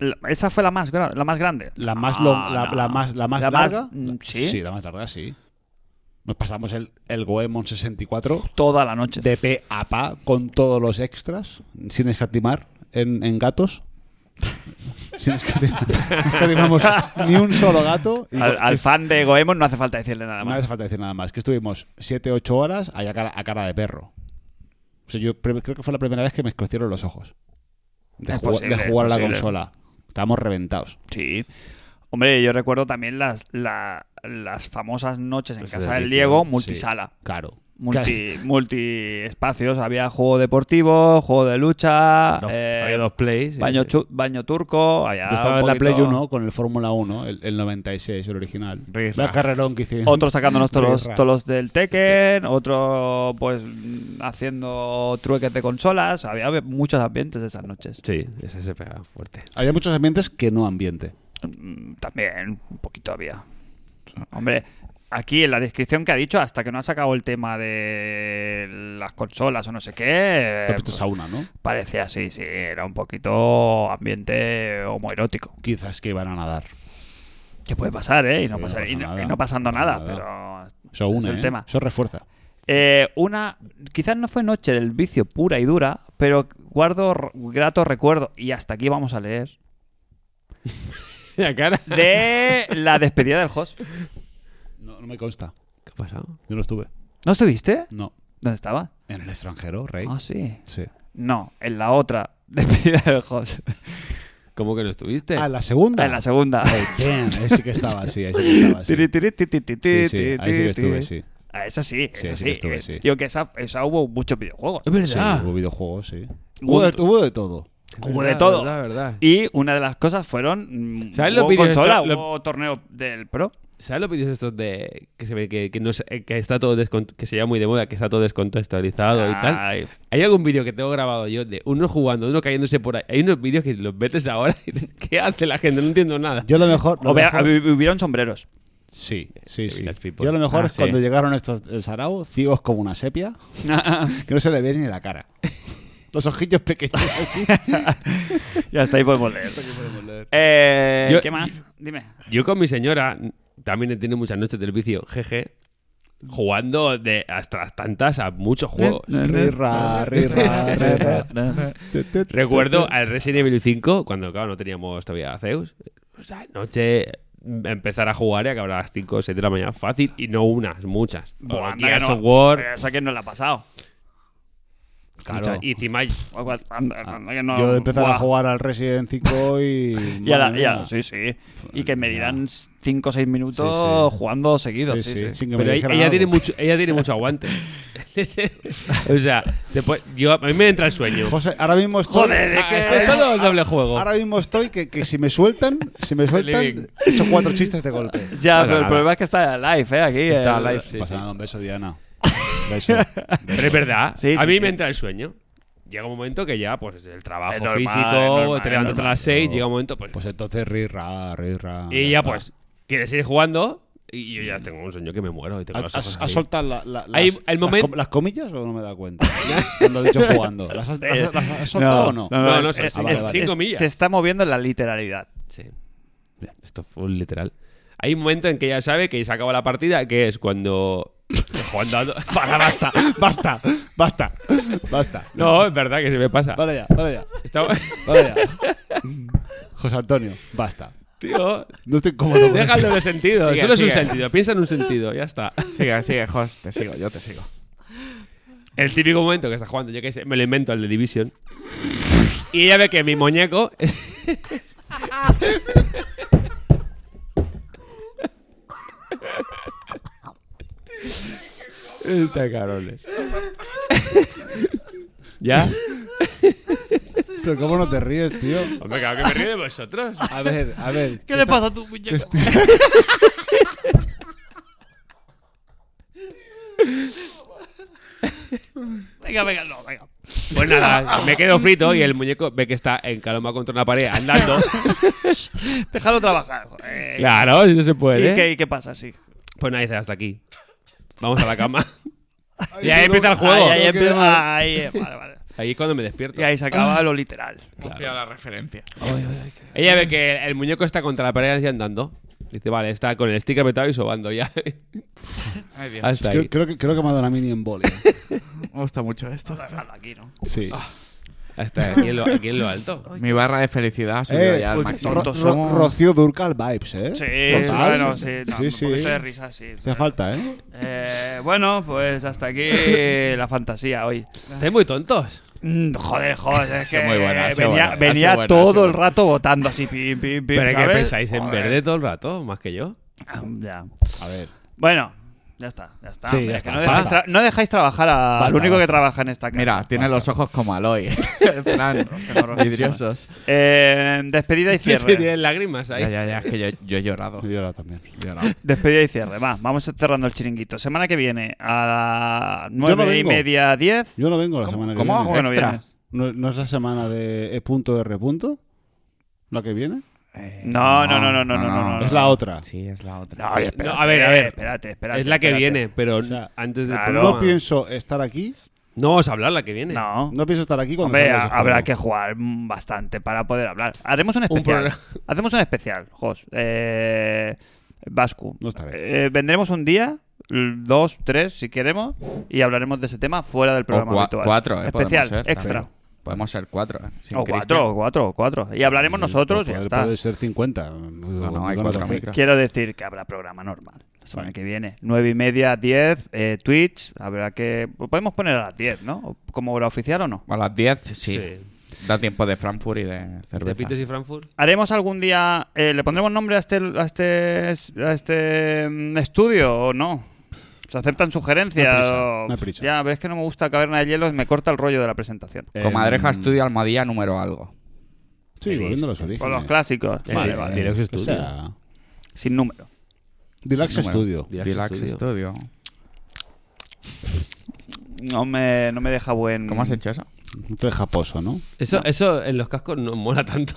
Speaker 1: La- esa fue la más, gra- la más grande.
Speaker 2: La más,
Speaker 1: Ah,
Speaker 2: lo- la,
Speaker 1: no.
Speaker 2: la más, la más
Speaker 1: La más-
Speaker 2: larga.
Speaker 1: mm,
Speaker 2: la-
Speaker 1: ¿sí?
Speaker 2: la más larga, sí. Nos pasamos el, el Goemon 64
Speaker 1: Toda la noche.
Speaker 2: de pe a pa con todos los extras, sin escatimar en, en gatos. sin escatimar. No escatimamos ni un solo gato. Y
Speaker 1: al,
Speaker 2: con-
Speaker 1: al fan de Goemon no hace falta decirle nada
Speaker 2: No
Speaker 1: más.
Speaker 2: hace falta decir nada más. Que estuvimos 7, 8 horas ahí a cara, a cara de perro. O sea, yo pre- creo que fue la primera vez que me escocieron los ojos. De,
Speaker 1: Es
Speaker 2: jugar-
Speaker 1: posible,
Speaker 2: de jugar a la
Speaker 1: es posible.
Speaker 2: consola. Estábamos reventados.
Speaker 1: Sí. Hombre, yo recuerdo también las, la- las famosas noches en
Speaker 4: Ese
Speaker 1: casa
Speaker 4: del
Speaker 1: del
Speaker 4: vicio,
Speaker 1: Diego,
Speaker 2: sí.
Speaker 1: multisala.
Speaker 2: Claro.
Speaker 1: Multi, multi espacios, había juego deportivo, juego de lucha,
Speaker 4: Dos-
Speaker 1: eh,
Speaker 4: había dos plays.
Speaker 1: baño,
Speaker 4: eh,
Speaker 1: chu- baño turco, había
Speaker 2: Yo estaba
Speaker 1: ah, un
Speaker 2: en la
Speaker 1: poquito-
Speaker 2: Play 1 con el Fórmula 1, el, el 96, el original.
Speaker 3: Rirra.
Speaker 2: La carrerón que hicieron.
Speaker 1: Otro sacándonos todos los,
Speaker 2: Rirra.
Speaker 1: todos los del Tekken, otro pues mm, haciendo trueques de consolas, había ve- muchos ambientes esas noches.
Speaker 4: Sí, ese se pegaba fuerte.
Speaker 2: Había muchos ambientes que no ambiente.
Speaker 1: Mm, También, un poquito había. Hombre, aquí en la descripción que ha dicho, hasta que no ha sacado el tema de las consolas o no sé qué,
Speaker 2: Te has puesto sauna, ¿no?
Speaker 1: parecía así, sí, era un poquito ambiente homoerótico.
Speaker 2: Quizás que iban a nadar.
Speaker 1: Que puede pasar, ¿eh? Y no,
Speaker 2: Sí, no
Speaker 1: pasar-
Speaker 2: pasa
Speaker 1: y no-
Speaker 2: nada.
Speaker 1: y no pasando
Speaker 2: No
Speaker 1: nada,
Speaker 2: pasa
Speaker 1: pero
Speaker 2: Eso
Speaker 1: es
Speaker 2: une,
Speaker 1: el
Speaker 2: ¿eh?
Speaker 1: tema.
Speaker 2: Eso refuerza.
Speaker 1: Eh, una, quizás no fue noche del vicio pura y dura, pero guardo r- grato recuerdo, y hasta aquí vamos a leer,
Speaker 4: La cara.
Speaker 1: de la despedida del host.
Speaker 2: No, no me consta.
Speaker 4: ¿Qué ha pasado?
Speaker 2: Yo no estuve.
Speaker 1: ¿No estuviste?
Speaker 2: No.
Speaker 1: ¿Dónde estaba?
Speaker 2: En el extranjero, Rey.
Speaker 1: Ah, sí.
Speaker 2: Sí.
Speaker 1: No, en la otra despedida del host.
Speaker 4: ¿Cómo que no estuviste?
Speaker 2: Ah, la segunda.
Speaker 1: En la segunda.
Speaker 2: Damn, ahí sí que estaba, sí, ahí sí que estaba. sí.
Speaker 1: Tiri, tiri, ti, ti, ti,
Speaker 2: Sí,
Speaker 1: ti,
Speaker 2: sí,
Speaker 1: ti,
Speaker 2: ahí sí que
Speaker 1: ti.
Speaker 2: estuve, sí.
Speaker 1: Ah, esa sí,
Speaker 2: Sí,
Speaker 1: esa
Speaker 2: sí
Speaker 1: sí.
Speaker 2: que estuve, sí.
Speaker 1: Tío, que esa, esa hubo muchos videojuegos.
Speaker 2: Sí, hubo videojuegos, sí.
Speaker 1: Ah. Hubo
Speaker 2: Hubo
Speaker 1: de-
Speaker 2: de, hubo de todo.
Speaker 1: Hubo de todo.
Speaker 4: Verdad, verdad.
Speaker 1: Y una de las cosas fueron. mm,
Speaker 4: ¿Sabes
Speaker 1: hubo
Speaker 4: los vídeos
Speaker 1: consola,
Speaker 4: estos-
Speaker 1: hubo torneo del pro.
Speaker 4: ¿Sabes los vídeos estos de que se ve que, que no se- eh, que está todo descont- que se llama muy de moda, que está todo descontextualizado y
Speaker 1: Ay.
Speaker 4: tal? Hay algún vídeo que tengo grabado yo de uno jugando, uno cayéndose por ahí. Hay unos vídeos que los metes ahora y dices, ¿qué hace la gente? No entiendo nada.
Speaker 2: Yo lo mejor. Lo
Speaker 1: O vea-
Speaker 2: mejor-
Speaker 1: hub- hubieron sombreros.
Speaker 2: sí, sí, sí.
Speaker 4: Village People.
Speaker 2: Yo lo mejor
Speaker 4: Ah,
Speaker 2: es
Speaker 4: sí.
Speaker 2: cuando llegaron estos del Sarao, ciegos como una sepia, que no se le ve ni la cara. Los ojillos pequeños así.
Speaker 1: y hasta ahí podemos leer. Eh,
Speaker 4: Yo-
Speaker 1: ¿Qué más? Dime.
Speaker 4: Yo con mi señora también he tenido muchas noches del vicio, jeje, jugando de hasta las tantas a muchos juegos.
Speaker 2: Rirra, rirra, rirra.
Speaker 4: Recuerdo al Resident Evil 5, cuando claro, no teníamos todavía Zeus. O sea, noche empezar a jugar y acabar a las 5 o 6 de la mañana fácil y no unas, muchas.
Speaker 1: Buah,
Speaker 4: Bueno,
Speaker 1: anda
Speaker 4: Gears
Speaker 1: que no- Eh,
Speaker 4: of War,
Speaker 1: pero Esa que no la ha pasado.
Speaker 2: Claro.
Speaker 4: muchas. y encima
Speaker 1: O cual- anda- anda que no-
Speaker 2: Ah, Yo de empezar
Speaker 1: Buah.
Speaker 2: a jugar al Resident 5 y.
Speaker 1: Y a la-
Speaker 2: madre
Speaker 1: y a-
Speaker 2: mía.
Speaker 1: sí, sí. Y que me dirán 5 o 6 minutos jugando seguido.
Speaker 2: Sí,
Speaker 1: sí,
Speaker 2: sí,
Speaker 1: sí.
Speaker 2: sin que me
Speaker 4: Pero ella,
Speaker 2: dijera
Speaker 4: ella tiene
Speaker 2: algo.
Speaker 4: mucho, ella tiene mucho aguante. o sea, después, yo, a mí me entra el sueño.
Speaker 2: José, ahora mismo estoy.
Speaker 1: Joder, es que-
Speaker 4: Ah, esto es todo el doble juego.
Speaker 2: Ahora mismo estoy que, que si me sueltan, si me sueltan,
Speaker 4: living.
Speaker 2: he hecho cuatro chistes de golpe.
Speaker 1: Ya,
Speaker 4: Nada,
Speaker 1: pero el
Speaker 4: nada.
Speaker 1: problema es que está live, ¿eh? Aquí.
Speaker 4: Está
Speaker 1: el-
Speaker 4: live, sí,
Speaker 2: No pasa
Speaker 4: sí.
Speaker 2: nada, un beso, Diana. Beso.
Speaker 4: Pero es verdad,
Speaker 1: Sí,
Speaker 4: a
Speaker 1: sí,
Speaker 4: mí
Speaker 1: sí.
Speaker 4: me entra el sueño. Llega un momento que ya, pues el trabajo
Speaker 1: Es normal,
Speaker 4: físico,
Speaker 1: es normal,
Speaker 4: te levantas
Speaker 1: es
Speaker 4: a las 6,
Speaker 2: normal.
Speaker 4: llega un momento, pues.
Speaker 2: Pues entonces rirra, rirra.
Speaker 4: y ya,
Speaker 2: está.
Speaker 4: pues, quieres ir jugando y yo ya tengo un sueño que me muero. Y tengo
Speaker 2: ¿Has,
Speaker 4: los ojos
Speaker 2: has-
Speaker 4: así.
Speaker 2: has soltado la- la- las,
Speaker 4: Ahí, el
Speaker 2: las
Speaker 4: momento-
Speaker 2: com- las comillas o no me he dado cuenta? Cuando he dicho jugando. ¿Las has, las- las has soltado o no?
Speaker 4: no. No, no,
Speaker 1: es-
Speaker 4: son
Speaker 1: es-
Speaker 2: cinco. Ah, vale, vale.
Speaker 1: es-
Speaker 4: Cinco millas.
Speaker 1: Se está moviendo en la literalidad.
Speaker 4: Sí. Esto fue un literal. Hay un momento en que ya sabe que se acaba la partida, que es cuando. jugando a-
Speaker 2: Para, Ah, basta, basta, basta, basta.
Speaker 4: No, es verdad que se me pasa.
Speaker 2: Vale ya, vale ya,
Speaker 4: Estaba-
Speaker 2: vale ya. José Antonio, basta.
Speaker 4: Tío,
Speaker 2: No estoy cómodo. con esto.
Speaker 4: déjalo de sentido.
Speaker 3: Sigue,
Speaker 4: Solo es
Speaker 3: sigue.
Speaker 4: un sentido. Piensa en un sentido, ya está.
Speaker 3: Sigue, sigue, Jos, te sigo, yo te sigo.
Speaker 4: El típico momento que está jugando, yo que sé, me lo invento al de Division. Y ella ve que mi muñeco. Está cabrones. ¿Ya?
Speaker 2: Pero ¿cómo no te ríes, tío?
Speaker 4: Hombre, claro que me río de vosotros.
Speaker 2: A ver, a ver.
Speaker 1: ¿Qué le pasa a tu muñeco? Venga, venga, no, venga.
Speaker 4: Pues nada, me quedo frito y el muñeco ve que está en caloma contra una pared andando.
Speaker 1: Déjalo trabajar. joder.
Speaker 4: claro, ¿eh? si no se
Speaker 1: ¿Y,
Speaker 4: puede.
Speaker 1: qué, y qué pasa? Sí.
Speaker 4: Pues nada, dice, hasta aquí. Vamos a la cama. y ahí empieza el juego.
Speaker 1: Ahí, ahí
Speaker 2: No
Speaker 1: empieza-
Speaker 2: quiero-
Speaker 1: ahí, eh, vale, vale.
Speaker 4: Ahí es cuando me despierto.
Speaker 1: Y ahí se acaba lo literal.
Speaker 3: Copia la referencia.
Speaker 4: Ella ve que el muñeco está contra la pared y andando. Dice, vale, está con el sticker apretado y sobando ya.
Speaker 3: Ay, Dios.
Speaker 4: Hasta ahí.
Speaker 2: Creo, creo que, creo que me ha dado una mini ¿eh? embolia.
Speaker 3: Me gusta mucho esto.
Speaker 1: Déjalo aquí, ¿no?
Speaker 2: Sí.
Speaker 4: Hasta aquí en lo, aquí en lo alto.
Speaker 3: Mi barra de felicidad ha subido
Speaker 2: Eh,
Speaker 3: ya al
Speaker 1: uy, qué
Speaker 3: máximo.
Speaker 2: Ro-
Speaker 1: tontos
Speaker 2: Ro-
Speaker 1: somos.
Speaker 2: Rocío Durcal vibes, ¿eh?
Speaker 1: Sí,
Speaker 2: Total.
Speaker 1: bueno, sí. no,
Speaker 2: sí, sí.
Speaker 1: Un poquito de risa, sí.
Speaker 2: Hace falta, ¿eh?
Speaker 1: Eh, bueno, pues hasta aquí la fantasía hoy.
Speaker 4: Estáis muy tontos.
Speaker 1: Mm, Joder, joder, es que
Speaker 3: muy buena, ha sido
Speaker 1: venía,
Speaker 3: buena, ha sido
Speaker 1: venía
Speaker 3: buena, ha sido
Speaker 1: todo el
Speaker 3: buena.
Speaker 1: rato votando así, pim, pim, pim.
Speaker 4: Pero es que
Speaker 1: ¿sabes?
Speaker 4: pensáis en
Speaker 1: Joder.
Speaker 4: verde todo el rato, más que yo.
Speaker 1: Ya.
Speaker 2: A ver.
Speaker 1: Bueno, ya está, ya está.
Speaker 2: Sí,
Speaker 1: Hombre,
Speaker 2: ya
Speaker 1: es que
Speaker 2: está,
Speaker 1: No dejáis,
Speaker 2: basta.
Speaker 1: tra- no dejáis trabajar a- al
Speaker 2: Basta,
Speaker 1: único que
Speaker 2: basta.
Speaker 1: trabaja en esta casa.
Speaker 3: Mira, tiene los ojos como Aloy. en plan, vidriosos.
Speaker 1: Eh, despedida y
Speaker 4: Sí,
Speaker 1: cierre.
Speaker 4: sí, tienes lágrimas ahí.
Speaker 3: Ya, ya, ya, es que yo, yo he llorado.
Speaker 2: Yo ahora también.
Speaker 3: Llorado.
Speaker 1: Despedida y cierre. Va, vamos cerrando el chiringuito. Semana que viene a las
Speaker 2: no
Speaker 1: nueve y
Speaker 2: vengo.
Speaker 1: media, diez.
Speaker 2: Yo no vengo la semana que
Speaker 3: ¿Cómo?
Speaker 2: viene.
Speaker 1: Bueno,
Speaker 3: Extra.
Speaker 1: vienes.
Speaker 2: ¿No, no es la semana de E.R. punto R punto? ¿La que viene?
Speaker 1: No, no, no, no, no, no, no, no.
Speaker 2: Es la otra.
Speaker 3: Sí, es la otra.
Speaker 1: No, oye, espérate,
Speaker 4: No, a ver, a ver.
Speaker 1: Espérate, espérate.
Speaker 4: Es la que
Speaker 1: espérate.
Speaker 4: viene, pero
Speaker 2: sea,
Speaker 4: antes de
Speaker 1: claro.
Speaker 2: No pienso estar aquí.
Speaker 4: No vamos a hablar la que viene.
Speaker 1: No.
Speaker 2: No pienso estar aquí cuando
Speaker 1: Hombre,
Speaker 2: salga
Speaker 1: ha-
Speaker 2: ese juego.
Speaker 1: habrá que jugar mm, bastante para poder hablar. Haremos un especial.
Speaker 4: programa.
Speaker 1: Hacemos un especial, Jos. Eh, Vascu.
Speaker 2: No estaré.
Speaker 1: Eh, vendremos un día, l- dos, tres, si queremos, y hablaremos de ese tema fuera del
Speaker 3: O
Speaker 1: programa
Speaker 3: cua-
Speaker 1: habitual.
Speaker 3: cuatro, eh, podemos
Speaker 1: especial,
Speaker 3: ser, también.
Speaker 1: extra.
Speaker 3: Podemos ser cuatro. eh, sin
Speaker 1: O
Speaker 3: Cristian.
Speaker 1: cuatro, o cuatro, o cuatro. Y hablaremos nosotros y ya
Speaker 2: pues Puede-
Speaker 1: está.
Speaker 2: Puede ser 50.
Speaker 3: No, no, hay cuatro micros.
Speaker 1: Quiero decir que habrá programa normal la semana que viene. Nueve y media, diez, eh, Twitch. Habrá que. pues Podemos poner a las diez, ¿no? ¿Como hora oficial o no?
Speaker 3: A las 10, sí.
Speaker 4: Sí.
Speaker 3: Da tiempo de Frankfurt y de
Speaker 4: ¿De
Speaker 3: cerveza.
Speaker 4: Pites y Frankfurt?
Speaker 1: ¿Haremos algún día, eh, le pondremos nombre a este, a este, a este mm, estudio o no? ¿Se aceptan sugerencias?
Speaker 2: No hay prisa,
Speaker 1: o-
Speaker 2: no hay prisa.
Speaker 1: Ya, pero es que no me gusta Caverna de Hielo y me corta el rollo de la presentación.
Speaker 2: Eh,
Speaker 3: Comadreja Estudio Almadía número algo.
Speaker 2: Sí, volviendo a los orígenes.
Speaker 1: Con los clásicos,
Speaker 4: Eh,
Speaker 2: Vale,
Speaker 4: Di-
Speaker 2: vale.
Speaker 4: Deluxe
Speaker 2: O
Speaker 4: Studio.
Speaker 2: sea,
Speaker 1: sin número.
Speaker 2: Deluxe
Speaker 3: Número.
Speaker 2: Studio.
Speaker 4: Deluxe
Speaker 3: Deluxe Studio.
Speaker 4: Studio.
Speaker 1: No me, no me deja buen...
Speaker 3: ¿Cómo has hecho eso?
Speaker 2: No te deja pozo, ¿no?
Speaker 4: Eso, eso en los cascos no mola tanto.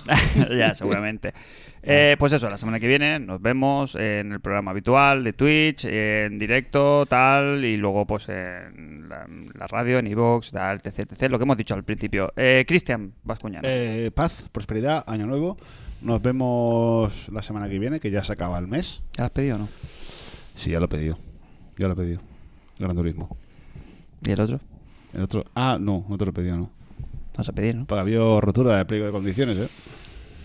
Speaker 1: ya, seguramente. Eh, pues eso, la semana que viene nos vemos en el programa habitual de Twitch, en directo, tal, y luego pues en la, la radio, en iVoox, tal, etc, etc, lo que hemos dicho al principio. Eh, Cristian Vascuñán.
Speaker 2: Eh, paz, prosperidad, año nuevo. Nos vemos la semana que viene, que ya se acaba el mes.
Speaker 1: ¿Te la has pedido o no?
Speaker 2: Sí, ya lo he pedido. Ya lo he pedido. Gran Turismo.
Speaker 1: ¿Y el otro?
Speaker 2: El otro. Ah, no, no te lo he pedido, no.
Speaker 1: Vas a pedir, ¿no?
Speaker 2: Porque había rotura de pliego de condiciones, ¿eh?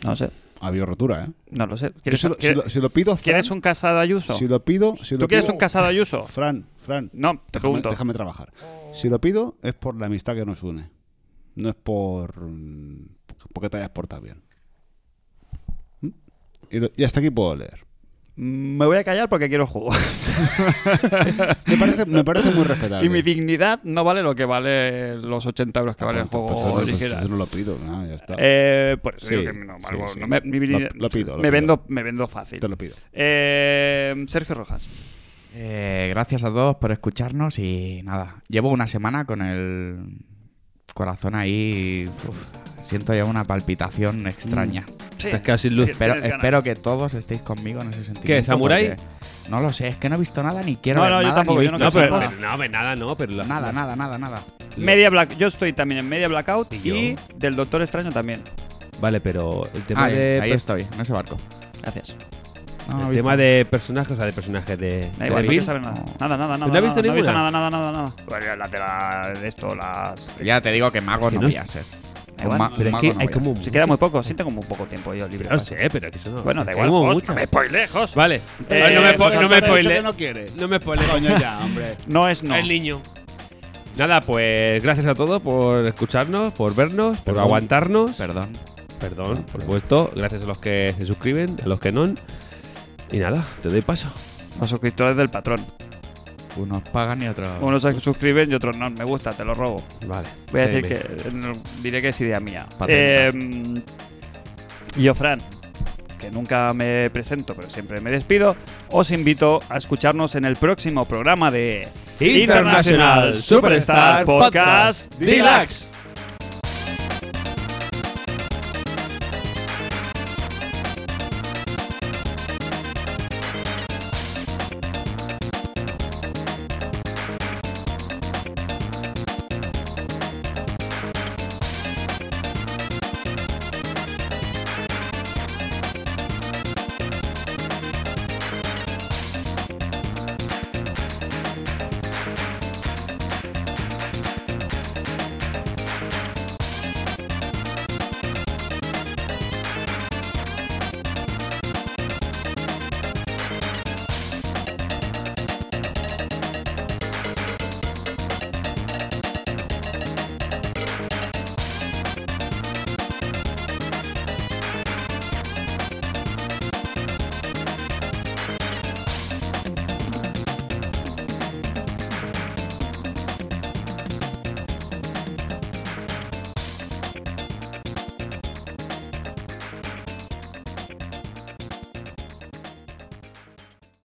Speaker 1: No lo sé.
Speaker 2: Había rotura, ¿eh?
Speaker 1: No lo sé.
Speaker 2: Yo
Speaker 1: ¿Quieres,
Speaker 2: si, lo, si
Speaker 1: quiere-
Speaker 2: lo- si lo pido, Fran,
Speaker 1: quieres un casado Ayuso?
Speaker 2: Si lo pido, si
Speaker 1: ¿Tú
Speaker 2: lo
Speaker 1: quieres
Speaker 2: pido-
Speaker 1: un casado Ayuso?
Speaker 2: Fran, Fran.
Speaker 1: No, te
Speaker 2: déjame-
Speaker 1: pregunto.
Speaker 2: Déjame trabajar. Si lo pido, es por la amistad que nos une. No es por. mm, porque te hayas portado bien. ¿Mm? Y, lo- y hasta aquí puedo leer.
Speaker 1: Mm, Me voy a callar porque quiero jugo.
Speaker 2: Me parece, me parece muy respetable.
Speaker 1: y mi dignidad no vale lo que vale los 80 euros que vale el
Speaker 2: Pues, pues,
Speaker 1: juego
Speaker 2: pues,
Speaker 1: original.
Speaker 2: yo no lo pido, nada, ya está.
Speaker 1: Eh, por eso
Speaker 2: Sí,
Speaker 1: digo que no,
Speaker 2: sí,
Speaker 1: algo-
Speaker 2: sí.
Speaker 1: no me, mi- mi-
Speaker 2: Lo- lo pido, lo
Speaker 1: me
Speaker 2: pido.
Speaker 1: vendo, me vendo fácil.
Speaker 2: Te lo pido.
Speaker 1: Eh, Sergio Rojas.
Speaker 3: Eh, gracias a todos por escucharnos y nada. Llevo una semana con el corazón ahí. uf, siento ya una palpitación extraña.
Speaker 1: Sí.
Speaker 4: Te has quedado sin luz.
Speaker 1: Sí,
Speaker 3: Pero
Speaker 1: tienes ganas.
Speaker 3: espero que todos estéis conmigo en ese sentido.
Speaker 4: samurái?
Speaker 3: No lo sé, es que no he visto nada ni quiero
Speaker 1: No,
Speaker 3: ver
Speaker 1: no, yo
Speaker 3: nada,
Speaker 1: tampoco,
Speaker 3: ni
Speaker 1: yo no
Speaker 3: visto
Speaker 4: No, pero,
Speaker 3: nada.
Speaker 4: pero no, hombre, nada, no. Pero la-
Speaker 3: Nada, nada, nada, nada.
Speaker 1: Media Black, yo estoy también en Media Blackout
Speaker 4: Y
Speaker 1: y,
Speaker 4: yo.
Speaker 1: del Doctor Extraño también.
Speaker 4: Vale, pero el tema
Speaker 3: Ah,
Speaker 4: de.
Speaker 3: ahí estoy, en ese barco.
Speaker 1: Gracias.
Speaker 3: No, no he
Speaker 4: el tema
Speaker 3: visto.
Speaker 4: de personajes, o sea, de personajes de.
Speaker 1: Da
Speaker 4: de
Speaker 1: igual, no
Speaker 4: Bill.
Speaker 1: quiero saber nada.
Speaker 3: No.
Speaker 1: Nada, nada, nada.
Speaker 4: ¿No
Speaker 1: nada, no he
Speaker 4: has visto
Speaker 1: visto
Speaker 4: ninguna?
Speaker 1: nada, nada, nada, nada. Bueno, la de la de esto, las.
Speaker 3: Ya te digo que mago
Speaker 4: Que
Speaker 3: no
Speaker 4: no
Speaker 3: voy
Speaker 4: es-
Speaker 3: a ser.
Speaker 1: Igual,
Speaker 3: Un ma-
Speaker 4: Pero
Speaker 3: un
Speaker 4: es
Speaker 3: mago
Speaker 4: que
Speaker 3: no voy
Speaker 4: hay
Speaker 3: a
Speaker 4: como.
Speaker 3: ser.
Speaker 1: Se queda muy poco, sí tengo muy poco tiempo yo libre.
Speaker 4: No
Speaker 1: para-
Speaker 4: sé, pero que eso no.
Speaker 1: Bueno, da
Speaker 4: hay
Speaker 1: igual.
Speaker 4: como
Speaker 1: Jos,
Speaker 4: mucho.
Speaker 1: No me spoilees, Jos.
Speaker 4: Vale.
Speaker 1: Eh,
Speaker 4: Ay, no me
Speaker 1: pues
Speaker 4: spoile- no me
Speaker 2: Te he dicho
Speaker 4: spoile.
Speaker 2: que no quiere.
Speaker 4: No me spoile.
Speaker 2: Coño, ya, hombre.
Speaker 1: No es no.
Speaker 4: El niño. Nada, pues gracias a todos por escucharnos, por vernos, por
Speaker 2: Perdón.
Speaker 4: aguantarnos.
Speaker 3: Perdón.
Speaker 4: Perdón, por supuesto. Gracias a los que se suscriben, a los que no. Y nada, te doy paso.
Speaker 1: Los suscriptores del patrón.
Speaker 3: Unos pagan y otros.
Speaker 1: Unos se suscriben y otros no. Me gusta, te lo robo.
Speaker 4: Vale.
Speaker 1: Voy a decir
Speaker 4: Dime.
Speaker 1: que no, diré que es idea mía.
Speaker 3: Patenta.
Speaker 1: Eh, yo, Fran, que nunca me presento, pero siempre me despido, os invito a escucharnos en el próximo programa de International Superstar Podcast Deluxe.